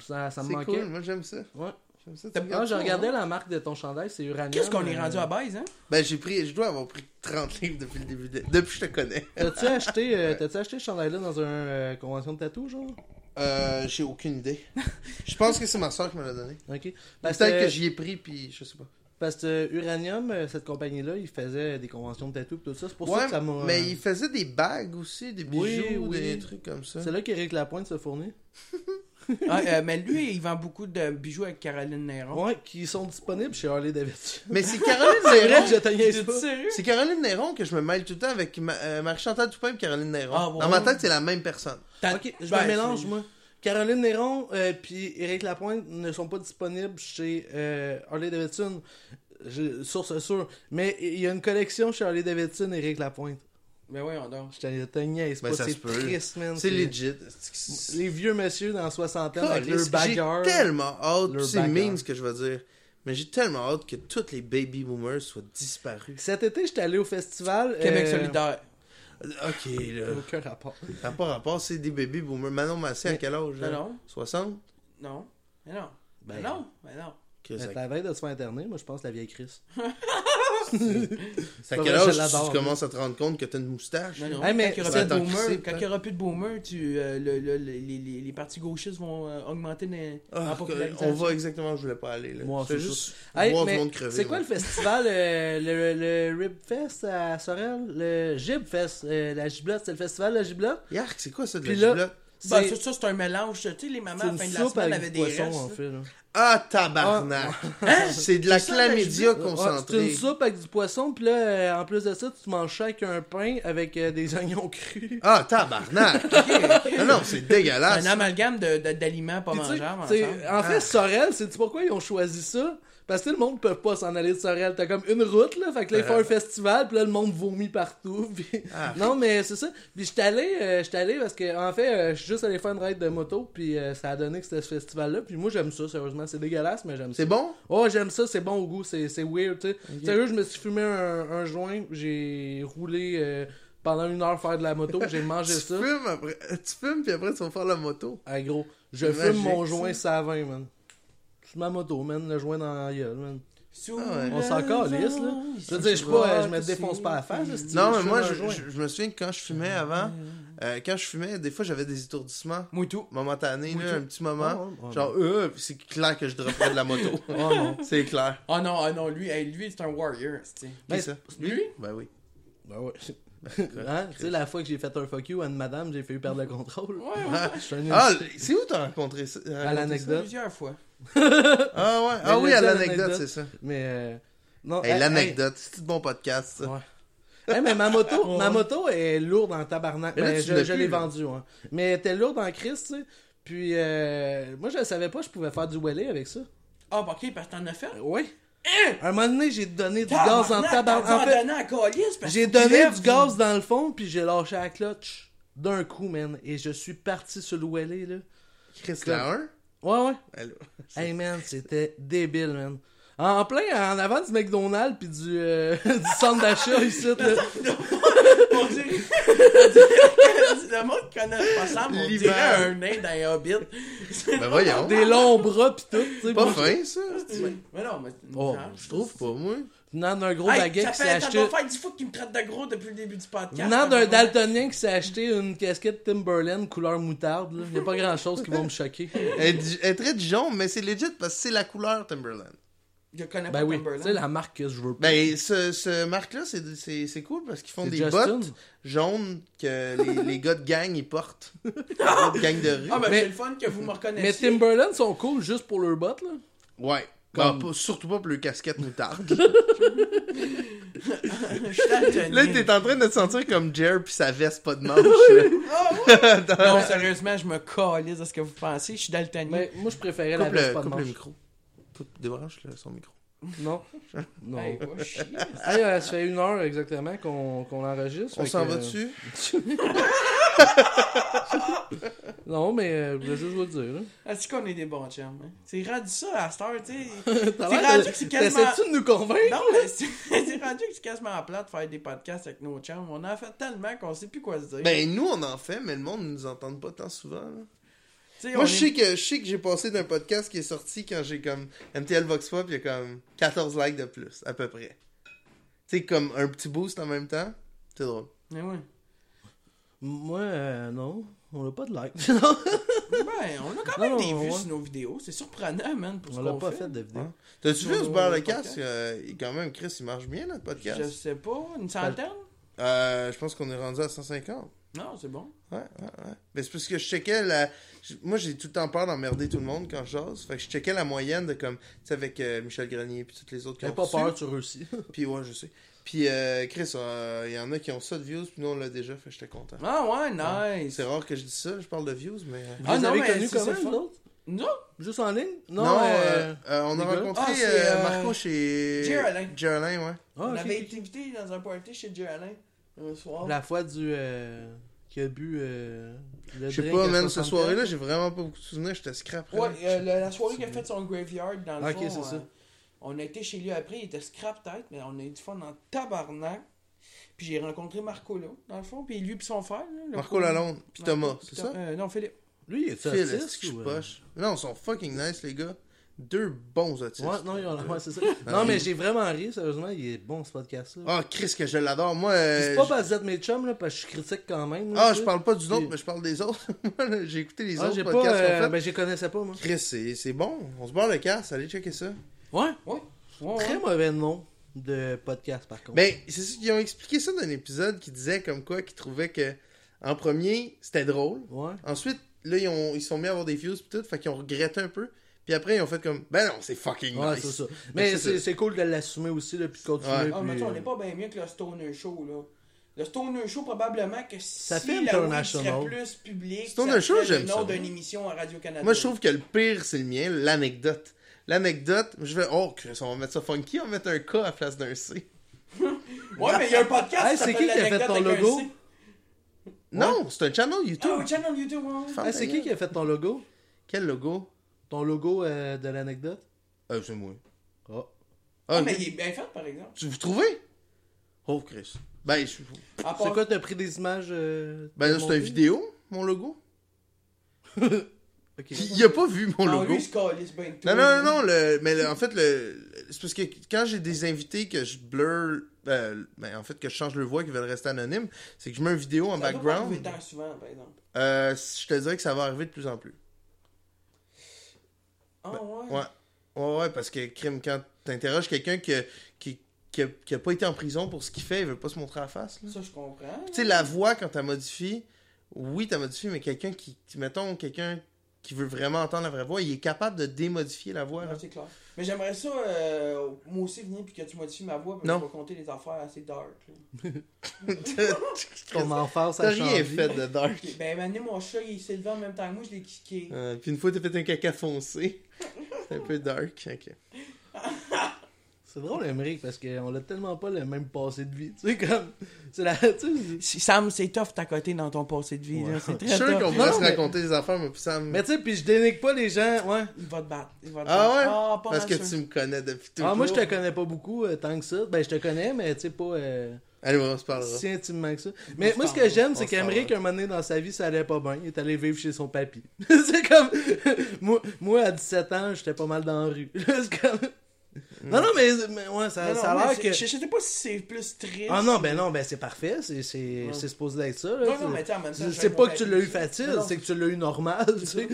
Speaker 1: ça, ça me
Speaker 3: C'est
Speaker 1: manquait.
Speaker 3: cool, moi j'aime ça.
Speaker 1: Ouais.
Speaker 3: J'aime ça. tu
Speaker 2: T'as-
Speaker 1: Quand
Speaker 3: regardes
Speaker 1: je
Speaker 3: ça,
Speaker 1: regardais
Speaker 3: hein?
Speaker 1: la marque de ton chandail, c'est Uranium.
Speaker 2: Qu'est-ce qu'on est
Speaker 1: euh,
Speaker 2: rendu à base, hein?
Speaker 3: Ben, j'ai pris. Je dois avoir pris 30 livres depuis le début. de- Depuis que je te connais.
Speaker 1: T'as-tu acheté, euh, t'as-tu acheté ce chandail-là dans une convention de tatou, genre?
Speaker 3: Euh, j'ai aucune idée. Je pense que c'est ma soeur qui me l'a donné.
Speaker 1: Ok. Parce
Speaker 3: Peut-être que
Speaker 1: que,
Speaker 3: j'y ai pris, puis je sais pas.
Speaker 1: parce que Uranium, euh, cette compagnie-là, ils faisaient des conventions de tatou et tout ça. C'est pour ça
Speaker 3: Ouais,
Speaker 1: que ça m'a. euh,
Speaker 3: mais il faisait des bagues aussi, des bijoux,
Speaker 1: Oui, oui.
Speaker 3: des trucs comme ça.
Speaker 1: C'est là qu'Éric Lapointe se fournit.
Speaker 2: Ah, euh, mais lui, il vend beaucoup de bijoux avec Caroline
Speaker 3: Ah.
Speaker 2: Néron.
Speaker 1: Ouais, qui sont disponibles chez Harley Davidson.
Speaker 3: Mais c'est Caroline
Speaker 1: C'est vrai
Speaker 3: Néron.
Speaker 1: que je te niaise
Speaker 2: T'es-tu
Speaker 1: pas.
Speaker 2: sérieux?
Speaker 3: C'est Caroline Néron que je me mêle tout le temps avec ma, euh, Marie-Chantal Toupin et Caroline Néron.
Speaker 2: Ah, ouais.
Speaker 3: Dans ma tête, c'est la même personne.
Speaker 2: T'as-
Speaker 1: Ok, je
Speaker 2: Ben,
Speaker 1: me mélange,
Speaker 2: c'est-
Speaker 1: moi. Caroline Néron euh, puis Éric Lapointe ne sont pas disponibles chez euh, Harley Davidson, je, source sûre. Mais il y a une collection chez Harley Davidson et Éric Lapointe.
Speaker 2: Ben oui, on dort.
Speaker 1: Je te- je te niaise
Speaker 3: Ben,
Speaker 1: pas,
Speaker 3: ça se
Speaker 1: c'est
Speaker 3: peut.
Speaker 1: triste, man.
Speaker 3: C'est legit.
Speaker 1: Les vieux messieurs dans la soixantaine avec
Speaker 3: Caliste,
Speaker 1: leur
Speaker 3: J'ai
Speaker 1: bagarre.
Speaker 3: tellement hâte,
Speaker 1: Leur
Speaker 3: c'est
Speaker 1: bagarre.
Speaker 3: mean ce que je veux dire, mais j'ai tellement hâte que tous les baby boomers soient disparus.
Speaker 1: Cet été, j'étais allé au festival.
Speaker 2: Québec
Speaker 1: euh,
Speaker 2: solidaire.
Speaker 3: Euh, Ok, là.
Speaker 1: Aucun rapport.
Speaker 3: À part à part, c'est des baby boomers. Manon Massé, à
Speaker 1: Mais-
Speaker 3: quel âge?
Speaker 2: Non,
Speaker 3: hein?
Speaker 2: non.
Speaker 3: 60?
Speaker 2: Non. Mais non.
Speaker 3: Ben.
Speaker 2: Mais non. Mais non.
Speaker 3: Que
Speaker 1: Mais
Speaker 3: ça-
Speaker 1: la veille de se faire interner, moi, je pense la vieille Chris.
Speaker 3: C'est à
Speaker 1: pas
Speaker 3: quel
Speaker 1: vrai, je
Speaker 3: âge
Speaker 1: l'adore,
Speaker 3: tu commences à te rendre compte que t'as une moustache?
Speaker 2: Non, non.
Speaker 1: Hey, mais
Speaker 2: quand il n'y
Speaker 3: c'est
Speaker 2: aura,
Speaker 3: tant
Speaker 2: plus de
Speaker 3: qu'il
Speaker 2: boomer-
Speaker 3: sait,
Speaker 2: quand il y aura plus de boomers, tu, euh, le- le- le- les, les- les partis gauchistes vont euh, augmenter les, Ben,
Speaker 3: Ah,
Speaker 2: en
Speaker 3: que-
Speaker 2: popularité.
Speaker 3: on va exactement où je voulais pas aller. Là.
Speaker 1: Moi,
Speaker 3: Je veux
Speaker 1: c'est
Speaker 3: juste
Speaker 1: Hey,
Speaker 3: voir
Speaker 1: mais
Speaker 3: du monde crever.
Speaker 1: C'est quoi
Speaker 3: moi.
Speaker 1: le festival, euh, le, le Ribfest à Sorel? Le Gibfest, euh, la giblotte, c'est le festival de la giblotte?
Speaker 3: Yark, c'est quoi Ben, ça de
Speaker 1: Puis
Speaker 3: la
Speaker 1: là-
Speaker 3: giblotte?
Speaker 2: Ben,
Speaker 1: C'est
Speaker 2: ça, ça, c'est un mélange. Tu sais, les mamans, à
Speaker 1: c'est
Speaker 2: la
Speaker 1: une
Speaker 2: fin de la
Speaker 1: soupe
Speaker 2: semaine,
Speaker 1: avec
Speaker 2: avaient
Speaker 1: du
Speaker 2: des
Speaker 1: poisson,
Speaker 2: restes.
Speaker 1: en fait. là.
Speaker 3: Ah, tabarnak!
Speaker 1: Ah, Hein?
Speaker 3: C'est de la
Speaker 2: C'est ça, la
Speaker 3: chlamydia
Speaker 1: Ouais, c'est une
Speaker 3: concentrée.
Speaker 1: soupe avec du poisson, puis là, euh, en plus de ça, tu manges ça avec un pain avec euh, des oignons crus.
Speaker 3: Ah, tabarnak! non, non, c'est dégueulasse.
Speaker 2: un amalgame de- de- d'aliments pas
Speaker 1: Ah, Puis tu sais, euh,
Speaker 2: mangeables
Speaker 1: c'est-
Speaker 2: ensemble.
Speaker 1: en fait, Sorel, c'est pourquoi ils ont choisi ça? Parce que le monde peut pas s'en aller de Sorel. T'as comme une route, là. Fait que là, ils font un festival, puis là, le monde vomit partout. puis-
Speaker 3: Ah.
Speaker 1: Non, mais c'est ça. Puis j'étais allé, euh, j'étais allé parce que, en fait, euh, je suis juste allé faire une ride de moto, puis euh, ça a donné que c'était ce festival-là. Puis moi, j'aime ça, sérieusement. C'est dégueulasse, mais j'aime ça.
Speaker 3: C'est bon?
Speaker 1: Oh, j'aime ça, c'est bon au goût, c'est c'est weird, tu sais. Sérieux, je me suis fumé un, un joint, j'ai roulé euh, pendant une heure faire de la moto, j'ai mangé
Speaker 3: Tu
Speaker 1: ça.
Speaker 3: fumes, après... tu fumes, puis après, tu vas faire la moto.
Speaker 1: Ah, gros, je
Speaker 3: C'est
Speaker 1: fume
Speaker 3: magique,
Speaker 1: mon
Speaker 3: ça.
Speaker 1: joint savin, man. C'est ma moto, man, le joint dans la gueule, man.
Speaker 2: Sous
Speaker 3: Ah ouais.
Speaker 1: On s'en
Speaker 2: le
Speaker 1: calisse, là.
Speaker 2: vent,
Speaker 1: Je veux dire, je, suis pas, euh, je me défonce pas à la face, là, si tu
Speaker 3: Non,
Speaker 1: veux,
Speaker 3: mais moi,
Speaker 1: fume un
Speaker 3: je,
Speaker 1: joint.
Speaker 3: je- je me souviens que quand je fumais avant, euh, quand je fumais, des fois, j'avais des étourdissements
Speaker 2: Moi, tout.
Speaker 3: momentanés,
Speaker 1: Oui,
Speaker 3: là,
Speaker 1: tu-
Speaker 3: un petit moment.
Speaker 1: Ah, ouais, ouais,
Speaker 3: Genre, euh, puis c'est clair que je dropperais de la moto.
Speaker 1: Oh non.
Speaker 3: c'est clair.
Speaker 2: Ah non, ah non, lui, hey, lui c'est un warrior. c'est-
Speaker 1: Ben,
Speaker 3: Qui ça?
Speaker 2: Lui?
Speaker 3: Ben oui.
Speaker 1: Ben ouais. Hein? Tu sais, la fois que j'ai fait un fuck you à une madame, j'ai fait perdre le contrôle.
Speaker 2: Ouais, ouais.
Speaker 1: Je suis un
Speaker 3: Ah, c'est où t'as rencontré ça?
Speaker 1: à l'anecdote.
Speaker 2: Plusieurs fois.
Speaker 3: Ah ouais,
Speaker 1: Mais
Speaker 3: ah oui,
Speaker 1: le
Speaker 3: à
Speaker 1: dire,
Speaker 3: l'anecdote,
Speaker 1: l'anecdote.
Speaker 3: c'est ça.
Speaker 1: Mais. euh, non,
Speaker 3: Hey,
Speaker 1: hey,
Speaker 3: l'anecdote, c'est un bon podcast, ça.
Speaker 1: Ouais. hey, mais ma moto, ma moto est lourde en tabarnak.
Speaker 3: Mais là,
Speaker 1: Ben,
Speaker 3: tu
Speaker 1: je
Speaker 3: l'as
Speaker 1: je
Speaker 3: plus,
Speaker 1: l'ai
Speaker 3: là.
Speaker 1: vendue. Hein. Mais elle était lourde en crise, tu sais. Puis, euh, moi, je savais pas que je pouvais faire du wheelie avec ça.
Speaker 2: Ah, bah, ok, ben, parce que t'en as fait.
Speaker 1: Oui.
Speaker 2: Hein?
Speaker 1: À un moment donné, j'ai donné du gaz en tabarnak. En fait,
Speaker 2: à calice parce
Speaker 1: j'ai
Speaker 2: que tu
Speaker 1: donné
Speaker 2: lèves
Speaker 1: du gaz dans le fond, puis j'ai lâché la clutch d'un coup, man. Et je suis parti sur le wellé, là.
Speaker 3: Chris la 1.
Speaker 1: Ouais, ouais.
Speaker 3: Allô.
Speaker 1: Hey man, c'était débile, man. En plein, en avant du McDonald's puis du, euh, du centre d'achat ici. là.
Speaker 2: On dirait- on dirait- le monde qui connaît pas ça, mais on
Speaker 3: L'hiver.
Speaker 2: dirait un nain dans un hobbit.
Speaker 3: Ben voyons.
Speaker 1: Des longs bras pis tout. tu sais,
Speaker 3: Pas
Speaker 1: moi,
Speaker 3: fin, ça.
Speaker 2: mais non, mais.
Speaker 1: Oh,
Speaker 2: non,
Speaker 3: Je trouve pas, moi.
Speaker 1: Venant d'un gros
Speaker 2: Hey,
Speaker 1: baguette
Speaker 2: ça
Speaker 1: qui s'est
Speaker 2: fait, ça
Speaker 1: acheté.
Speaker 2: doit faire 10 fois qu'il me traite de gros depuis le début du podcast.
Speaker 1: Venant d'un
Speaker 2: Ça doit-
Speaker 1: daltonien qui s'est acheté une casquette Timberland couleur moutarde, là. y a pas grand chose qui va me choquer.
Speaker 3: Elle, est du- elle est très Dijon, mais c'est legit parce que c'est la couleur Timberland.
Speaker 2: Je connais pas
Speaker 1: Ben oui, tu
Speaker 2: Timberland.
Speaker 1: sais, la marque que je veux pas.
Speaker 3: Ben, ce, ce marque-là, c'est- c'est c'est cool parce qu'ils font
Speaker 1: C'est
Speaker 3: des
Speaker 1: Justin.
Speaker 3: bottes jaunes que les, les gars de gang, ils portent. Les gars de gang de rue.
Speaker 2: Ah, ben
Speaker 1: Mais-
Speaker 2: c'est le fun que vous me
Speaker 1: Mais
Speaker 2: reconnaissiez.
Speaker 1: Timberland sont cool juste pour leurs bottes, là.
Speaker 3: Ouais.
Speaker 1: Comme-
Speaker 3: Ben, pas- surtout pas pour le casquette moutarde.
Speaker 2: Je suis daltonien.
Speaker 3: Là, t'es en train de te sentir comme Jer pis sa veste pas de manche.
Speaker 2: Ah, ouais. Non, sérieusement, je me calise à ce que vous pensez. Je suis daltonien.
Speaker 1: Mais moi, je préférais la
Speaker 3: coupe
Speaker 1: veste
Speaker 3: le,
Speaker 1: pas de
Speaker 3: coupe le
Speaker 1: manche.
Speaker 3: micro. Coupe, débranche le- son micro.
Speaker 1: Non. Non.
Speaker 2: Hey,
Speaker 1: Hey,
Speaker 2: Ben, va chier.
Speaker 1: euh, ça fait une heure exactement qu'on qu'on enregistre.
Speaker 3: On
Speaker 1: fait
Speaker 3: s'en
Speaker 1: que-
Speaker 3: va dessus?
Speaker 1: Non, mais euh, je voulais juste vous le dire. là.
Speaker 2: Est-ce qu'on est des bons chums? hein? C'est rendu ça à cette heure, tu sais.
Speaker 1: T'as
Speaker 2: C'est
Speaker 1: l'air de-
Speaker 2: rendu que c'est quasiment.
Speaker 1: T'essaies-tu de nous convaincre?
Speaker 2: Non, mais c'est c'est rendu que c'est quasiment plat de faire des podcasts avec nos chums. On en fait tellement qu'on sait plus quoi se dire.
Speaker 3: Ben, nous, on en fait, mais le monde ne nous entend pas tant souvent. là.
Speaker 2: Tu sais,
Speaker 3: Moi,
Speaker 2: on
Speaker 3: je
Speaker 2: est-
Speaker 3: sais que, je sais que j'ai passé d'un podcast qui est sorti quand j'ai comme MTL Vox Pop, il y a comme 14 likes de plus, à peu près. Tu sais, comme un petit boost en même temps. C'est drôle.
Speaker 2: Mais ouais.
Speaker 1: Moi, euh, non. On n'a pas de like.
Speaker 2: Ben, on a quand même
Speaker 1: Non,
Speaker 2: des
Speaker 1: non,
Speaker 2: vues
Speaker 1: ouais.
Speaker 2: sur nos vidéos. C'est surprenant, man, pour ce
Speaker 1: on l'a
Speaker 2: qu'on
Speaker 1: pas
Speaker 2: fait.
Speaker 1: fait de vidéo.
Speaker 3: Ouais. T'as-tu
Speaker 2: Sur
Speaker 3: vu
Speaker 2: nos
Speaker 3: ce beurre le
Speaker 2: podcasts.
Speaker 3: casque? euh, il- quand même, Chris, il marche bien notre podcast.
Speaker 2: Je
Speaker 3: Euh,
Speaker 2: sais pas, une centaine?
Speaker 3: Je, pense qu'on est rendu à 150.
Speaker 2: Non, c'est bon.
Speaker 3: Ouais, ouais, ouais. Mais c'est parce que je checkais la. j- Moi, j'ai tout le temps peur d'emmerder tout le monde quand je jase. Fait que je checkais la moyenne de comme. Tu sais, avec euh, Michel Grenier puis toutes les autres qui
Speaker 1: T'as
Speaker 3: ont
Speaker 1: pas
Speaker 3: reçu.
Speaker 1: peur, tu réussis.
Speaker 3: Puis ouais, je sais. Puis euh, Chris, euh, il y en a qui ont ça de views, puis nous on l'a déjà, fait que j'étais content.
Speaker 2: Ah ouais, nice.
Speaker 3: C'est rare que je dise ça, je parle de views, mais. euh,
Speaker 1: Vous
Speaker 2: Ah
Speaker 1: les
Speaker 2: non,
Speaker 1: avez
Speaker 2: mais
Speaker 1: connus
Speaker 2: c'est-
Speaker 1: comment,
Speaker 2: c'est
Speaker 1: vous
Speaker 2: fun.
Speaker 1: autres?
Speaker 2: Nous autres?
Speaker 1: Juste en ligne? Non,
Speaker 3: euh,
Speaker 1: euh...
Speaker 3: euh, on a
Speaker 1: les gars.
Speaker 3: rencontré
Speaker 2: Ah, c'est,
Speaker 3: euh,
Speaker 2: euh,
Speaker 3: Marco chez.
Speaker 2: Jeralin.
Speaker 3: Jeralin, ouais.
Speaker 1: ah,
Speaker 2: on
Speaker 1: ok,
Speaker 2: avait
Speaker 1: ok.
Speaker 2: été invités dans un party chez Dieu Alain un soir.
Speaker 1: La fois du... euh, qui a bu... euh, le
Speaker 3: Je sais
Speaker 1: drink
Speaker 3: pas,
Speaker 1: à
Speaker 3: même ce
Speaker 1: 64.
Speaker 3: soirée-là, j'ai vraiment pas beaucoup de souvenirs, j'étais scrap.
Speaker 2: Ouais,
Speaker 3: vraiment.
Speaker 2: euh, la, la soirée qu'il a fait son graveyard dans le
Speaker 1: Ok,
Speaker 2: fond,
Speaker 1: c'est
Speaker 2: euh,
Speaker 1: ça.
Speaker 2: on a été chez lui après, il était scrap tête, mais on a eu du fun en tabarnak. Puis j'ai rencontré Marco là, dans le fond, puis lui puis son frère. là, le
Speaker 3: Marco
Speaker 2: coup-
Speaker 3: Lalonde, puis Thomas,
Speaker 2: Marco,
Speaker 3: c'est
Speaker 2: puis
Speaker 3: ça?
Speaker 2: Tom- euh, Non, Philippe.
Speaker 1: Lui, il est
Speaker 3: Phil, est-ce
Speaker 1: autiste
Speaker 3: que je
Speaker 1: ou, euh,
Speaker 3: poche? Non, ils sont fucking nice, les gars. Deux bons autistes.
Speaker 1: Ouais, non, il en a- ouais, c'est ça. non, mais j'ai vraiment ri, sérieusement. Il est bon, ce podcast-là.
Speaker 3: Ah, Chris, que je l'adore. Moi,
Speaker 1: Puis
Speaker 3: euh,
Speaker 1: c'est pas
Speaker 3: je-
Speaker 1: parce que vous êtes mes chums, là, parce que je suis critique quand même. là,
Speaker 3: ah,
Speaker 1: tu
Speaker 3: je
Speaker 1: sais.
Speaker 3: parle pas du nôtre,
Speaker 1: Puis-
Speaker 3: mais je parle des autres. Moi, là, j'ai écouté les
Speaker 1: Ah,
Speaker 3: autres
Speaker 1: j'ai pas...
Speaker 3: podcasts qu'on
Speaker 1: euh,
Speaker 3: fait.
Speaker 1: Ben, je les connaissais pas, moi.
Speaker 3: Chris, c'est c'est bon. On se barre le casse, allez checker ça.
Speaker 1: Ouais.
Speaker 2: Ouais. ouais, ouais.
Speaker 1: Très mauvais nom de podcast, par contre.
Speaker 3: Ben, c'est ça qu'ils ont expliqué ça dans un épisode qui disait comme quoi qu'ils trouvaient que en premier, c'était drôle.
Speaker 1: Ouais.
Speaker 3: Ensuite, là, ils ont ils se sont mis à avoir des views pis tout, fait qu'ils ont regretté un peu. Puis après, ils ont fait comme ben non, c'est fucking
Speaker 1: Ouais,
Speaker 3: nice.
Speaker 1: c'est ça.
Speaker 3: Mais
Speaker 1: Mais
Speaker 3: c'est
Speaker 1: c'est c'est cool de l'assumer aussi, là, puis de continuer.
Speaker 3: Ouais.
Speaker 1: puis,
Speaker 2: Ah, mais attends, on est
Speaker 1: euh,
Speaker 2: pas bien mieux que le Stoner Show là. Le Stoner Show, probablement que si
Speaker 1: Ça fait
Speaker 2: la weed
Speaker 1: international.
Speaker 2: serait plus public,
Speaker 3: Stoner
Speaker 2: ça
Speaker 3: Show,
Speaker 2: serait
Speaker 3: j'aime
Speaker 2: le nom
Speaker 3: ça.
Speaker 2: d'une émission à Radio-Canada.
Speaker 3: Moi, je trouve que le pire, c'est le mien, l'anecdote. L'anecdote, je vais oh Chris, on va mettre ça funky, on va mettre un K à la place d'un C.
Speaker 2: Ouais, mais il y a un podcast
Speaker 1: Hey,
Speaker 2: qui
Speaker 1: c'est qui
Speaker 2: s'appelle
Speaker 1: qui a fait
Speaker 2: L'Anecdote
Speaker 1: ton
Speaker 2: avec un
Speaker 1: logo?
Speaker 2: C.
Speaker 3: Non, c'est un channel
Speaker 2: Ah,
Speaker 3: YouTube.
Speaker 2: oui, channel YouTube, ouais.
Speaker 3: Ferme
Speaker 1: Ah,
Speaker 3: ta
Speaker 1: c'est qui
Speaker 3: gueule.
Speaker 1: qui a fait ton logo
Speaker 3: Quel logo
Speaker 1: Ton logo euh, de l'anecdote
Speaker 3: Euh, c'est moi.
Speaker 1: Ah.
Speaker 3: Ah,
Speaker 2: Ah, mais
Speaker 3: ok.
Speaker 2: il est bien fait, par exemple.
Speaker 3: tu vous trouvez Oh Chris. Ben, je...
Speaker 2: À
Speaker 1: C'est
Speaker 2: part-
Speaker 1: quoi, t'as pris des images euh,
Speaker 3: ben là,
Speaker 1: de
Speaker 3: c'est
Speaker 1: montées?
Speaker 3: une vidéo, mon logo.
Speaker 1: Ok.
Speaker 3: Il a pas vu mon
Speaker 2: Ah,
Speaker 3: logo.
Speaker 2: lui, il se calisse bien de tout.
Speaker 3: Non, non, non, non, le- mais le- en fait, le, c'est parce que quand j'ai des invités que je blur, euh, ben, en fait, que je change le voix, qui veulent rester anonymes, c'est que je mets une vidéo en
Speaker 2: Ça doit pas arriver
Speaker 3: background.
Speaker 2: tant souvent, par exemple.
Speaker 3: Euh, je te dirais que ça va arriver de plus en plus.
Speaker 2: Ah, ouais.
Speaker 3: Ben, Ouais. Ouais, ouais, parce que, crime, quand t'interroges quelqu'un qui, qui, qui, a, qui a pas été en prison pour ce qu'il fait, il veut pas se montrer à la face. là.
Speaker 2: Ça, je comprends.
Speaker 3: Tu sais, la voix, quand t'as modifié, oui, t'as modifié, mais quelqu'un qui, mettons, quelqu'un qui veut vraiment entendre la vraie voix, il est capable de démodifier la voix.
Speaker 2: Non,
Speaker 3: là.
Speaker 2: c'est clair. Mais j'aimerais ça, euh, moi aussi, venir puis que tu modifies ma voix, puis je
Speaker 3: Non.
Speaker 2: vais compter les affaires assez dark. là.
Speaker 1: Ton enfance
Speaker 3: T'as
Speaker 1: a
Speaker 3: rien
Speaker 1: changé.
Speaker 3: fait de dark.
Speaker 2: Ok, Ben, maintenant, mon chat, il s'est levé en même temps que moi, je l'ai kické.
Speaker 3: Euh, puis une fois, t'as fait un caca foncé. C'est un peu dark. Ok.
Speaker 1: C'est drôle, Emmerich, parce qu'on a tellement pas le même passé de vie. Tu sais, comme. C'est la. tu sais,
Speaker 2: Si- Sam, c'est tough ta côté dans ton passé de vie. là. C'est
Speaker 3: Je
Speaker 2: très
Speaker 3: suis sûr
Speaker 2: tough.
Speaker 3: qu'on
Speaker 1: Non,
Speaker 3: pourrait se
Speaker 1: mais-
Speaker 3: raconter des affaires, mais puis ça me-
Speaker 1: Mais tu sais, puis je dénigre pas les gens. Ouais.
Speaker 2: Il va te battre. Il va te
Speaker 3: Ah
Speaker 2: battre.
Speaker 3: ouais?
Speaker 2: pas
Speaker 3: Parce que
Speaker 2: mal
Speaker 3: tu
Speaker 2: sûr.
Speaker 3: me connais depuis tout
Speaker 1: Ah, moi, je te connais pas beaucoup euh, tant que ça. Ben, je te connais, mais tu sais, pas euh,
Speaker 3: Allez, on se parlera.
Speaker 1: si intimement que ça. Mais
Speaker 2: Ah. se
Speaker 1: moi, ce que
Speaker 2: parle,
Speaker 1: j'aime,
Speaker 3: on
Speaker 1: c'est
Speaker 3: se
Speaker 1: qu'Emeric,
Speaker 3: parle.
Speaker 1: un moment donné dans sa vie, ça allait pas bien. Il est allé vivre chez son papy. c'est comme. moi, moi, à 17 ans, j'étais pas mal dans la rue. c'est comme. Non, non, mais, mais ouais, ça,
Speaker 2: Non, non,
Speaker 1: ça a
Speaker 2: mais
Speaker 1: l'air
Speaker 2: c'est-
Speaker 1: que.
Speaker 2: Je, je sais pas si c'est plus triste.
Speaker 1: Ah non, ben non, ben c'est parfait, c'est c'est- c'est supposé d'être ça. là.
Speaker 2: Non, non,
Speaker 1: C'est-
Speaker 2: mais t'sais, en même temps,
Speaker 1: c'est-
Speaker 2: je
Speaker 1: C'est pas
Speaker 2: raconte
Speaker 1: que tu
Speaker 2: la
Speaker 1: l'as eu
Speaker 2: vie.
Speaker 1: facile,
Speaker 2: Non, non.
Speaker 1: c'est que tu l'as eu normal, tu sais.
Speaker 3: ouais,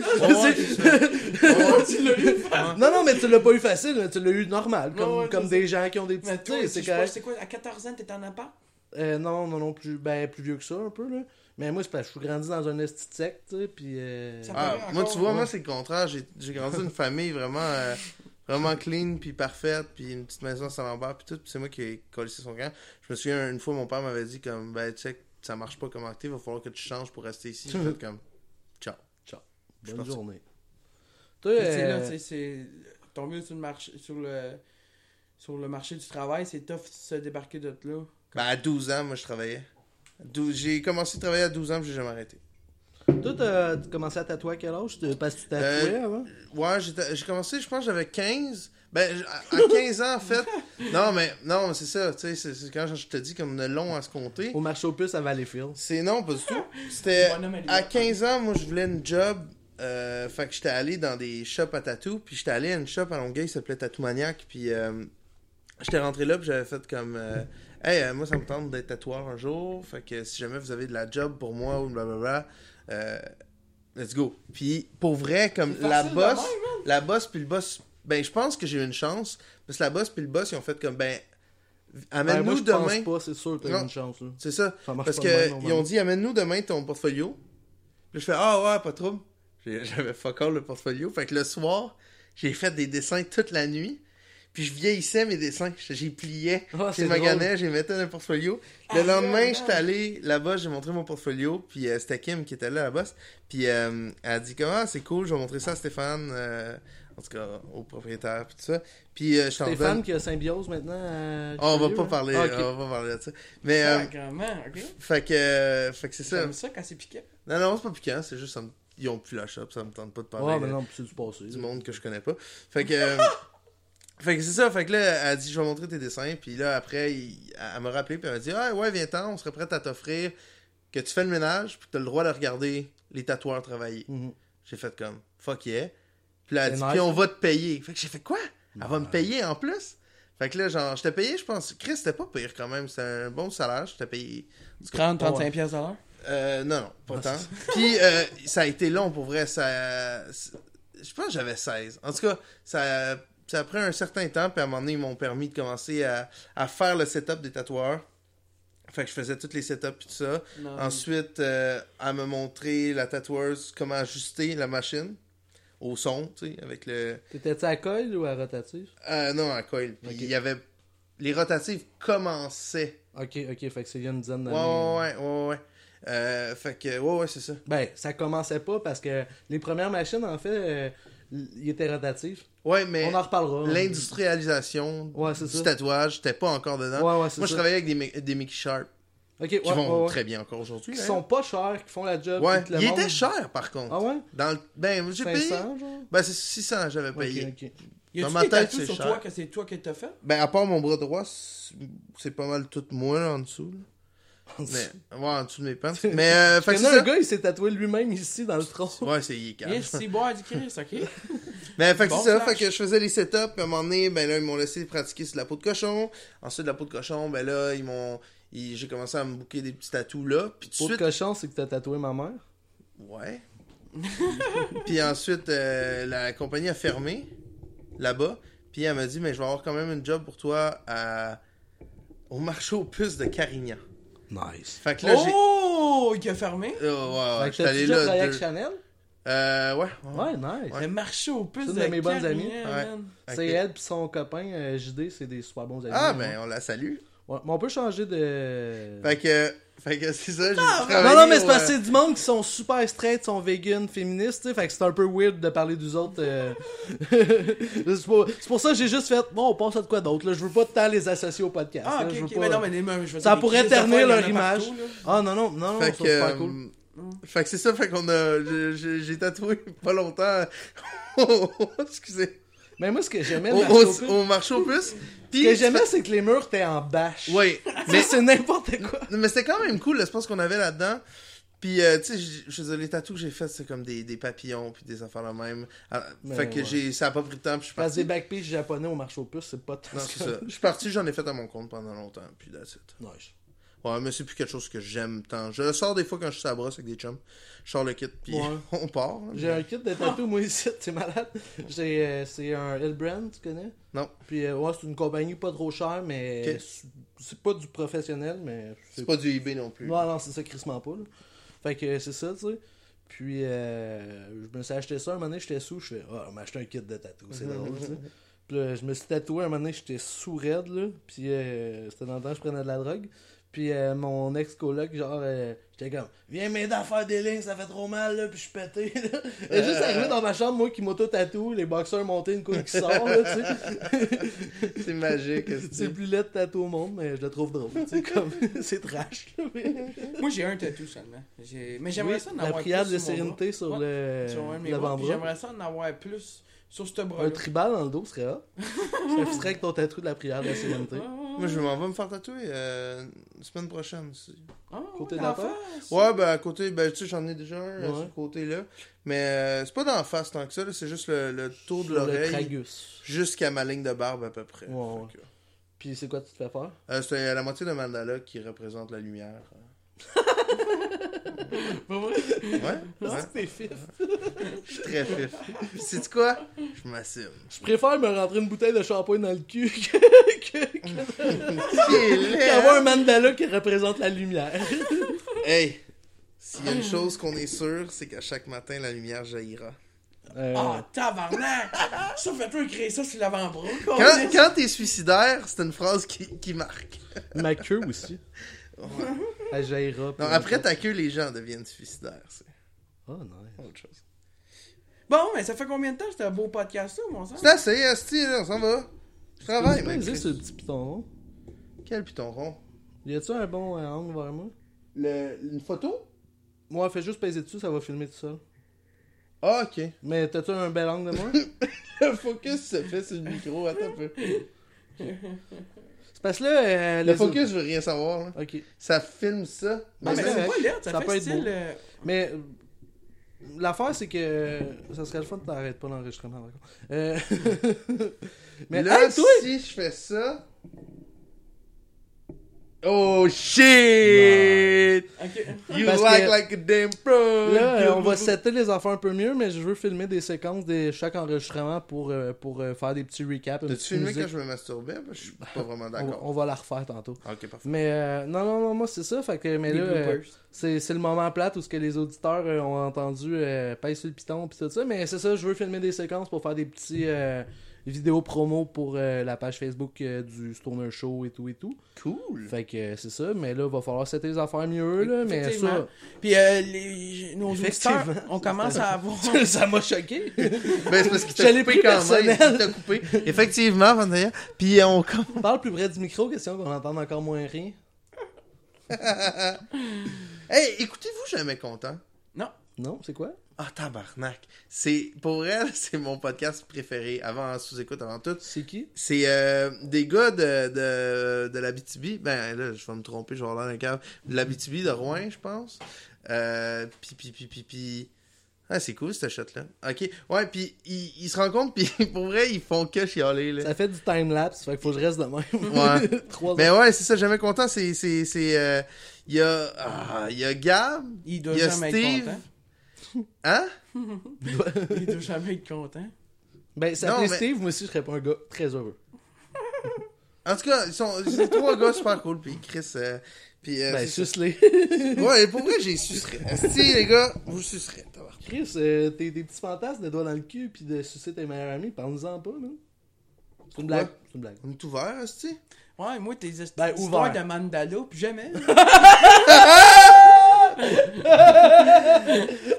Speaker 1: C'est-
Speaker 2: tu l'as eu.
Speaker 1: non, non, mais tu l'as pas eu facile, mais tu l'as eu normal, comme,
Speaker 2: Ouais, ouais,
Speaker 1: comme
Speaker 2: c'est
Speaker 1: des gens qui ont des
Speaker 2: Mais
Speaker 1: petites.
Speaker 2: toi,
Speaker 1: tu sais, c'est
Speaker 2: tu- je sais pas,
Speaker 1: correct.
Speaker 2: c'est quoi, à 14 ans, t'es en appart?
Speaker 1: Euh, non, non, non, plus, ben, plus vieux que ça, un peu, là. Mais moi, c'est parce que je suis grandi dans un esti de secte, tu sais, puis... euh,
Speaker 2: Ça-
Speaker 3: Ah,
Speaker 2: Encore,
Speaker 3: moi, tu vois,
Speaker 1: ouais.
Speaker 3: moi, c'est le contraire. J'ai j'ai grandi dans une famille vraiment, euh, vraiment clean, puis parfaite, puis une petite maison à Saint-Lambert, puis tout. Puis c'est moi qui ai collé son camp. Je me souviens, une fois, mon père m'avait dit, comme, ben, check, ça marche pas comme actif, va falloir que tu changes pour rester ici. J'ai fait comme, ciao.
Speaker 1: Ciao.
Speaker 3: Je
Speaker 1: Bonne
Speaker 3: pense-
Speaker 1: journée. Toi,
Speaker 2: Puis, tu sais, là,
Speaker 1: euh,
Speaker 2: tu sais, c'est. Ton mieux sur le, marché, sur, le... sur le marché du travail, c'est tough de se débarquer de là.
Speaker 3: Ben, à 12 ans, moi, je travaillais. Dou- J'ai commencé à travailler à 12 ans, puis j'ai jamais arrêté.
Speaker 1: toi, t'as t'as commencé à tatouer à quel âge? Tu- Parce que tu tatouais
Speaker 3: Euh,
Speaker 1: avant?
Speaker 3: Ouais, j'étais- j'ai commencé, je pense, que j'avais 15. Ben, j- à à 15 ans, en fait. Non, mais non, mais c'est ça, tu sais, c'est c'est quand je te dis qu'on a long à se compter.
Speaker 1: Au marché aux puces à Valleyfield.
Speaker 3: C'est non, pas du tout. C'était
Speaker 2: Bonhomme Elliot.
Speaker 3: à 15 ans, moi je voulais une job. euh, fait que j'étais allé dans des shops à tatou, puis j'étais allé à une shop à Longueuil qui s'appelait Tatou Maniac, puis euh, j'étais rentré là, puis j'avais fait comme euh, Hey, euh, moi ça me tente d'être tatoueur un jour, fait que si jamais vous avez de la job pour moi ou blablabla, euh, let's go. Puis pour vrai, comme
Speaker 2: C'est
Speaker 3: la
Speaker 2: facile de
Speaker 3: boss,
Speaker 2: même, hein?
Speaker 3: la boss puis le boss, ben je pense que j'ai eu une chance, parce que la boss puis le boss ils ont fait comme ben
Speaker 1: Ben, moi,
Speaker 3: amène-nous
Speaker 1: je pense
Speaker 3: demain.
Speaker 1: pas, c'est sûr que t'as
Speaker 3: Non.
Speaker 1: eu une chance, là.
Speaker 3: C'est ça.
Speaker 1: Ça marche
Speaker 3: Parce
Speaker 1: pas de même,
Speaker 3: qu'ils
Speaker 1: normalement.
Speaker 3: ont dit amène-nous demain ton portfolio. Puis je fais ah ouais, pas trop. J'avais fuck all le portfolio. Fait que le soir, j'ai fait des dessins toute la nuit. Puis je vieillissais mes dessins. Je- J'y pliais,
Speaker 1: Ah,
Speaker 3: je
Speaker 1: c'est
Speaker 3: les maganais, je les mettais dans le portfolio. Le
Speaker 2: Ah,
Speaker 3: lendemain,
Speaker 2: non,
Speaker 3: j'étais
Speaker 2: non.
Speaker 3: allé là-bas, j'ai montré mon portfolio. Puis euh, c'était Kim qui était là, la boss. Puis euh, elle a dit comment c'est cool, je vais montrer ça à Stéphane. euh, en tout cas, au propriétaire, puis tout ça. Puis euh, je t'en
Speaker 1: Stéphane
Speaker 3: donne.
Speaker 1: qui a symbiose maintenant. à-
Speaker 3: Oh, on va
Speaker 1: Curieux,
Speaker 3: pas
Speaker 1: hein?
Speaker 3: parler,
Speaker 1: Ah, ok.
Speaker 3: on va pas parler de ça. Mais euh,
Speaker 2: Ah, grand-mère, ok?
Speaker 3: fait que, euh, fait que c'est ça.
Speaker 2: J'aime ça quand c'est piqué.
Speaker 3: Non, non, c'est pas piquant, c'est juste ça me- ils ont plus la shop, ça me tente pas de parler
Speaker 1: Ouais, mais
Speaker 3: euh,
Speaker 1: non, puis c'est du passé.
Speaker 3: du
Speaker 1: là.
Speaker 3: monde que je connais pas. Fait que euh, fait que c'est ça, fait que là elle dit je vais montrer tes dessins, puis là après il- elle m'a rappelé puis elle m'a dit "Ah ouais, viens ten on serait prête à t'offrir que tu fais le ménage, puis que t'as le droit de regarder les tatoueurs travailler."
Speaker 1: Mhm.
Speaker 3: J'ai fait comme fuck yeah. Puis là elle
Speaker 1: C'est
Speaker 3: dit
Speaker 1: nice,
Speaker 3: "Puis on
Speaker 1: hein?
Speaker 3: va te payer." Fait que j'ai fait quoi Elle va me payer en plus. Fait que là genre je t'ai payé, je pense Chris, c'était pas pire quand même, c'était un bon salaire, je t'ai payé
Speaker 2: 30, 35 piastres à l'heure.
Speaker 3: euh, non, non, pas
Speaker 1: Ah,
Speaker 3: tant. Puis euh, ça a été long pour vrai. Ça, c'est- je pense que j'avais 16. En tout cas, ça, ça a pris un certain temps. Puis à un moment donné, ils m'ont permis de commencer à, à faire le setup des tatoueurs. Fait que je faisais tous les setups et tout ça.
Speaker 2: Non,
Speaker 3: Ensuite, euh, elle me montrer la tatoueuse comment ajuster la machine au son, tu sais, avec le.
Speaker 1: T'étais-tu à coil ou à rotatif?
Speaker 3: Euh, non, à coil. Puis
Speaker 1: Ok.
Speaker 3: il y avait. Les rotatives commençaient.
Speaker 1: Ok, ok, fait que c'est il y a une dizaine
Speaker 3: Ouais,
Speaker 1: d'années.
Speaker 3: ouais, ouais, ouais. ouais. Euh, fait que, ouais, ouais, c'est ça.
Speaker 1: Ben, ça commençait pas parce que les premières machines, en fait, euh, ils étaient rotatifs.
Speaker 3: Ouais, mais.
Speaker 1: On en reparlera.
Speaker 3: l'industrialisation
Speaker 1: Ouais, c'est
Speaker 3: du
Speaker 1: ça.
Speaker 3: tatouage, j'étais pas encore dedans.
Speaker 1: Ouais, ouais, c'est
Speaker 3: Moi, je
Speaker 1: ça.
Speaker 3: travaillais avec des, mi- des Mickey Sharp
Speaker 1: Ok, ouais,
Speaker 3: qui vont
Speaker 1: ouais, ouais.
Speaker 3: très bien encore aujourd'hui.
Speaker 1: Qui
Speaker 3: hein.
Speaker 1: sont pas chers, qui font la job.
Speaker 3: Ouais,
Speaker 1: qui te le
Speaker 3: ils étaient
Speaker 1: montrent.
Speaker 3: chers par contre.
Speaker 1: Ah ouais?
Speaker 3: Dans le- Ben, j'ai payé.
Speaker 1: 500, genre?
Speaker 3: Ben, c'est 600 j'avais payé.
Speaker 1: Ok, ok.
Speaker 2: Y
Speaker 3: Dans
Speaker 2: a-tu
Speaker 3: ma
Speaker 2: des
Speaker 3: tête,
Speaker 2: tatous
Speaker 3: c'est
Speaker 2: sur
Speaker 3: cher.
Speaker 2: toi que c'est toi qui t'as fait?
Speaker 3: Ben, à part mon bras droit, c'est c'est pas mal tout moi là, en dessous. là. Mais, ouais, en dessous de mes pentes. Mais, euh,
Speaker 1: Fait
Speaker 3: fait que
Speaker 1: qu'il y en
Speaker 3: c'est
Speaker 1: a un
Speaker 3: ça.
Speaker 1: gars, il s'est tatoué lui-même ici dans le tronc.
Speaker 3: Ouais, c'est il est calme.
Speaker 2: Yes, c'est boire du Christ, ok?
Speaker 3: Mais fait que
Speaker 2: Bon
Speaker 3: c'est ça,
Speaker 2: flash.
Speaker 3: fait que je faisais les setups, puis à un moment donné, ben là, ils m'ont laissé pratiquer sur de la peau de cochon. Ensuite, de la peau de cochon, ben là, ils m'ont. ils- J'ai commencé à me bouquer des petits tatous là. Puis tout
Speaker 1: Pour
Speaker 3: de
Speaker 1: le
Speaker 3: suite.
Speaker 1: cochon, c'est que t'as tatoué ma mère.
Speaker 3: Ouais. puis ensuite, euh, la compagnie a fermé là-bas. Puis elle m'a dit, mais je vais avoir quand même une job pour toi à... au marché aux puces de Carignan.
Speaker 1: Nice.
Speaker 3: Fait que là, j'ai.
Speaker 2: Oh, il a fermé.
Speaker 3: Oh, ouais, ouais,
Speaker 1: Fait que
Speaker 3: j'étais
Speaker 1: t'as
Speaker 3: allé
Speaker 1: déjà
Speaker 3: là.
Speaker 1: travaillé avec
Speaker 3: deux-
Speaker 1: Chanel?
Speaker 3: Euh, ouais. ouais.
Speaker 1: Ouais, nice.
Speaker 2: Le marché aux puces
Speaker 1: C'est une
Speaker 2: de
Speaker 1: de mes bonnes
Speaker 2: Carignan,
Speaker 1: amies.
Speaker 2: man.
Speaker 3: Ok.
Speaker 1: C'est elle pis son copain euh, JD, c'est des super bons amis.
Speaker 3: Ah,
Speaker 1: hein.
Speaker 3: ben, on la salue.
Speaker 1: Ouais, mais on peut changer de.
Speaker 3: Fait que, fait que c'est ça, j'ai
Speaker 1: Non,
Speaker 3: travaillé
Speaker 1: Ah, non, mais c'est
Speaker 3: au,
Speaker 1: parce que
Speaker 3: euh,
Speaker 1: c'est du monde qui sont super straight, sont vegan, féministes, tu sais, fait que c'est un peu weird de parler d'eux autres. euh. c'est pour, c'est pour ça que j'ai juste fait, bon, on passe à de quoi d'autre, là, je veux pas tant les associer au podcast.
Speaker 2: Ah,
Speaker 1: là,
Speaker 2: ok,
Speaker 1: je veux
Speaker 2: ok.
Speaker 1: pas-
Speaker 2: Mais non, mais les mêmes, je veux
Speaker 1: Ça
Speaker 2: dire,
Speaker 1: pourrait
Speaker 2: les Christopher,
Speaker 1: ternir
Speaker 2: il y en a
Speaker 1: leur image.
Speaker 2: partout, là.
Speaker 1: Ah non, non, non, non,
Speaker 3: Fait
Speaker 1: c'est
Speaker 3: que,
Speaker 1: super
Speaker 3: euh,
Speaker 1: cool.
Speaker 3: fait que c'est ça, fait qu'on a. je- je- J'ai tatoué pas longtemps. Oh, Excusez.
Speaker 1: Mais moi, ce que j'aimais,
Speaker 3: Au,
Speaker 1: le marché aux
Speaker 3: au,
Speaker 1: puces-
Speaker 3: au marché aux puces.
Speaker 1: ce
Speaker 3: Puis.
Speaker 1: que j'aimais, c'est que les murs étaient en bâche.
Speaker 3: Ouais.
Speaker 1: mais c'est n'importe quoi.
Speaker 3: Non, mais c'était quand même cool l'espace qu'on avait là-dedans. Puis, euh, tu sais, je- je faisais les tatous que j'ai faits, c'est comme des, des papillons, puis des affaires la même. Ah,
Speaker 1: Mais
Speaker 3: fait que
Speaker 1: Ben ouais.
Speaker 3: j'ai, ça a pas pris de temps, puis je suis
Speaker 1: Parce que
Speaker 3: parti.
Speaker 1: des backpage japonais au marché aux puces, c'est pas tant
Speaker 3: Non, c'est ça. Je suis parti, j'en ai fait à mon compte pendant longtemps, puis that's it.
Speaker 1: Nice.
Speaker 3: Ouais, mais c'est plus quelque chose que j'aime tant. Je le sors des fois quand je suis à la brosse avec des chums. Je sors le kit, puis
Speaker 1: Ouais.
Speaker 3: on part. hein. là.
Speaker 1: J'ai un kit de tatou, moi, ici, t'es malade. J'ai, euh, c'est un Hillbrand, tu connais?
Speaker 3: Non.
Speaker 1: Puis, euh, ouais, c'est une compagnie pas trop chère, mais
Speaker 3: Ok.
Speaker 1: c'est- c'est pas du professionnel, mais
Speaker 3: C'est pas du eBay non plus.
Speaker 1: Non, non, c'est ça, crissement pas. là. Fait que euh, c'est ça, tu sais. Puis, euh, je me suis acheté ça un moment donné, j'étais sous. Je fais, ah, on m'a acheté un kit de tatou, c'est drôle, tu sais. Puis là, je me suis tatoué un moment donné, j'étais sous raide, là. Puis, euh, c'était dans le temps que je prenais de la drogue. Puis, euh, mon ex-coloc, genre, euh, j'étais comme, viens m'aider à faire des lignes, ça fait trop mal, là, puis je suis pété, là. Et
Speaker 3: Euh.
Speaker 1: juste arrivé dans ma chambre, moi qui m'auto-tatoue, les boxeurs montés, une couille qui sort, là, tu sais.
Speaker 3: C'est magique. est-ce que-
Speaker 1: c'est le plus laid de tatou au monde, mais je le trouve drôle, tu sais, comme, c'est trash, là, mais-
Speaker 2: Moi, j'ai un tatou seulement. J'ai- Mais j'aimerais
Speaker 1: Oui,
Speaker 2: ça en
Speaker 1: La
Speaker 2: avoir
Speaker 1: prière
Speaker 2: plus
Speaker 1: de
Speaker 2: sur mon
Speaker 1: sérénité sur
Speaker 2: Ouais,
Speaker 1: le
Speaker 2: bras. Sur un de mes bras, puis
Speaker 1: l'avant-bras.
Speaker 2: J'aimerais ça en avoir plus sur ce bras.
Speaker 1: Un tribal dans le dos serait hot. Ça serait avec ton tatou de la prière de sérénité.
Speaker 2: Ah,
Speaker 3: Moi, je m'en vais me faire tatouer euh, semaine prochaine. aussi.
Speaker 1: Côté
Speaker 2: Côté
Speaker 1: de
Speaker 2: de
Speaker 1: la
Speaker 3: Ouais, ben à côté, ben tu sais, j'en ai déjà un
Speaker 1: Ouais.
Speaker 3: à ce côté-là. Mais euh, c'est pas d'en face tant que ça, là, c'est juste le, le tour de
Speaker 1: Sur Le
Speaker 3: l'oreille
Speaker 1: tragus.
Speaker 3: jusqu'à ma ligne de barbe à peu près.
Speaker 1: Ouais,
Speaker 3: Fait que,
Speaker 1: Puis c'est quoi tu te fais faire?
Speaker 3: euh, c'est à la moitié de mandala qui représente la lumière. Ouais, ouais, je suis très fif. Puis sais-tu quoi? Je m'assume.
Speaker 1: Je préfère me rentrer une bouteille de shampoing dans le cul que- que- que-
Speaker 3: C'est laid,
Speaker 1: qu'avoir un
Speaker 3: hein?
Speaker 1: mandala qui représente la lumière.
Speaker 3: Hey! S'il y a une chose qu'on est sûr, c'est qu'à chaque matin, la lumière jaillira.
Speaker 1: Euh,
Speaker 2: Ah, tabarnak! ça, fais-toi écrire ça sur l'avant-bras.
Speaker 1: Oh,
Speaker 3: Quand, quand t'es suicidaire, c'est une phrase qui, qui marque.
Speaker 1: Ma queue aussi. Elle jaillira.
Speaker 3: Non, après ta queue, les gens deviennent suicidaires. C'est
Speaker 1: Oh, nice.
Speaker 3: autre chose.
Speaker 2: Bon, mais ça fait combien de temps que c'était un beau podcast, ça, mon sang?
Speaker 3: C'est assez, Asti, là, on s'en va. Je travaille,
Speaker 1: Tu peux
Speaker 3: mec.
Speaker 1: peser sur le petit piton rond?
Speaker 3: Quel piton rond
Speaker 1: Y a-tu un bon euh, angle vers moi?
Speaker 3: Une photo
Speaker 1: Moi, fais juste peser dessus, ça va filmer tout seul.
Speaker 3: Ah, ok.
Speaker 1: Mais t'as-tu un bel angle de moi?
Speaker 3: Le focus se fait sur le micro, attends un peu.
Speaker 1: C'est parce que là, euh,
Speaker 3: Le
Speaker 1: les-
Speaker 3: focus, je veux rien savoir, là.
Speaker 1: Ok.
Speaker 3: Ça filme ça.
Speaker 2: Ah,
Speaker 1: Mais
Speaker 2: mais
Speaker 1: c'est
Speaker 2: c'est
Speaker 1: correct.
Speaker 2: pas l'air, ça,
Speaker 1: Ça peut
Speaker 2: fait
Speaker 1: être beau.
Speaker 2: style... euh,
Speaker 1: Mais euh, l'affaire, c'est que euh, ça serait le fun de t'arrêter pas l'enregistrement, d'accord. Euh... Mais
Speaker 3: là,
Speaker 1: hey, toi!
Speaker 3: si je fais ça. Oh shit!
Speaker 2: ok.
Speaker 3: You
Speaker 1: Parce
Speaker 3: like
Speaker 1: que-
Speaker 3: like a damn pro!
Speaker 1: Là, euh, on va setter les affaires un peu mieux, mais je veux filmer des séquences de chaque enregistrement pour, euh, pour euh, faire des petits recaps. une
Speaker 3: T'as-tu
Speaker 1: petite
Speaker 3: filmé
Speaker 1: musique. Ah,
Speaker 3: quand je me masturbais? Parce que Je suis pas vraiment
Speaker 1: on, va-
Speaker 3: d'accord.
Speaker 1: on va la refaire tantôt.
Speaker 3: Ok, parfait.
Speaker 1: Mais euh, non, non, non, moi c'est ça. Fait que, mais
Speaker 2: Des
Speaker 1: là, euh,
Speaker 2: bloopers.
Speaker 1: c'est c'est le moment plate où ce que les auditeurs euh, ont entendu euh, pèse sur le piton puis tout ça mais c'est ça je veux filmer des séquences pour faire des petits euh, vidéos promo pour euh, la page Facebook euh, du Stoner Show et tout et tout
Speaker 3: Cool!
Speaker 1: fait que euh, c'est ça mais là va falloir setter les affaires mieux là mais ça
Speaker 2: Effectivement. Puis euh, les, nos auditeurs,
Speaker 1: Effectivement.
Speaker 2: on commence à avoir...
Speaker 1: ça m'a choqué
Speaker 3: Ben, c'est parce qu'il t'a
Speaker 1: Je l'ai
Speaker 3: coupé
Speaker 1: pris
Speaker 3: quand
Speaker 1: personnel.
Speaker 3: même. Il t'a coupé. Effectivement, Van Dayen. Puis on commence.
Speaker 1: parle plus près du micro question qu'on entende encore moins rien
Speaker 3: Hey, écoutez-vous jamais content?
Speaker 2: Non.
Speaker 1: non c'est quoi
Speaker 3: Ah, tabarnak. C'est, pour elle, c'est mon podcast préféré. Avant, sous-écoute, avant tout.
Speaker 1: c'est qui
Speaker 3: C'est euh, des gars de, de, de la BTB. Ben là, je vais me tromper, je vais avoir l'air d'un cave. De la BTB de Rouen, je pense. Euh, puis, puis, puis, puis, puis. Ah, c'est cool, cette shot-là. Ok. Ouais, puis ils, ils se rencontrent, puis pour vrai, ils font que chialer, là.
Speaker 1: ça fait du time lapse fait qu'il faut que je reste de même
Speaker 3: Ouais.
Speaker 1: trois
Speaker 3: Mais ouais, c'est ça, jamais content. C'est. c'est- c'est, euh, Il y a. ah, Il y a Gab.
Speaker 2: Il doit
Speaker 3: Il y a
Speaker 2: jamais
Speaker 3: Steve.
Speaker 2: être content.
Speaker 3: Hein?
Speaker 2: Il doit jamais être content.
Speaker 1: ben ça
Speaker 3: Non,
Speaker 1: fait
Speaker 3: mais-
Speaker 1: Steve moi aussi je serais pas un gars très heureux
Speaker 3: En tout cas, ils sont. C'est trois gars super cool. Puis Chris. euh, puis. euh,
Speaker 1: ben
Speaker 3: c'est
Speaker 1: suce-les
Speaker 3: ça. Ouais, et pour vrai, j'ai sucerai. Si, les gars, vous sucerez. tabarnak.
Speaker 1: Chris, euh, t'es des petits fantasmes de doigts dans le cul puis de sucer tes meilleurs amis, parle-nous-en pas, man. C'est une
Speaker 3: Pourquoi?
Speaker 1: blague. C'est une blague.
Speaker 3: On est ouvert, Asti.
Speaker 2: Ouais, moi, tes histoires
Speaker 1: Ben,
Speaker 2: de
Speaker 1: ouvert.
Speaker 2: mandala, puis jamais.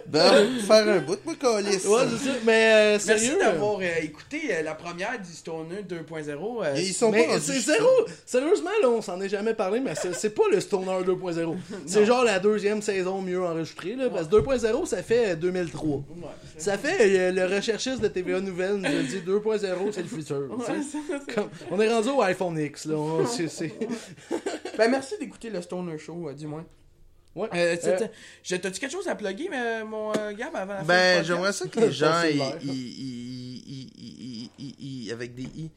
Speaker 3: Ben, faire un bout, moi, calice.
Speaker 1: Ouais, c'est ça. Mais euh,
Speaker 2: Merci
Speaker 1: sérieux.
Speaker 2: d'avoir euh, écouté euh, la première d'Histoner 2.0. euh,
Speaker 3: Et Ils sont pas
Speaker 1: Mais
Speaker 3: rendus
Speaker 1: c'est
Speaker 3: jusqu'à-
Speaker 1: zéro! Sérieusement, là, on s'en est jamais parlé, mais c'est c'est pas le Stoner 2.0. C'est genre la deuxième saison mieux enregistrée, là, parce que 2.0, ça fait euh, 2003.
Speaker 2: ouais.
Speaker 1: Ça fait, euh, le recherchiste de TVA Nouvelle nous a dit 2.0, c'est le futur. tu sais.
Speaker 2: Ouais, ça, ça.
Speaker 1: Comme- on est rendu au iPhone X, là. on- c'est- c'est-
Speaker 2: Ben, merci d'écouter le Stoner Show, euh, du moins.
Speaker 1: Ouais.
Speaker 2: Euh, t'sais,
Speaker 1: Euh,
Speaker 2: t'sais, je- T'as-tu quelque chose à plugger, mais, mon euh, Gab, avant la
Speaker 3: Ben,
Speaker 2: fin du podcast?
Speaker 3: j'aimerais ça que les gens,
Speaker 1: Pas
Speaker 3: ils,
Speaker 1: sévère.
Speaker 3: ils- ils- ils- ils- ils- ils- ils- avec des i,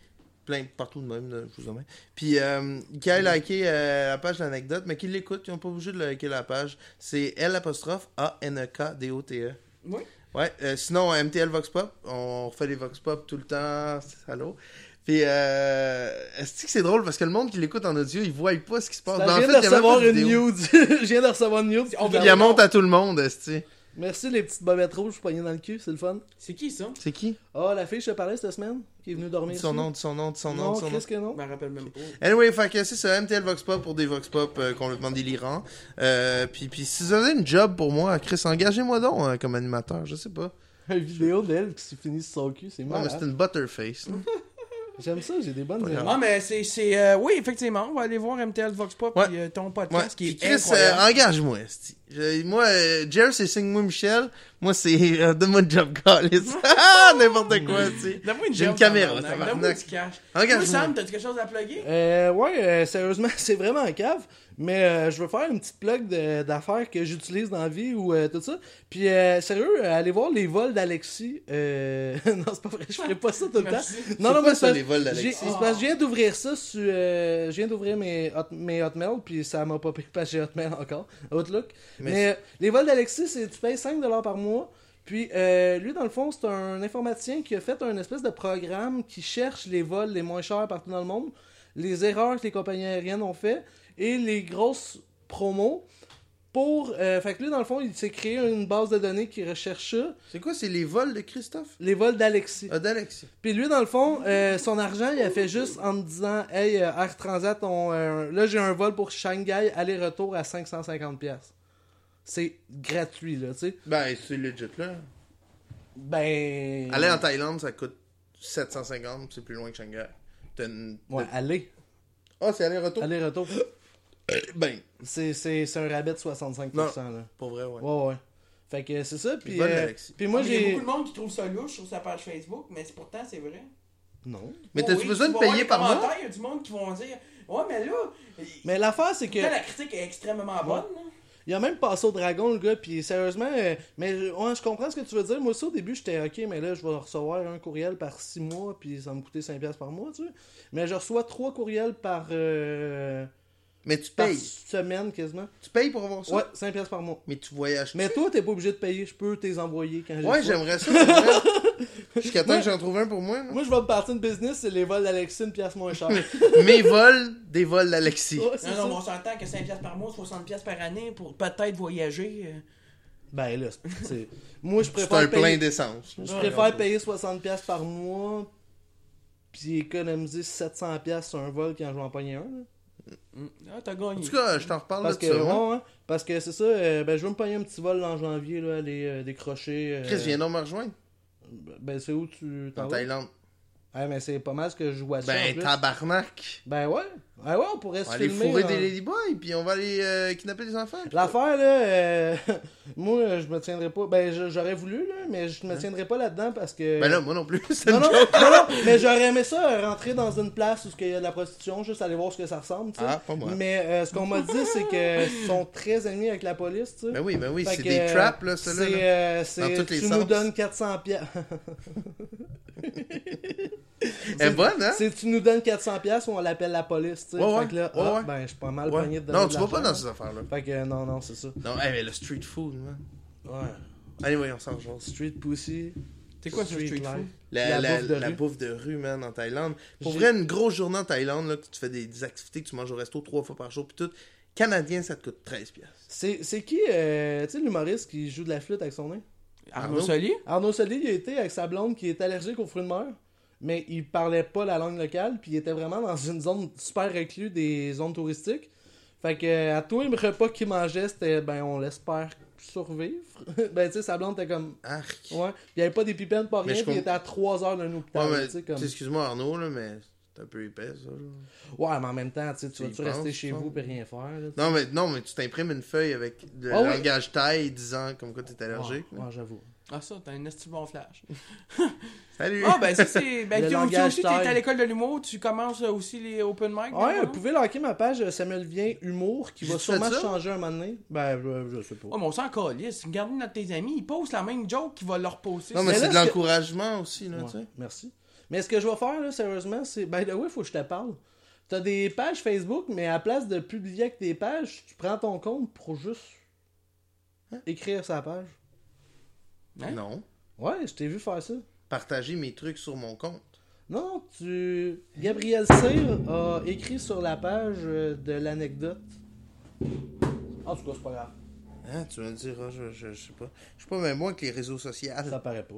Speaker 3: plein partout de même, là, je vous en mets. Puis, euh, qui aient liké euh, la page d'anecdote, mais qui l'écoutent, ils n'ont pas bougé de liker la page. C'est L apostrophe A N E K D O T E.
Speaker 2: Oui.
Speaker 3: Ouais, euh, sinon, MTL Vox Pop, on refait les Vox Pop tout le temps, c'est salaud. Puis, euh, est-ce que c'est drôle parce que le monde qui l'écoute en audio, il voit pas ce qui se passe. Ben,
Speaker 1: je viens de
Speaker 3: il y a même pas
Speaker 1: recevoir
Speaker 3: de
Speaker 1: une
Speaker 3: vidéo.
Speaker 1: nude. Je viens de recevoir une nude.
Speaker 2: On
Speaker 3: Il la monte à tout le monde, est
Speaker 1: Merci les petites bobettes rouges poignées dans le cul, c'est le fun.
Speaker 2: C'est qui, ça?
Speaker 3: C'est qui
Speaker 1: Ah, la fille, je te parlais cette semaine, qui est venue dormir.
Speaker 3: Dis son
Speaker 1: ici.
Speaker 3: nom, dis son nom, dis son nom,
Speaker 1: Non,
Speaker 3: dis son nom.
Speaker 1: qu'est-ce que non?
Speaker 2: Je m'en rappelle même pas.
Speaker 3: Anyway, fait que c'est ça, MTL Vox Pop pour des Vox Pop euh, complètement délirants. Euh, puis, puis si vous avez une job pour moi, Chris, engagez-moi donc euh, comme animateur, je sais pas.
Speaker 1: Une vidéo d'elle qui se finit sur son cul, c'est
Speaker 3: Non, mais
Speaker 1: malade.
Speaker 3: c'est une butterface. là.
Speaker 1: J'aime ça, j'ai des bonnes
Speaker 3: Pas
Speaker 1: mémoires.
Speaker 2: Ah, mais c'est. c'est, euh, oui, effectivement, on va aller voir MTL Vox Pop
Speaker 3: Ouais.
Speaker 2: puis, euh, ton
Speaker 3: Ouais.
Speaker 2: podcast
Speaker 3: Puis
Speaker 2: qui est
Speaker 3: Chris,
Speaker 2: incroyable.
Speaker 3: euh, engage-moi, esti. Je- Moi, euh, Jerry, c'est signe-moi Michel. Moi, c'est euh, donne-moi une job, Carlis. Ah, N'importe quoi, tu sais.
Speaker 2: Donne-moi
Speaker 3: J'ai
Speaker 2: job,
Speaker 3: une caméra,
Speaker 2: tabarnak.
Speaker 3: tabarnak.
Speaker 2: Donne-moi du cash.
Speaker 3: Engage-moi.
Speaker 2: Toi, Sam, t'as quelque chose à plugger?
Speaker 1: Euh, ouais, euh, sérieusement, c'est vraiment un cave. Mais euh, je veux faire une petite plug de- d'affaires que j'utilise dans la vie ou euh, tout ça. Puis, euh, sérieux, euh, allez voir les vols d'Alexis. Euh, non, c'est pas vrai, je ferai pas ça tout le temps.
Speaker 2: Merci.
Speaker 1: Non,
Speaker 3: C'est
Speaker 1: non,
Speaker 3: quoi
Speaker 1: mais
Speaker 3: ça,
Speaker 1: c'est-
Speaker 3: les vols
Speaker 1: j'ai-
Speaker 3: d'Alexis?
Speaker 1: c'est parce que je viens d'ouvrir ça sur. euh, je viens d'ouvrir mes, hot- mes Hotmail, puis ça m'a pas pris parce que j'ai Hotmail encore. Outlook.
Speaker 3: Mais
Speaker 1: Mais, euh, les vols d'Alexis, c'est- tu payes 5$ par mois. Puis euh, lui, dans le fond, c'est un informaticien qui a fait un espèce de programme qui cherche les vols les moins chers partout dans le monde, les erreurs que les compagnies aériennes ont fait et les grosses promos. Pour, euh, fait que lui, dans le fond, il s'est créé une base de données qui recherche ça,
Speaker 3: C'est quoi, c'est les vols de Christophe
Speaker 1: les vols d'Alexis.
Speaker 3: Ah, d'Alexis.
Speaker 1: Puis lui, dans le fond, euh, son argent, il a fait juste en me disant Hey, euh, Air Transat, on, euh, là, j'ai un vol pour Shanghai, aller-retour à 550$. C'est gratuit, là, tu sais.
Speaker 3: Ben, c'est legit, là.
Speaker 1: Ben.
Speaker 3: Aller en Thaïlande, ça coûte 750, c'est plus loin que Shanghai. T'as une-
Speaker 1: Ouais, aller.
Speaker 3: Ah, c'est aller-retour?
Speaker 1: Aller-retour.
Speaker 3: Ben,
Speaker 1: C'est, c'est, c'est un rabais de 65%, là.
Speaker 3: pour vrai, ouais.
Speaker 1: Ouais, ouais. Fait que c'est ça, puis.
Speaker 3: bonne,
Speaker 1: euh,
Speaker 3: Alexis.
Speaker 1: puis moi,
Speaker 2: Ah, Il y a
Speaker 1: j'ai.
Speaker 2: beaucoup de monde qui trouve ça louche sur sa page Facebook, mais c'est- pourtant, c'est vrai.
Speaker 1: Non.
Speaker 3: Mais
Speaker 2: Oh,
Speaker 3: t'as-tu
Speaker 2: oui,
Speaker 3: besoin
Speaker 2: tu
Speaker 3: de
Speaker 2: vas voir
Speaker 3: payer
Speaker 2: les
Speaker 3: par mois?
Speaker 2: commentaires, Il y a du monde qui vont dire Ouais, mais là, il-
Speaker 1: Mais l'affaire, c'est que.
Speaker 2: pourtant, la critique est extrêmement bonne. là.
Speaker 1: Il a même passé au dragon, le gars, puis sérieusement, euh, mais je- ouais, je comprends ce que tu veux dire. Moi aussi, au début, j'étais OK, mais là, je vais recevoir un courriel par six mois, puis ça va me coûter 5$ piastres par mois, tu sais. Mais je reçois trois courriels par, euh,
Speaker 3: Mais tu
Speaker 1: par
Speaker 3: payes.
Speaker 1: semaine, quasiment.
Speaker 3: Tu payes pour avoir ça?
Speaker 1: Ouais, 5$ piastres par mois.
Speaker 3: Mais tu voyages.
Speaker 1: Mais toi, t'es pas obligé de payer, je peux t'es envoyer quand j'ai le
Speaker 3: ouais,
Speaker 1: choix.
Speaker 3: j'aimerais ça. pour vrai. Jusqu'à temps que j'en trouve un pour moi. là.
Speaker 1: Moi, je vais me partir une business, c'est les vols d'Alexis, une pièce moins chère.
Speaker 3: Mes vols, des vols d'Alexis.
Speaker 1: Ouais, c'est
Speaker 2: Non,
Speaker 1: ça.
Speaker 2: non, mais on s'entend que 5$ piastres par mois, 60$ piastres par année pour peut-être voyager. euh.
Speaker 1: Ben là, c'est... Moi, je
Speaker 3: C'est un
Speaker 1: préfère
Speaker 3: plein
Speaker 1: payer...
Speaker 3: d'essence.
Speaker 1: Je préfère payer 60$ piastres par mois, puis économiser 700$ piastres sur un vol quand je vais en pogner un. là.
Speaker 2: Mm. Ah, t'as gagné.
Speaker 3: En tout cas, je t'en reparle hein.
Speaker 1: Parce
Speaker 3: là
Speaker 1: que,
Speaker 3: dessus
Speaker 1: ouais, ouais, parce que c'est ça, euh, ben, je vais me pogner un petit vol en janvier, là, aller euh, décrocher... euh,
Speaker 3: Chris, viens donc me rejoindre
Speaker 1: Ben, c'est où tu
Speaker 3: en
Speaker 1: t'en vas?
Speaker 3: Thaïlande.
Speaker 1: Ah, mais c'est pas mal ce que je vois ça, en
Speaker 3: Ben,
Speaker 1: plus.
Speaker 3: tabarnak.
Speaker 1: Ben ouais, ah ouais, on pourrait
Speaker 3: On
Speaker 1: se
Speaker 3: va aller
Speaker 1: filmer.
Speaker 3: fourrer
Speaker 1: en-
Speaker 3: des ladyboys, puis on va aller euh, kidnapper des enfants. puis tout.
Speaker 1: L'affaire, là, euh, moi, euh, je me tiendrais pas. Ben, je- j'aurais voulu, là, mais je me tiendrais pas là-dedans parce que.
Speaker 3: Hein? Ben là, moi non plus. c'est
Speaker 1: non,
Speaker 3: une
Speaker 1: non,
Speaker 3: joke.
Speaker 1: non, non, mais j'aurais aimé ça, euh, rentrer dans une place où il y a de la prostitution, juste aller voir ce que ça ressemble, tu sais.
Speaker 3: Ah, pas moi.
Speaker 1: Mais euh, ce qu'on m'a dit, c'est qu'ils sont très ennemis avec la police, tu sais.
Speaker 3: Ben oui, ben oui,
Speaker 1: Fait
Speaker 3: c'est
Speaker 1: que,
Speaker 3: des
Speaker 1: euh,
Speaker 3: traps, là,
Speaker 1: C'est,
Speaker 3: ceux-là. là.
Speaker 1: euh, c'est-
Speaker 3: tous les
Speaker 1: tu nous
Speaker 3: sens.
Speaker 1: donnes 400 piastres.
Speaker 3: Elle est bonne, hein?
Speaker 1: c'est tu nous donnes 400 piastres ou on l'appelle la police, tu sais.
Speaker 3: Ouais, ouais,
Speaker 1: Fait que là,
Speaker 3: ouais,
Speaker 1: ah,
Speaker 3: ouais.
Speaker 1: ben, je suis pas mal
Speaker 3: Ouais.
Speaker 1: pogné de
Speaker 3: Non,
Speaker 1: donner
Speaker 3: tu
Speaker 1: de
Speaker 3: vas pas
Speaker 1: l'argent.
Speaker 3: dans ces affaires-là.
Speaker 1: Fait que euh, non, non, c'est ça.
Speaker 3: Non, hey, mais le street food, man.
Speaker 1: Ouais.
Speaker 3: Allez, voyons, ça rejoint.
Speaker 1: Street pussy.
Speaker 2: C'est quoi ce street
Speaker 1: life.
Speaker 2: food?
Speaker 3: La, la, la bouffe, de
Speaker 1: rue.
Speaker 3: rue, man, en Thaïlande. Pour
Speaker 1: J'ai-
Speaker 3: vrai, une grosse journée en Thaïlande, là, que tu fais des, des activités, que tu manges au resto trois fois par jour, puis tout. Canadien, ça te coûte 13 piastres.
Speaker 1: C'est c'est qui, euh, tu sais, l'humoriste qui joue de la flûte avec son nez?
Speaker 2: Arnaud
Speaker 3: Arnaud?
Speaker 2: Soli?
Speaker 1: Arnaud Soli, il a été avec sa blonde qui est allergique aux fruits de mer. mais il parlait pas la langue locale, puis il était vraiment dans une zone super reclue des zones touristiques. Fait que euh, à tous les repas qu'il mangeait, c'était ben on l'espère survivre. ben tu sais, sa blonde était comme
Speaker 3: Arc.
Speaker 1: ouais, Puis il y avait pas des pipines pas
Speaker 3: Mais
Speaker 1: rien,
Speaker 3: je
Speaker 1: puis il
Speaker 3: com-
Speaker 1: était à 3 heures d'un hôpital,
Speaker 3: Ouais, mais,
Speaker 1: tu sais comme
Speaker 3: t'sais, Excuse-moi Arnaud, là, mais c'est un peu épais ça. là.
Speaker 1: Ouais, mais en même temps, tu sais, tu
Speaker 3: Tu y
Speaker 1: vas-tu
Speaker 3: penses,
Speaker 1: rester chez
Speaker 3: ça?
Speaker 1: vous et rien faire là, tu sais?
Speaker 3: Non mais, non, mais tu t'imprimes une feuille avec le
Speaker 1: Ah oui.
Speaker 3: langage taille disant comme quoi t'es allergique.
Speaker 1: Ouais, ouais, j'avoue.
Speaker 2: Ah, ça, t'as un esti bon flash.
Speaker 3: Salut!
Speaker 2: Ah, ben ça, c'est. Ben,
Speaker 1: Le
Speaker 2: tu- tu,
Speaker 1: langage
Speaker 2: aussi, t'es
Speaker 1: taille.
Speaker 2: à l'école de l'humour, tu commences euh, aussi les open mic. non,
Speaker 1: Ouais,
Speaker 2: voilà?
Speaker 1: vous pouvez liker ma page euh, Samuel Vien Humour qui va
Speaker 3: J'ai-tu
Speaker 1: sûrement
Speaker 3: fait ça?
Speaker 1: changer un moment donné. Ben, euh, je sais pas.
Speaker 2: Oh, mais on s'en calisse. Regardez notre tes amis, ils postent la même joke qui va leur poster.
Speaker 3: non,
Speaker 1: mais
Speaker 3: mais c'est
Speaker 1: là,
Speaker 3: de
Speaker 1: ce que-
Speaker 3: l'encouragement aussi, là,
Speaker 1: Ouais,
Speaker 3: tu sais.
Speaker 1: Merci. Mais ce que je vais faire, là, sérieusement, c'est. By the way, faut que je te parle. T'as des pages Facebook, mais à place de publier avec tes pages, tu prends ton compte pour juste écrire sa page.
Speaker 2: Hein?
Speaker 3: Non.
Speaker 1: Ouais, je t'ai vu faire ça.
Speaker 3: Partager mes trucs sur mon compte.
Speaker 1: Non, tu. Gabriel Cyr a écrit sur la page euh, de l'anecdote. En tout cas, c'est pas grave.
Speaker 3: Hein, tu vas me dire, ah, je, je, je sais pas. Je suis pas même bon avec les réseaux sociaux.
Speaker 1: Ça paraît pas.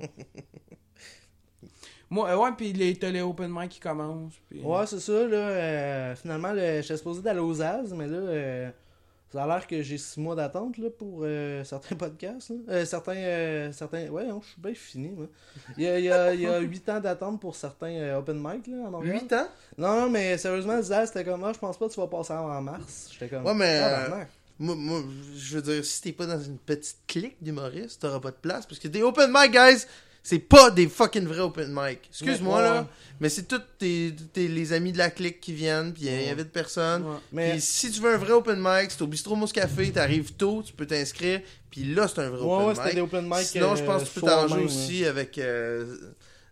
Speaker 2: Moi, euh, ouais, puis les- t'as les open mic qui commencent. puis-
Speaker 1: Ouais, c'est ça, là. euh, finalement, là, j'étais supposé d'aller aux As, mais là, euh, ça a l'air que j'ai six mois d'attente, là, pour euh, certains podcasts, là. Euh, certains, euh, certains... Ouais, non, je suis bien fini, moi. Il y a, il y a- il y a huit ans d'attente pour certains euh, open mic, là, à Montréal.
Speaker 3: 8 ans?
Speaker 1: Non, non, mais sérieusement, les As, c'était comme, ah, je pense pas que tu vas passer en mars. J'étais comme...
Speaker 3: Ouais, mais, euh,
Speaker 1: tabarnak.
Speaker 3: Moi, moi, je veux dire, si t'es pas dans une petite clique d'humoristes, t'auras pas de place. Parce que des open mic, guys, c'est pas des fucking vrais open mic. Excuse-moi,
Speaker 1: Ouais, ouais,
Speaker 3: là.
Speaker 1: ouais.
Speaker 3: Mais c'est tous tes, tes- les amis de la clique qui viennent, puis il y a de personne.
Speaker 2: Ouais.
Speaker 1: Mais-
Speaker 3: Puis si tu veux un vrai open mic, c'est au Bistro Mousse Café, t'arrives tôt, tu peux t'inscrire. Puis là, c'est un vrai
Speaker 1: Ouais, ouais,
Speaker 3: open
Speaker 1: c'était des
Speaker 3: mic.
Speaker 1: open mic.
Speaker 3: Sinon, je
Speaker 1: euh,
Speaker 3: pense que tu peux
Speaker 1: soir
Speaker 3: t'en jouer
Speaker 1: même,
Speaker 3: aussi avec euh,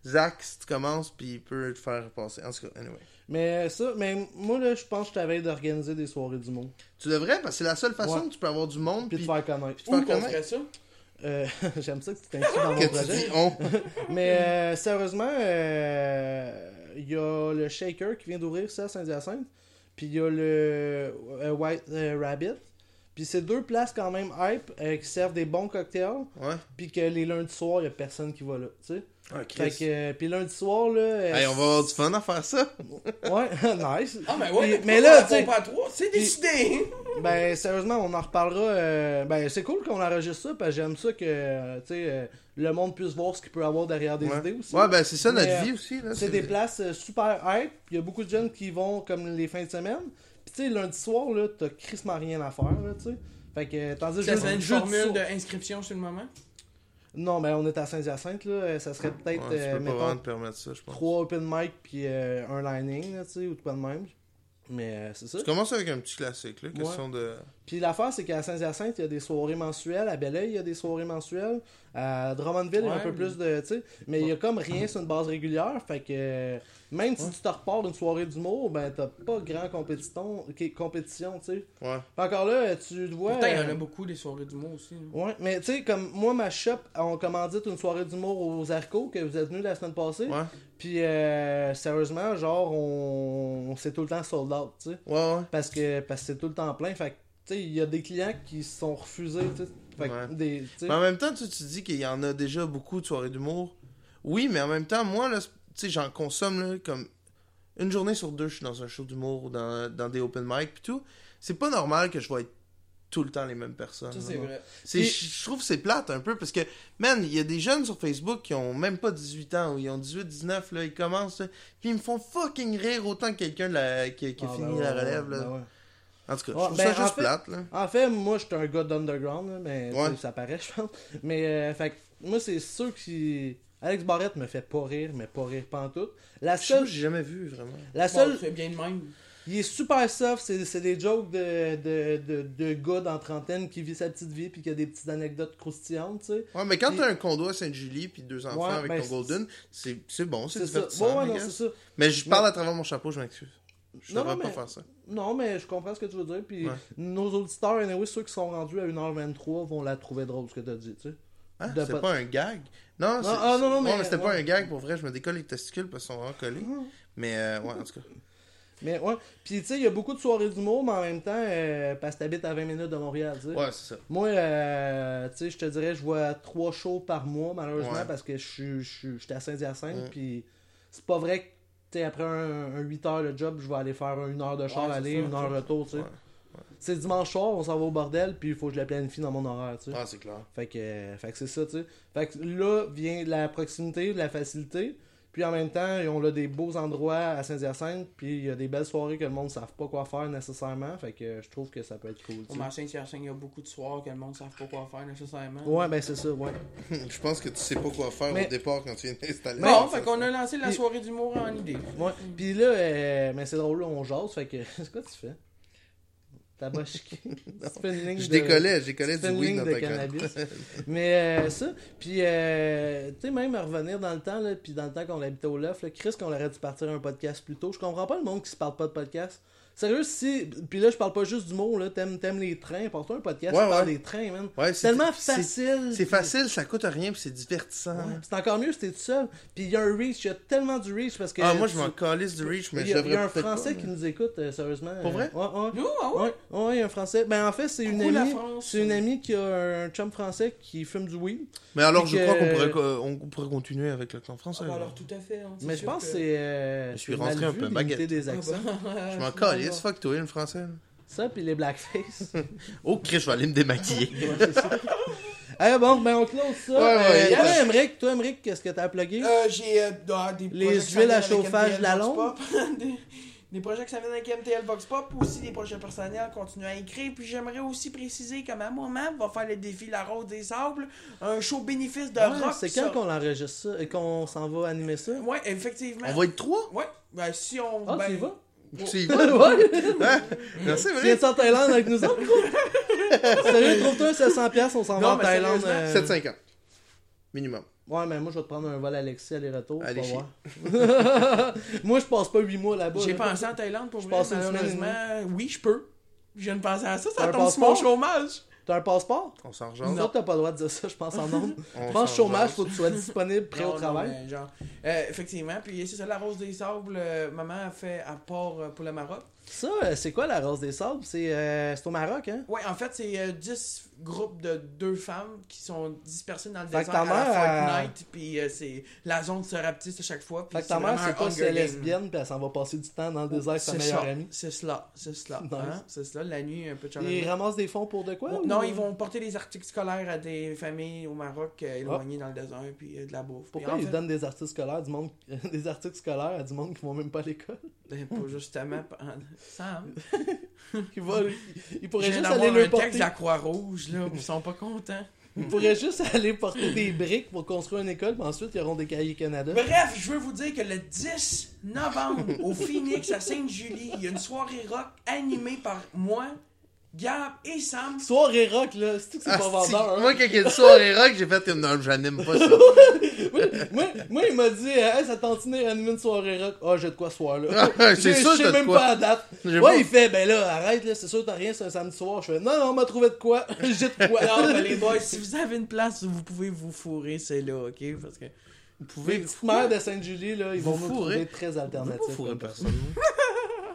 Speaker 3: Zach, si tu commences, puis il peut te faire passer. En tout cas, anyway.
Speaker 1: Mais ça, mais moi, là, je pense que je t'avais d'organiser des soirées du monde.
Speaker 3: Tu devrais, parce que c'est la seule façon
Speaker 1: Ouais.
Speaker 3: que tu peux avoir du monde.
Speaker 1: Puis de
Speaker 3: Puis
Speaker 1: faire connaître.
Speaker 2: Où qu'on
Speaker 3: comment?
Speaker 2: ferait ça?
Speaker 1: Euh, J'aime ça que tu t'inscris dans
Speaker 3: que
Speaker 1: mon
Speaker 3: tu
Speaker 1: projet.
Speaker 3: dis on.
Speaker 1: Mais euh, sérieusement, euh, il y a le Shaker qui vient d'ouvrir ça à Saint-Hyacinthe. Puis il y a le euh, White euh, Rabbit. Puis c'est deux places quand même hype euh, qui servent des bons cocktails.
Speaker 3: Ouais.
Speaker 1: Puis que les lundis soirs, il n'y a personne qui va là. Tu sais?
Speaker 3: Ah,
Speaker 1: Fait
Speaker 3: Chris.
Speaker 1: que, euh, puis lundi soir, là. euh,
Speaker 3: Hey, on va avoir du fun à faire ça.
Speaker 1: Ouais, nice.
Speaker 2: Ah, ben ouais,
Speaker 1: Puis- mais là, tu
Speaker 2: pourquoi on
Speaker 1: sais.
Speaker 2: pas à trois, c'est décidé. hein?
Speaker 1: Ben, sérieusement, on en reparlera. euh, ben, c'est cool qu'on enregistre ça, parce que j'aime ça que euh, tu sais, euh, le monde puisse voir ce qu'il peut avoir derrière des
Speaker 3: ouais.
Speaker 1: idées aussi.
Speaker 3: Ouais, ben c'est ça notre
Speaker 1: Mais, euh,
Speaker 3: vie aussi. là.
Speaker 1: C'est des places euh, super hype. Il y a beaucoup de jeunes qui vont comme les fins de semaine. Puis tu sais, lundi soir, là, t'as crissement rien à faire, là, tu sais. Fait que, euh, tandis que
Speaker 2: Ça serait une
Speaker 1: jeudi soir-
Speaker 2: formule d'inscription sur le moment.
Speaker 1: Non, mais on est à Saint-Hyacinthe, là. euh, Ça serait
Speaker 3: Ouais,
Speaker 1: peut-être,
Speaker 3: tu peux
Speaker 1: euh,
Speaker 3: pas
Speaker 1: mettons,
Speaker 3: vraiment te permettre ça, je pense.
Speaker 1: trois open mic puis euh, un lining, là, tu sais, ou de quoi de même. Mais euh, c'est ça.
Speaker 3: Tu commences avec un petit classique, là. Question de.
Speaker 1: Puis l'affaire, c'est qu'à Saint-Hyacinthe, il y a des soirées mensuelles. À Belleuil, il y a des soirées mensuelles. À Drummondville, il y a un
Speaker 2: Ouais,
Speaker 1: peu
Speaker 2: mais-
Speaker 1: plus de. tu sais, mais il y a comme rien sur une base régulière. Fait que euh, même si tu te repars d'une soirée d'humour, ben t'as pas grand compétition, qui- compétition tu sais.
Speaker 3: Ouais.
Speaker 1: Fait Encore là, euh, tu vois.
Speaker 2: Putain, il y en
Speaker 1: euh,
Speaker 2: a beaucoup des soirées du mot aussi. là.
Speaker 1: Ouais, mais tu sais, comme moi, ma shop, on commandite une soirée d'humour aux Arcos que vous êtes venus la semaine passée.
Speaker 3: Ouais.
Speaker 1: Puis euh, sérieusement, genre, on, on s'est tout le temps sold out, tu sais
Speaker 3: Ouais, ouais.
Speaker 1: parce que parce que c'est tout le temps plein fait que, tu sais il y a des clients qui se sont refusés tu sais fait que
Speaker 3: Ouais.
Speaker 1: des tu sais
Speaker 3: Mais en même temps, tu, tu dis qu'il y en a déjà beaucoup de soirées d'humour. Oui, mais en même temps, moi, là, c'est- tu sais, j'en consomme, là, comme une journée sur deux, je suis dans un show d'humour ou dans, dans des open mic pis tout. C'est pas normal que je vois être tout le temps les mêmes personnes.
Speaker 2: Ça, c'est
Speaker 3: là.
Speaker 2: vrai.
Speaker 3: C'est-
Speaker 1: Puis-
Speaker 3: Je je trouve que c'est plate un peu parce que, man, il y a des jeunes sur Facebook qui ont même pas 18 ans ou ils ont 18, 19, là, ils commencent, là, puis ils me font fucking rire autant que quelqu'un de la- qui, qui a
Speaker 1: Ah,
Speaker 3: fini
Speaker 1: ben
Speaker 3: la
Speaker 1: ouais,
Speaker 3: relève,
Speaker 1: ouais,
Speaker 3: là.
Speaker 1: ben ouais.
Speaker 3: En tout cas,
Speaker 1: Ouais,
Speaker 3: je trouve
Speaker 1: ben,
Speaker 3: ça
Speaker 1: en
Speaker 3: juste
Speaker 1: fait-
Speaker 3: plate, là.
Speaker 1: en fait moi j'étais un gars d'underground là, mais tu sais,
Speaker 3: Ouais.
Speaker 1: ça paraît je pense mais euh, fait que moi c'est sûr qui Alex Barrette me fait pas rire mais pas rire pantoute la
Speaker 3: Je sais pas,
Speaker 1: seule
Speaker 3: j'ai jamais vu, vraiment.
Speaker 1: la
Speaker 2: Bon,
Speaker 1: seule
Speaker 2: C'est bien de même.
Speaker 1: il est super soft c'est c'est des jokes de de, de de gars dans trentaine qui vit sa petite vie puis qui a des petites anecdotes croustillantes tu sais
Speaker 3: Ouais, mais quand
Speaker 1: Puis-
Speaker 3: t'as un condo à Sainte-Julie puis deux enfants
Speaker 1: Ouais,
Speaker 3: avec
Speaker 1: ben,
Speaker 3: ton Golden, c'est c'est bon, c'est
Speaker 1: c'est ça
Speaker 3: divertissant.
Speaker 1: ouais, ouais,
Speaker 3: I
Speaker 1: non
Speaker 3: guess.
Speaker 1: c'est ça
Speaker 3: Mais je parle à travers mon chapeau, je m'excuse. Je
Speaker 1: Non,
Speaker 3: devrais
Speaker 1: non,
Speaker 3: pas
Speaker 1: mais-
Speaker 3: faire ça.
Speaker 1: Non, mais je comprends ce que tu veux dire. Puis
Speaker 3: Ouais.
Speaker 1: nos auditeurs, anyway, ceux qui sont rendus à 1h23 vont la trouver drôle, ce que t'as dit, tu sais.
Speaker 3: Hein,
Speaker 1: De
Speaker 3: c'était
Speaker 1: pas-
Speaker 3: pas... un gag. Non, c'est-
Speaker 1: ah, non, non,
Speaker 3: ouais,
Speaker 1: mais-
Speaker 3: c'était pas
Speaker 1: ouais.
Speaker 3: un gag pour vrai. Je me décolle les testicules parce qu'ils sont vraiment collés. Mais euh, ouais, en tout cas.
Speaker 1: Mais ouais. Puis tu sais, il y a beaucoup de soirées d'humour, mais en même temps, euh, parce que t'habites à 20 minutes de Montréal, tu sais.
Speaker 3: Ouais, c'est ça.
Speaker 1: Moi, euh, tu sais, je te dirais, je vois trois shows par mois, malheureusement,
Speaker 3: Ouais.
Speaker 1: parce que je suis- je suis j'étais à Saint-Hyacinthe,
Speaker 3: Mm.
Speaker 1: puis c'est pas vrai que tu sais, après un, un 8 heures de job, je vais aller faire une heure de char
Speaker 2: Ouais, c'est
Speaker 1: aller,
Speaker 2: ça,
Speaker 1: une heure
Speaker 2: tu sais.
Speaker 1: retour, tu sais.
Speaker 3: Ouais.
Speaker 1: C'est dimanche soir, on s'en va au bordel, puis il faut que je le planifie dans mon horaire, tu sais.
Speaker 3: Ah, c'est clair.
Speaker 1: Fait que, euh, fait que c'est ça, tu sais. Fait que là vient la proximité, la facilité. Puis en même temps, on a des beaux endroits à Saint-Hyacinthe. Puis il y a des belles soirées que le monde ne savent pas quoi faire nécessairement. Fait que euh, je trouve que ça peut être cool. tu
Speaker 2: Au
Speaker 1: sais.
Speaker 2: marché Saint-Hyacinthe, il y a beaucoup de soirs que le monde ne savent pas quoi faire nécessairement.
Speaker 1: Ouais, ben c'est ça, ouais.
Speaker 3: Je pense que tu sais pas quoi faire
Speaker 1: Mais-
Speaker 3: au départ quand tu viens d'installer.
Speaker 2: Bon,
Speaker 3: Ça,
Speaker 2: fait qu'on a lancé la
Speaker 1: Et-
Speaker 2: soirée d'humour en idée.
Speaker 1: ouais. Puis là, euh, mais c'est drôle, là, on jase. Fait que, c'est quoi tu fais T'as bochiqué. Tu fais une ligne
Speaker 3: Je
Speaker 1: de-
Speaker 3: décollais, je décollais du
Speaker 1: C'est une
Speaker 3: weed
Speaker 1: ligne
Speaker 3: dans
Speaker 1: de
Speaker 3: ta canne.
Speaker 1: cannabis. Mais euh, ça, puis euh, tu sais, même à revenir dans le temps, là, puis dans le temps qu'on habitait au Loft, là, Chris, qu'on aurait dû partir un podcast plus tôt. Je comprends pas le monde qui se parle pas de podcast. Sérieux, si. Puis là, je parle pas juste du mot, là. T'aimes, t'aimes les trains, porte-toi un podcast
Speaker 3: Ouais,
Speaker 1: qui parle
Speaker 3: ouais.
Speaker 1: des trains, man.
Speaker 3: Ouais,
Speaker 1: C'est tellement
Speaker 3: c'est-
Speaker 1: facile.
Speaker 3: C'est facile, hein. ça coûte rien, puis c'est divertissant.
Speaker 1: Ouais, C'est encore mieux si t'es tout seul. Puis il y a un reach, il y a tellement du reach parce que.
Speaker 3: Ah, moi, je
Speaker 1: tu-
Speaker 3: m'en calisse du reach, mais
Speaker 1: Il y a,
Speaker 3: j'aimerais
Speaker 1: il y a un
Speaker 3: peut-être
Speaker 1: Français
Speaker 3: pas,
Speaker 1: qui
Speaker 3: mais-
Speaker 1: nous écoute, euh, sérieusement.
Speaker 3: Pour vrai?
Speaker 1: Ouais, ouais.
Speaker 2: Nous, ah ouais?
Speaker 1: Ouais, ouais, il y a un français. Ben en fait, c'est une
Speaker 2: Coucou, la
Speaker 1: amie,
Speaker 2: France.
Speaker 1: c'est une amie qui a un chum français qui fume du weed.
Speaker 3: Mais alors, je
Speaker 1: Puis
Speaker 3: crois
Speaker 1: que-
Speaker 3: qu'on pourrait, co- on pourrait continuer avec le temps
Speaker 2: Ah,
Speaker 3: français.
Speaker 2: bah
Speaker 3: là.
Speaker 2: alors, tout à fait. hein, c'est
Speaker 1: Mais je
Speaker 2: sûr
Speaker 1: pense que
Speaker 2: que-
Speaker 1: c'est euh,
Speaker 3: Je suis
Speaker 1: c'est mal
Speaker 3: rentré un
Speaker 1: vu
Speaker 3: peu
Speaker 1: d'imiter
Speaker 3: baguette.
Speaker 1: des
Speaker 2: Ah, bah,
Speaker 1: accents.
Speaker 3: Je
Speaker 2: je
Speaker 3: m'en
Speaker 2: m'en
Speaker 3: calisse,
Speaker 2: vais.
Speaker 3: fuck toi, le français. là.
Speaker 1: Ça puis les blackface.
Speaker 3: Oh, Chris, je vais aller me démaquiller.
Speaker 1: Eh bon, ben on close ça.
Speaker 3: Ouais, ouais,
Speaker 1: Euh, toi,
Speaker 3: ouais.
Speaker 1: Emmerich, toi Emmerich, qu'est-ce que t'as plugué
Speaker 2: Euh, j'ai euh, ah, des
Speaker 1: Les
Speaker 2: projets que ça
Speaker 1: huiles à
Speaker 2: vient avec
Speaker 1: chauffage
Speaker 2: MTL
Speaker 1: la
Speaker 2: Vox
Speaker 1: longue.
Speaker 2: Pop. des, des projets que ça vient avec MTL Vox Pop, aussi des projets personnels, continuent à écrire. Puis j'aimerais aussi préciser que ma maman va faire le défi La Rose des Sables, un show bénéfice de
Speaker 1: Ouais,
Speaker 2: rock.
Speaker 1: Ah, C'est
Speaker 2: ça-
Speaker 1: quand qu'on enregistre ça et qu'on s'en va animer ça
Speaker 2: Ouais, effectivement.
Speaker 3: on va être trois?
Speaker 2: Ouais, ben si on.
Speaker 1: Ah,
Speaker 2: ben,
Speaker 1: tu y vas
Speaker 3: Tu y vas?
Speaker 1: Ouais.
Speaker 3: Hein? Non, c'est
Speaker 1: Tu
Speaker 3: vrai.
Speaker 1: viens en Thaïlande avec nous autres gros? Sérieux, trouve-toi un 700 pièces, on s'en va
Speaker 2: Non,
Speaker 1: en
Speaker 2: mais
Speaker 1: Thaïlande.
Speaker 2: sérieusement,
Speaker 1: euh,
Speaker 3: 750. Minimum.
Speaker 1: Ouais, mais moi je vais te prendre un vol Alexis aller-retour,
Speaker 3: Allez,
Speaker 1: tu vas voir. moi je passe pas 8 mois là-bas.
Speaker 2: J'ai
Speaker 1: là.
Speaker 2: pensé en Thaïlande pour vrai,
Speaker 1: passe une semaine et
Speaker 2: malheureusement. Oui, je peux. Je viens de penser à ça,
Speaker 1: T'as
Speaker 2: ça
Speaker 1: un
Speaker 2: tombe sur mon
Speaker 1: passeport?
Speaker 2: chômage.
Speaker 1: T'as un passeport
Speaker 3: On s'en rejoint.
Speaker 1: Non, t'as pas le droit de dire ça, je pense en nombre.
Speaker 3: On
Speaker 1: Je pense
Speaker 3: s'en
Speaker 1: chômage,
Speaker 3: jase.
Speaker 1: faut que tu sois disponible, prêt
Speaker 2: Non,
Speaker 1: au
Speaker 2: non,
Speaker 1: travail.
Speaker 2: mais genre, euh, effectivement, puis c'est ça, la Rose des Sables, euh, maman a fait à part euh, pour le Maroc.
Speaker 1: Ça, euh, c'est quoi la Rose des Sables? C'est euh, c'est au Maroc, hein?
Speaker 2: Ouais, en fait, c'est euh, 10 groupes de deux femmes qui sont dispersées dans le
Speaker 1: Fait que
Speaker 2: désert
Speaker 1: ta
Speaker 2: à la
Speaker 1: mère,
Speaker 2: Fortnite, puis euh, c'est la zone se rapetisse à chaque fois. Puis
Speaker 1: Fait que ta mère,
Speaker 2: vraiment
Speaker 1: c'est
Speaker 2: un
Speaker 1: pas
Speaker 2: Hunger
Speaker 1: si elle est
Speaker 2: Game.
Speaker 1: lesbienne, puis elle s'en va passer du temps dans le désert avec sa
Speaker 2: C'est
Speaker 1: meilleure
Speaker 2: ça,
Speaker 1: amie.
Speaker 2: C'est cela, c'est cela.
Speaker 1: Nice.
Speaker 2: hein, c'est cela, la nuit, un peu de challenge.
Speaker 1: Ils ramassent des fonds pour de quoi?
Speaker 2: Bon,
Speaker 1: ou-
Speaker 2: Non, ils vont porter des articles scolaires à des familles au Maroc euh, éloignées dans le désert, puis euh, de la bouffe. Puis
Speaker 1: Pourquoi
Speaker 2: en
Speaker 1: ils
Speaker 2: fait-
Speaker 1: donnent des articles scolaires, du monde... des articles scolaires à du monde qui vont même pas à l'école?
Speaker 2: Ben,
Speaker 1: Hmm.
Speaker 2: Pas justement, en- Sam.
Speaker 1: Ils, vont- ils pourraient
Speaker 2: J'ai
Speaker 1: juste
Speaker 2: d'avoir
Speaker 1: aller
Speaker 2: un
Speaker 1: leur
Speaker 2: texte
Speaker 1: porter...
Speaker 2: de la Croix-Rouge, là. Ils sont pas contents.
Speaker 1: Ils pourraient juste aller porter des briques pour construire une école, puis ensuite ils auront des cahiers Canada.
Speaker 2: Bref, je veux vous dire que le 10 novembre, au Phoenix, à Sainte-Julie, il y a une soirée rock animée par moi, Gab et Sam.
Speaker 1: Soirée rock, là, c'est-tu que c'est
Speaker 3: Ah,
Speaker 1: pas
Speaker 3: si.
Speaker 1: vendeur, hein?
Speaker 3: Moi, quand il y a une soirée rock, j'ai fait comme non, j'anime pas ça.
Speaker 1: moi, moi, moi, il m'a dit, hey, ça tente à animer une soirée rock. Ah, j'ai de quoi ce soir-là.
Speaker 3: Ah, c'est
Speaker 1: J'ai-
Speaker 3: sûr,
Speaker 1: Je
Speaker 3: t'as
Speaker 1: sais
Speaker 3: de
Speaker 1: même
Speaker 3: quoi.
Speaker 1: pas la date.
Speaker 3: J'ai
Speaker 1: Ouais,
Speaker 3: pas-
Speaker 1: il fait, ben là, arrête, là, c'est sûr, t'as rien, c'est un samedi soir. Je fais, non, non, on m'a trouvé de quoi. j'ai de quoi.
Speaker 2: Non, mais ben, les boys, si vous avez une place où vous pouvez vous fourrer, c'est là, ok? Parce que.
Speaker 1: Vous pouvez, les petites mères de Sainte-Julie, là, ils
Speaker 3: Vous
Speaker 1: vont nous
Speaker 3: fourrez.
Speaker 1: trouver très
Speaker 3: Vous pas
Speaker 1: alternatifs.
Speaker 3: fourrez
Speaker 1: comme
Speaker 3: personne.
Speaker 1: personne.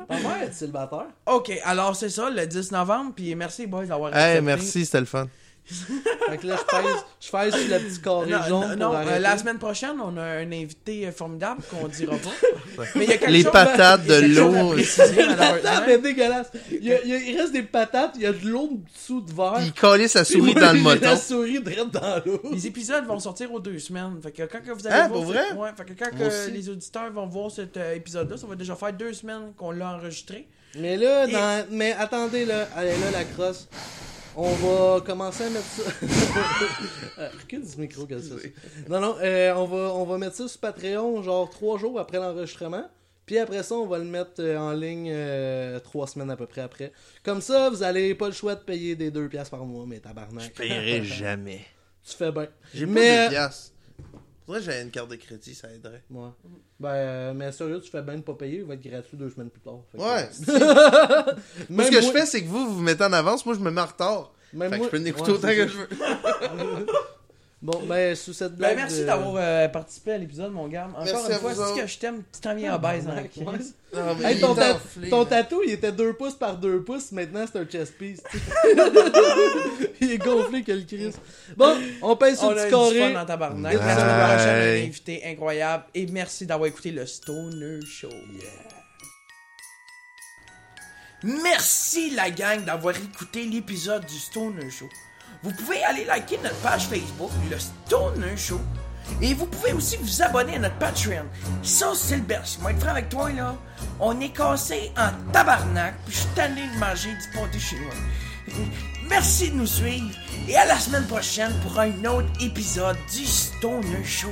Speaker 1: Ta mère est célibataire.
Speaker 2: Ok, alors c'est ça, le 10 novembre, puis merci, boys, d'avoir
Speaker 3: Hey,
Speaker 2: accepté.
Speaker 3: merci, c'était le fun.
Speaker 1: Fait que là, je pèse, je pèse sur le petit carré
Speaker 2: Non,
Speaker 1: jaune. pour
Speaker 2: non, non, euh,
Speaker 1: arrêter.
Speaker 2: la semaine prochaine, on a un invité euh, formidable qu'on dira pas. Mais il y a quelque
Speaker 3: Les
Speaker 2: chose à-
Speaker 3: patates
Speaker 2: il y a
Speaker 3: de
Speaker 2: quelque chose à
Speaker 3: l'eau.
Speaker 2: préciser,
Speaker 1: La
Speaker 2: malheureusement.
Speaker 1: table est dégueulasse. Il, y a- il y a- il reste des patates, il y a de l'eau dessous de verre.
Speaker 3: Il calait sa
Speaker 1: Puis
Speaker 3: souris
Speaker 1: moi,
Speaker 3: dans le
Speaker 1: j'ai
Speaker 3: moton.
Speaker 1: La souris drette dans l'eau.
Speaker 2: Les épisodes vont sortir aux deux semaines. Fait que quand que vous allez
Speaker 3: Hein,
Speaker 2: voir
Speaker 3: pour
Speaker 2: ce-
Speaker 3: vrai?
Speaker 2: Ouais, fait que quand
Speaker 3: Moi
Speaker 2: que
Speaker 3: aussi.
Speaker 2: les auditeurs vont voir cet euh, épisode-là, ça va déjà faire deux semaines qu'on l'a enregistré.
Speaker 1: Mais là,
Speaker 2: Et-
Speaker 1: dans- mais attendez là, allez là la crosse. On va commencer à mettre ça. Euh, Recule du micro que ça. Non non, euh, on va on va mettre ça sur Patreon genre trois jours après l'enregistrement. Puis après ça, on va le mettre euh, en ligne euh, trois semaines à peu près après. Comme ça, vous allez pas le choix de payer des deux pièces par mois, mais tabarnak.
Speaker 3: Je paierai jamais.
Speaker 1: Tu fais bien.
Speaker 3: J'ai
Speaker 1: Mais-
Speaker 3: pas de piastres. Faudrait que j'aie une carte de crédit, ça aiderait.
Speaker 1: Ouais. Ben, euh, mais sérieux, tu fais bien de pas payer, il va être gratuit deux semaines plus tard. Fait que-
Speaker 3: Ouais.
Speaker 1: Même
Speaker 3: Moi, ce que je
Speaker 1: moi-
Speaker 3: fais, c'est que vous, vous vous mettez en avance, moi, je me mets en retard.
Speaker 1: Même
Speaker 3: fait que
Speaker 1: moi-
Speaker 3: je peux l'écouter
Speaker 1: Ouais,
Speaker 3: autant
Speaker 1: c'est
Speaker 3: que
Speaker 1: ça.
Speaker 3: je veux.
Speaker 1: Bon, ben, sous cette blague.
Speaker 2: Ben, merci
Speaker 1: de-
Speaker 2: d'avoir euh, participé à l'épisode, mon gars. Encore
Speaker 3: Merci
Speaker 2: une
Speaker 3: à
Speaker 2: fois,
Speaker 3: vous
Speaker 2: c'est
Speaker 3: autres.
Speaker 2: que je t'aime, tu t'en viens à baise hein. dans la crise.
Speaker 3: Non, mais
Speaker 1: Hey,
Speaker 3: il
Speaker 1: ton,
Speaker 3: est
Speaker 1: ta-
Speaker 3: enflé,
Speaker 1: ton
Speaker 3: là.
Speaker 1: tatou, il était 2 pouces par 2 pouces. Maintenant, c'est un chest piece. tu sais. il est gonflé que le Christ. Bon, on pèse sur
Speaker 2: On
Speaker 1: le
Speaker 2: a eu
Speaker 1: petit
Speaker 2: du fun
Speaker 1: carré.
Speaker 2: dans tabarnak.
Speaker 3: Bye.
Speaker 2: La semaine prochaine, un invité incroyable. Et merci d'avoir écouté le Stoner Show. Merci la gang d'avoir écouté l'épisode du Stoner Show. Vous pouvez aller liker notre page Facebook, le Stoner Show. Et vous pouvez aussi vous abonner à notre Patreon. Ça, c'est le best. Je vais être franc avec toi, là. On est cassé en tabarnak, puis je suis tanné de manger du pâté chinois. Merci de nous suivre, et à la semaine prochaine pour un autre épisode du Stoner Show.